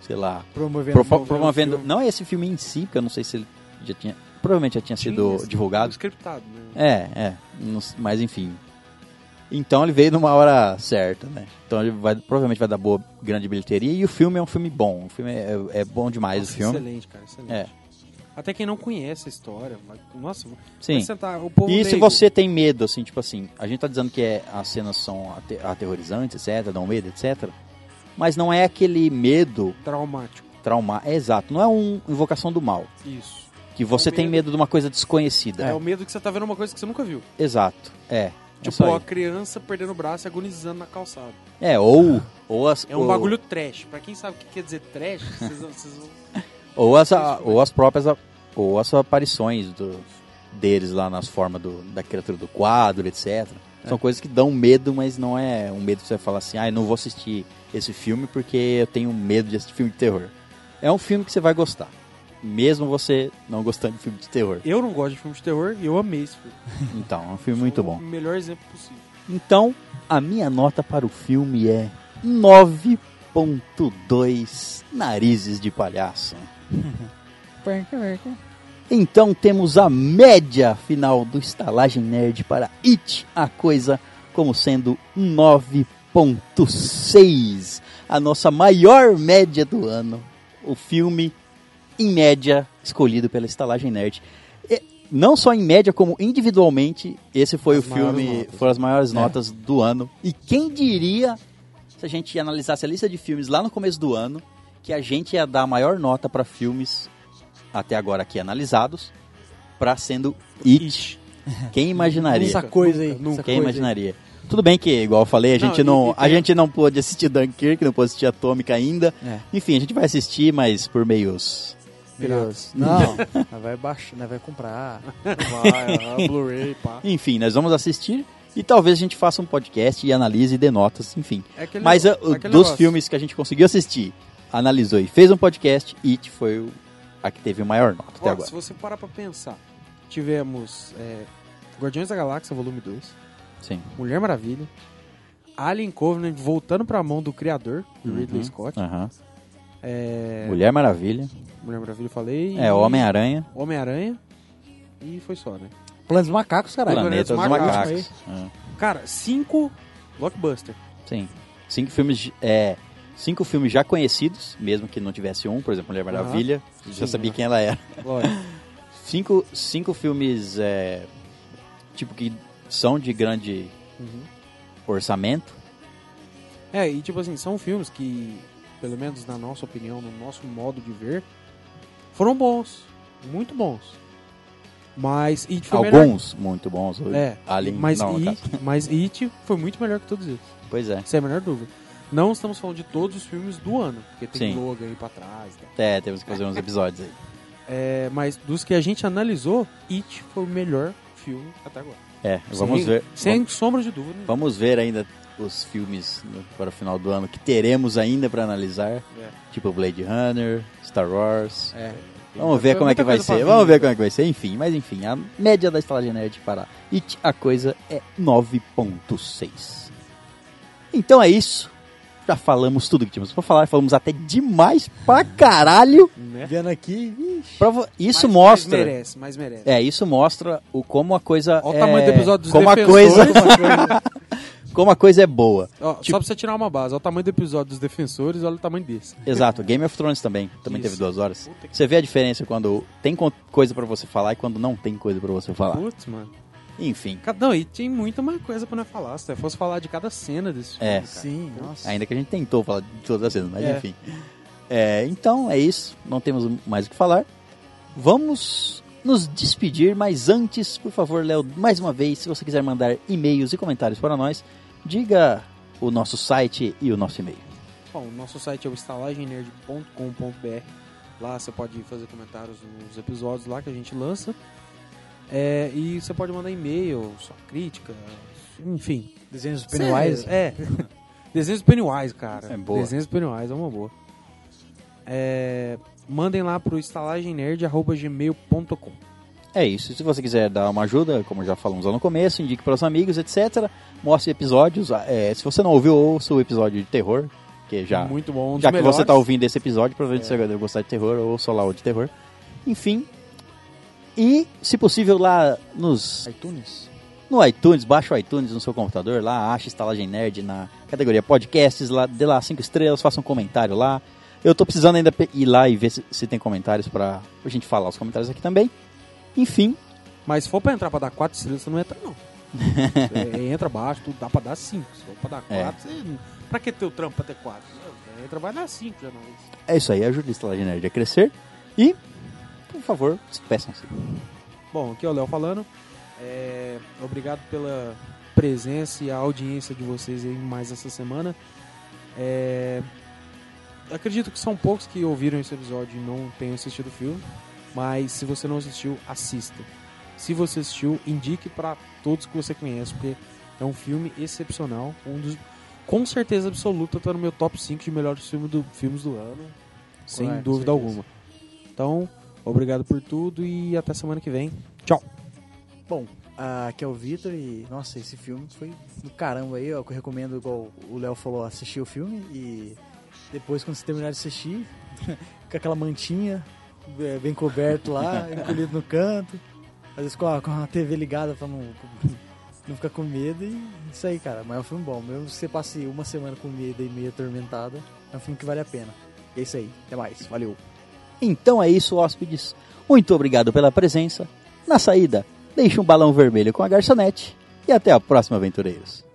Speaker 1: sei lá,
Speaker 3: Promovendo.
Speaker 1: pro-
Speaker 3: o
Speaker 1: promovendo.
Speaker 3: um filme.
Speaker 1: Não esse filme em si, porque eu não sei se ele já tinha. Provavelmente já tinha sido
Speaker 4: Tinha
Speaker 1: divulgado.
Speaker 4: Scriptado, né?
Speaker 1: É, é. não s- Mas enfim. Então ele veio numa hora certa, né? Então ele vai, provavelmente vai dar boa, grande bilheteria. E o filme é um filme bom. O filme é, é bom demais,
Speaker 4: Nossa,
Speaker 1: o filme.
Speaker 4: Excelente, cara, excelente.
Speaker 1: É.
Speaker 4: Até quem não conhece a história, vai- nossa, vai
Speaker 1: Sim.
Speaker 4: sentar, o povo
Speaker 1: E se
Speaker 4: leigo-
Speaker 1: você tem medo, assim, tipo assim, a gente tá dizendo que é, as cenas são ate- aterrorizantes, etc, dão medo, etc. Mas não é aquele medo
Speaker 4: Traumático.
Speaker 1: trauma, é exato, não é um invocação do mal,
Speaker 4: Isso.
Speaker 1: que você
Speaker 4: um
Speaker 1: tem
Speaker 4: medo-
Speaker 1: medo de uma coisa
Speaker 4: É.
Speaker 1: desconhecida.
Speaker 4: o medo que você tá vendo uma coisa que você nunca viu.
Speaker 1: Exato, é. É
Speaker 4: Tipo,
Speaker 1: só
Speaker 4: ó, a
Speaker 1: isso.
Speaker 4: criança perdendo o braço e agonizando na calçada.
Speaker 1: É, ou ou as
Speaker 4: É um
Speaker 1: ou-
Speaker 4: bagulho trash. Pra quem sabe o que quer dizer trash, vocês, vão- vocês vão...
Speaker 1: ou as ou as próprias ou as aparições do, deles lá nas formas do, da criatura do quadro, etc. São coisas que dão medo, mas não é um medo que você fala assim, ah, eu não vou assistir esse filme porque eu tenho medo de assistir filme de terror. É um filme que você vai gostar, mesmo você não gostando de filme de terror.
Speaker 4: Eu não gosto de filme de terror e eu amei esse filme.
Speaker 1: Então, é um filme muito
Speaker 4: O
Speaker 1: bom.
Speaker 4: melhor exemplo possível.
Speaker 1: Então, a minha nota para o filme é 9.2 narizes de palhaço. Então temos a média final do Estalagem Nerd para It, a coisa, como sendo 9.6. A nossa maior média do ano. O filme, em média, escolhido pela Estalagem Nerd. E, não só em média, como individualmente, esse foi
Speaker 4: As
Speaker 1: o
Speaker 4: maiores
Speaker 1: filme,
Speaker 4: notas.
Speaker 1: foram as maiores
Speaker 3: É.
Speaker 1: notas do ano. E quem diria, se a gente analisasse a lista de filmes lá no começo do ano, que a gente ia dar a maior nota para filmes até agora aqui analisados para sendo It. Quem imaginaria?
Speaker 3: Essa coisa aí.
Speaker 4: Nunca, nunca.
Speaker 3: essa
Speaker 1: Quem
Speaker 3: coisa
Speaker 1: imaginaria? Tudo bem que, igual eu falei, a gente
Speaker 4: Não,
Speaker 1: não,
Speaker 4: e- e
Speaker 1: a
Speaker 4: tem-
Speaker 1: gente não pôde assistir Dunkirk, não pôde assistir Atômica ainda.
Speaker 3: É.
Speaker 1: Enfim, a gente vai assistir, mas por meios.
Speaker 3: aí. Não, nós vai baixar, nós vai comprar.
Speaker 4: Vai, ó, Tá, Blu-ray, pá.
Speaker 1: Enfim, nós vamos assistir e talvez a gente faça um podcast e analise e dê notas, enfim.
Speaker 4: É aquele-
Speaker 1: Mas uh,
Speaker 4: aquele
Speaker 1: dos
Speaker 4: negócio.
Speaker 1: filmes que a gente conseguiu assistir, analisou e fez um podcast, It foi o- a que teve o maior nota até
Speaker 4: Ó,
Speaker 1: agora.
Speaker 4: Se você parar pra pensar, tivemos é, Guardiões da Galáxia Volume 2,
Speaker 1: Sim.
Speaker 4: Mulher Maravilha, Alien Covenant voltando pra mão do criador, do Ridley
Speaker 1: Uhum.
Speaker 4: Scott,
Speaker 1: Aham.
Speaker 4: é,
Speaker 1: Mulher Maravilha.
Speaker 4: Mulher Maravilha eu falei,
Speaker 1: É,
Speaker 4: e
Speaker 1: Homem-Aranha.
Speaker 4: Homem-Aranha, e foi só, né?
Speaker 3: Planos dos macacos, caralho.
Speaker 1: Planeta dos
Speaker 4: Macacos
Speaker 1: Macacos. Ah,
Speaker 4: Cara, cinco blockbuster.
Speaker 1: sim. Cinco filmes, é, cinco filmes já conhecidos, mesmo que não tivesse um, por exemplo, Mulher
Speaker 4: Aham.
Speaker 1: Maravilha. Já
Speaker 4: Sim,
Speaker 1: sabia
Speaker 4: aham.
Speaker 1: quem ela era.
Speaker 4: Lógico.
Speaker 1: Cinco, cinco filmes, é, tipo, que são de grande
Speaker 4: Uhum.
Speaker 1: orçamento.
Speaker 4: É, e tipo assim, são filmes que, pelo menos na nossa opinião, no nosso modo de ver, foram bons. Muito bons. Mas It foi melhor.
Speaker 1: Alguns muito bons.
Speaker 4: É,
Speaker 1: Alien,
Speaker 4: mas,
Speaker 1: não, no
Speaker 4: It, mas It foi muito melhor que todos eles.
Speaker 1: Pois é.
Speaker 4: Sem a menor dúvida. Não estamos falando de todos os filmes do ano, porque tem
Speaker 1: Sim.
Speaker 4: Logan aí pra trás. e tal.
Speaker 1: Até É, temos que fazer uns episódios aí.
Speaker 4: É, mas dos que a gente analisou, It foi o melhor filme até agora.
Speaker 1: É, vamos
Speaker 4: Sem-
Speaker 1: ver.
Speaker 4: Sem sombra de dúvida. nenhuma.
Speaker 1: Vamos ver ainda os filmes no- para o final do ano que teremos ainda para analisar.
Speaker 4: É.
Speaker 1: Tipo Blade Runner, Star Wars.
Speaker 4: É.
Speaker 1: Vamos ver
Speaker 4: Tem
Speaker 1: como é que
Speaker 4: muita
Speaker 1: vai
Speaker 4: coisa pra
Speaker 1: ser.
Speaker 4: vir.
Speaker 1: Vamos ver como é que vai ser. Enfim, mas enfim, a média da estalagem nerd para It, a coisa é 9.6. Então é isso. Já falamos tudo que tínhamos pra falar. Falamos até demais pra caralho.
Speaker 4: Né?
Speaker 3: Vendo aqui, ixi.
Speaker 1: Pra vo- Isso
Speaker 4: Mas-
Speaker 1: mostra...
Speaker 4: Mas merece, mas merece.
Speaker 1: É, isso mostra o como a coisa
Speaker 4: Olha
Speaker 1: é
Speaker 4: o tamanho do episódio dos
Speaker 1: como a
Speaker 4: defensores.
Speaker 1: coisa, como a coisa é boa.
Speaker 4: Ó,
Speaker 1: Tipo-
Speaker 4: Só pra você tirar uma base, olha o tamanho do episódio dos defensores, olha o tamanho desse.
Speaker 1: Exato, Game of Thrones também, também
Speaker 4: Isso.
Speaker 1: teve duas horas.
Speaker 4: Puta que-
Speaker 1: Você vê a diferença quando tem co- coisa pra você falar e quando não tem coisa pra você falar.
Speaker 4: Putz, mano.
Speaker 1: Enfim,
Speaker 4: Cada- Não, e tem muita mais coisa pra nós falar. Se eu fosse falar de cada cena desse filme.
Speaker 1: É.
Speaker 4: cara.
Speaker 3: Sim, nossa.
Speaker 1: ainda que a gente tentou falar de todas as cenas, mas
Speaker 4: É.
Speaker 1: enfim. É, então é isso, não temos mais o que falar. Vamos nos despedir, mas antes, por favor, Léo, mais uma vez, se você quiser mandar e-mails e comentários para nós, diga o nosso site e o nosso e-mail.
Speaker 4: Bom, o nosso site é o estalagemnerd.com.br. Lá você pode fazer comentários nos episódios lá que a gente lança. É, e você pode mandar e-mail, sua crítica, enfim.
Speaker 3: Desenhos do
Speaker 4: Penwise?
Speaker 3: Pennywise.
Speaker 4: É. Desenhos do Pennywise, cara.
Speaker 1: É boa.
Speaker 4: Desenhos do Pennywise é uma boa. É, mandem lá pro estalagemnerd.gmail.com
Speaker 1: É isso. Se você quiser dar uma ajuda, como já falamos lá no começo, indique para os amigos, etc. Mostre episódios. Ah, é, se você não ouviu, ouça o episódio de terror, que já
Speaker 4: Muito bom. um dos
Speaker 1: Ah. já que você tá
Speaker 4: melhores. É.
Speaker 1: está ouvindo esse episódio, provavelmente você vai gostar de terror ou solar ou de terror. Enfim. E, se possível, lá nos
Speaker 3: iTunes?
Speaker 1: no iTunes, baixa o iTunes no seu computador, lá acha Estalagem Nerd na categoria podcasts, lá, dê lá cinco estrelas, faça um comentário lá. Eu tô precisando ainda pe- ir lá e ver se, se tem comentários pra a gente falar os comentários aqui também. Enfim,
Speaker 4: Mas se for pra entrar pra dar 4 estrelas, você não entra, não. Você entra baixo, tudo dá pra dar 5. Se for pra dar
Speaker 1: É.
Speaker 4: 4, você... pra que ter o trampo pra ter 4? Entra, vai dar 5 já não.
Speaker 1: é isso aí, ajude a Estalagem Nerd a crescer e, por favor, despeçam-se.
Speaker 4: Bom, aqui é o Léo falando. É, obrigado pela presença e a audiência de vocês aí mais essa semana. É, acredito que são poucos que ouviram esse episódio e não tenham assistido o filme, mas se você não assistiu, assista. Se você assistiu, indique para todos que você conhece, porque é um filme excepcional, um dos com certeza absoluta tá no meu top 5 de melhores filmes do, filmes do ano, sem
Speaker 3: Claro, com
Speaker 4: dúvida
Speaker 3: certeza.
Speaker 4: alguma. Então, obrigado por tudo e até semana que vem. Tchau.
Speaker 3: Bom, ah, aqui é o Vitor e, nossa, esse filme foi do caramba aí, ó, que eu recomendo, igual o Léo falou, assistir o filme e depois, quando você terminar de assistir, com aquela mantinha é, bem coberto lá, encolhido no canto, às vezes com a, com a TV ligada pra não, não ficar com medo e isso aí, cara, mas é um filme bom, mesmo que você passe uma semana com medo e meio atormentada, é um filme que vale a pena. E é isso aí, até mais, valeu!
Speaker 1: Então é isso, hóspedes. Muito obrigado pela presença. Na saída, deixe um balão vermelho com a garçonete e até a próxima, aventureiros.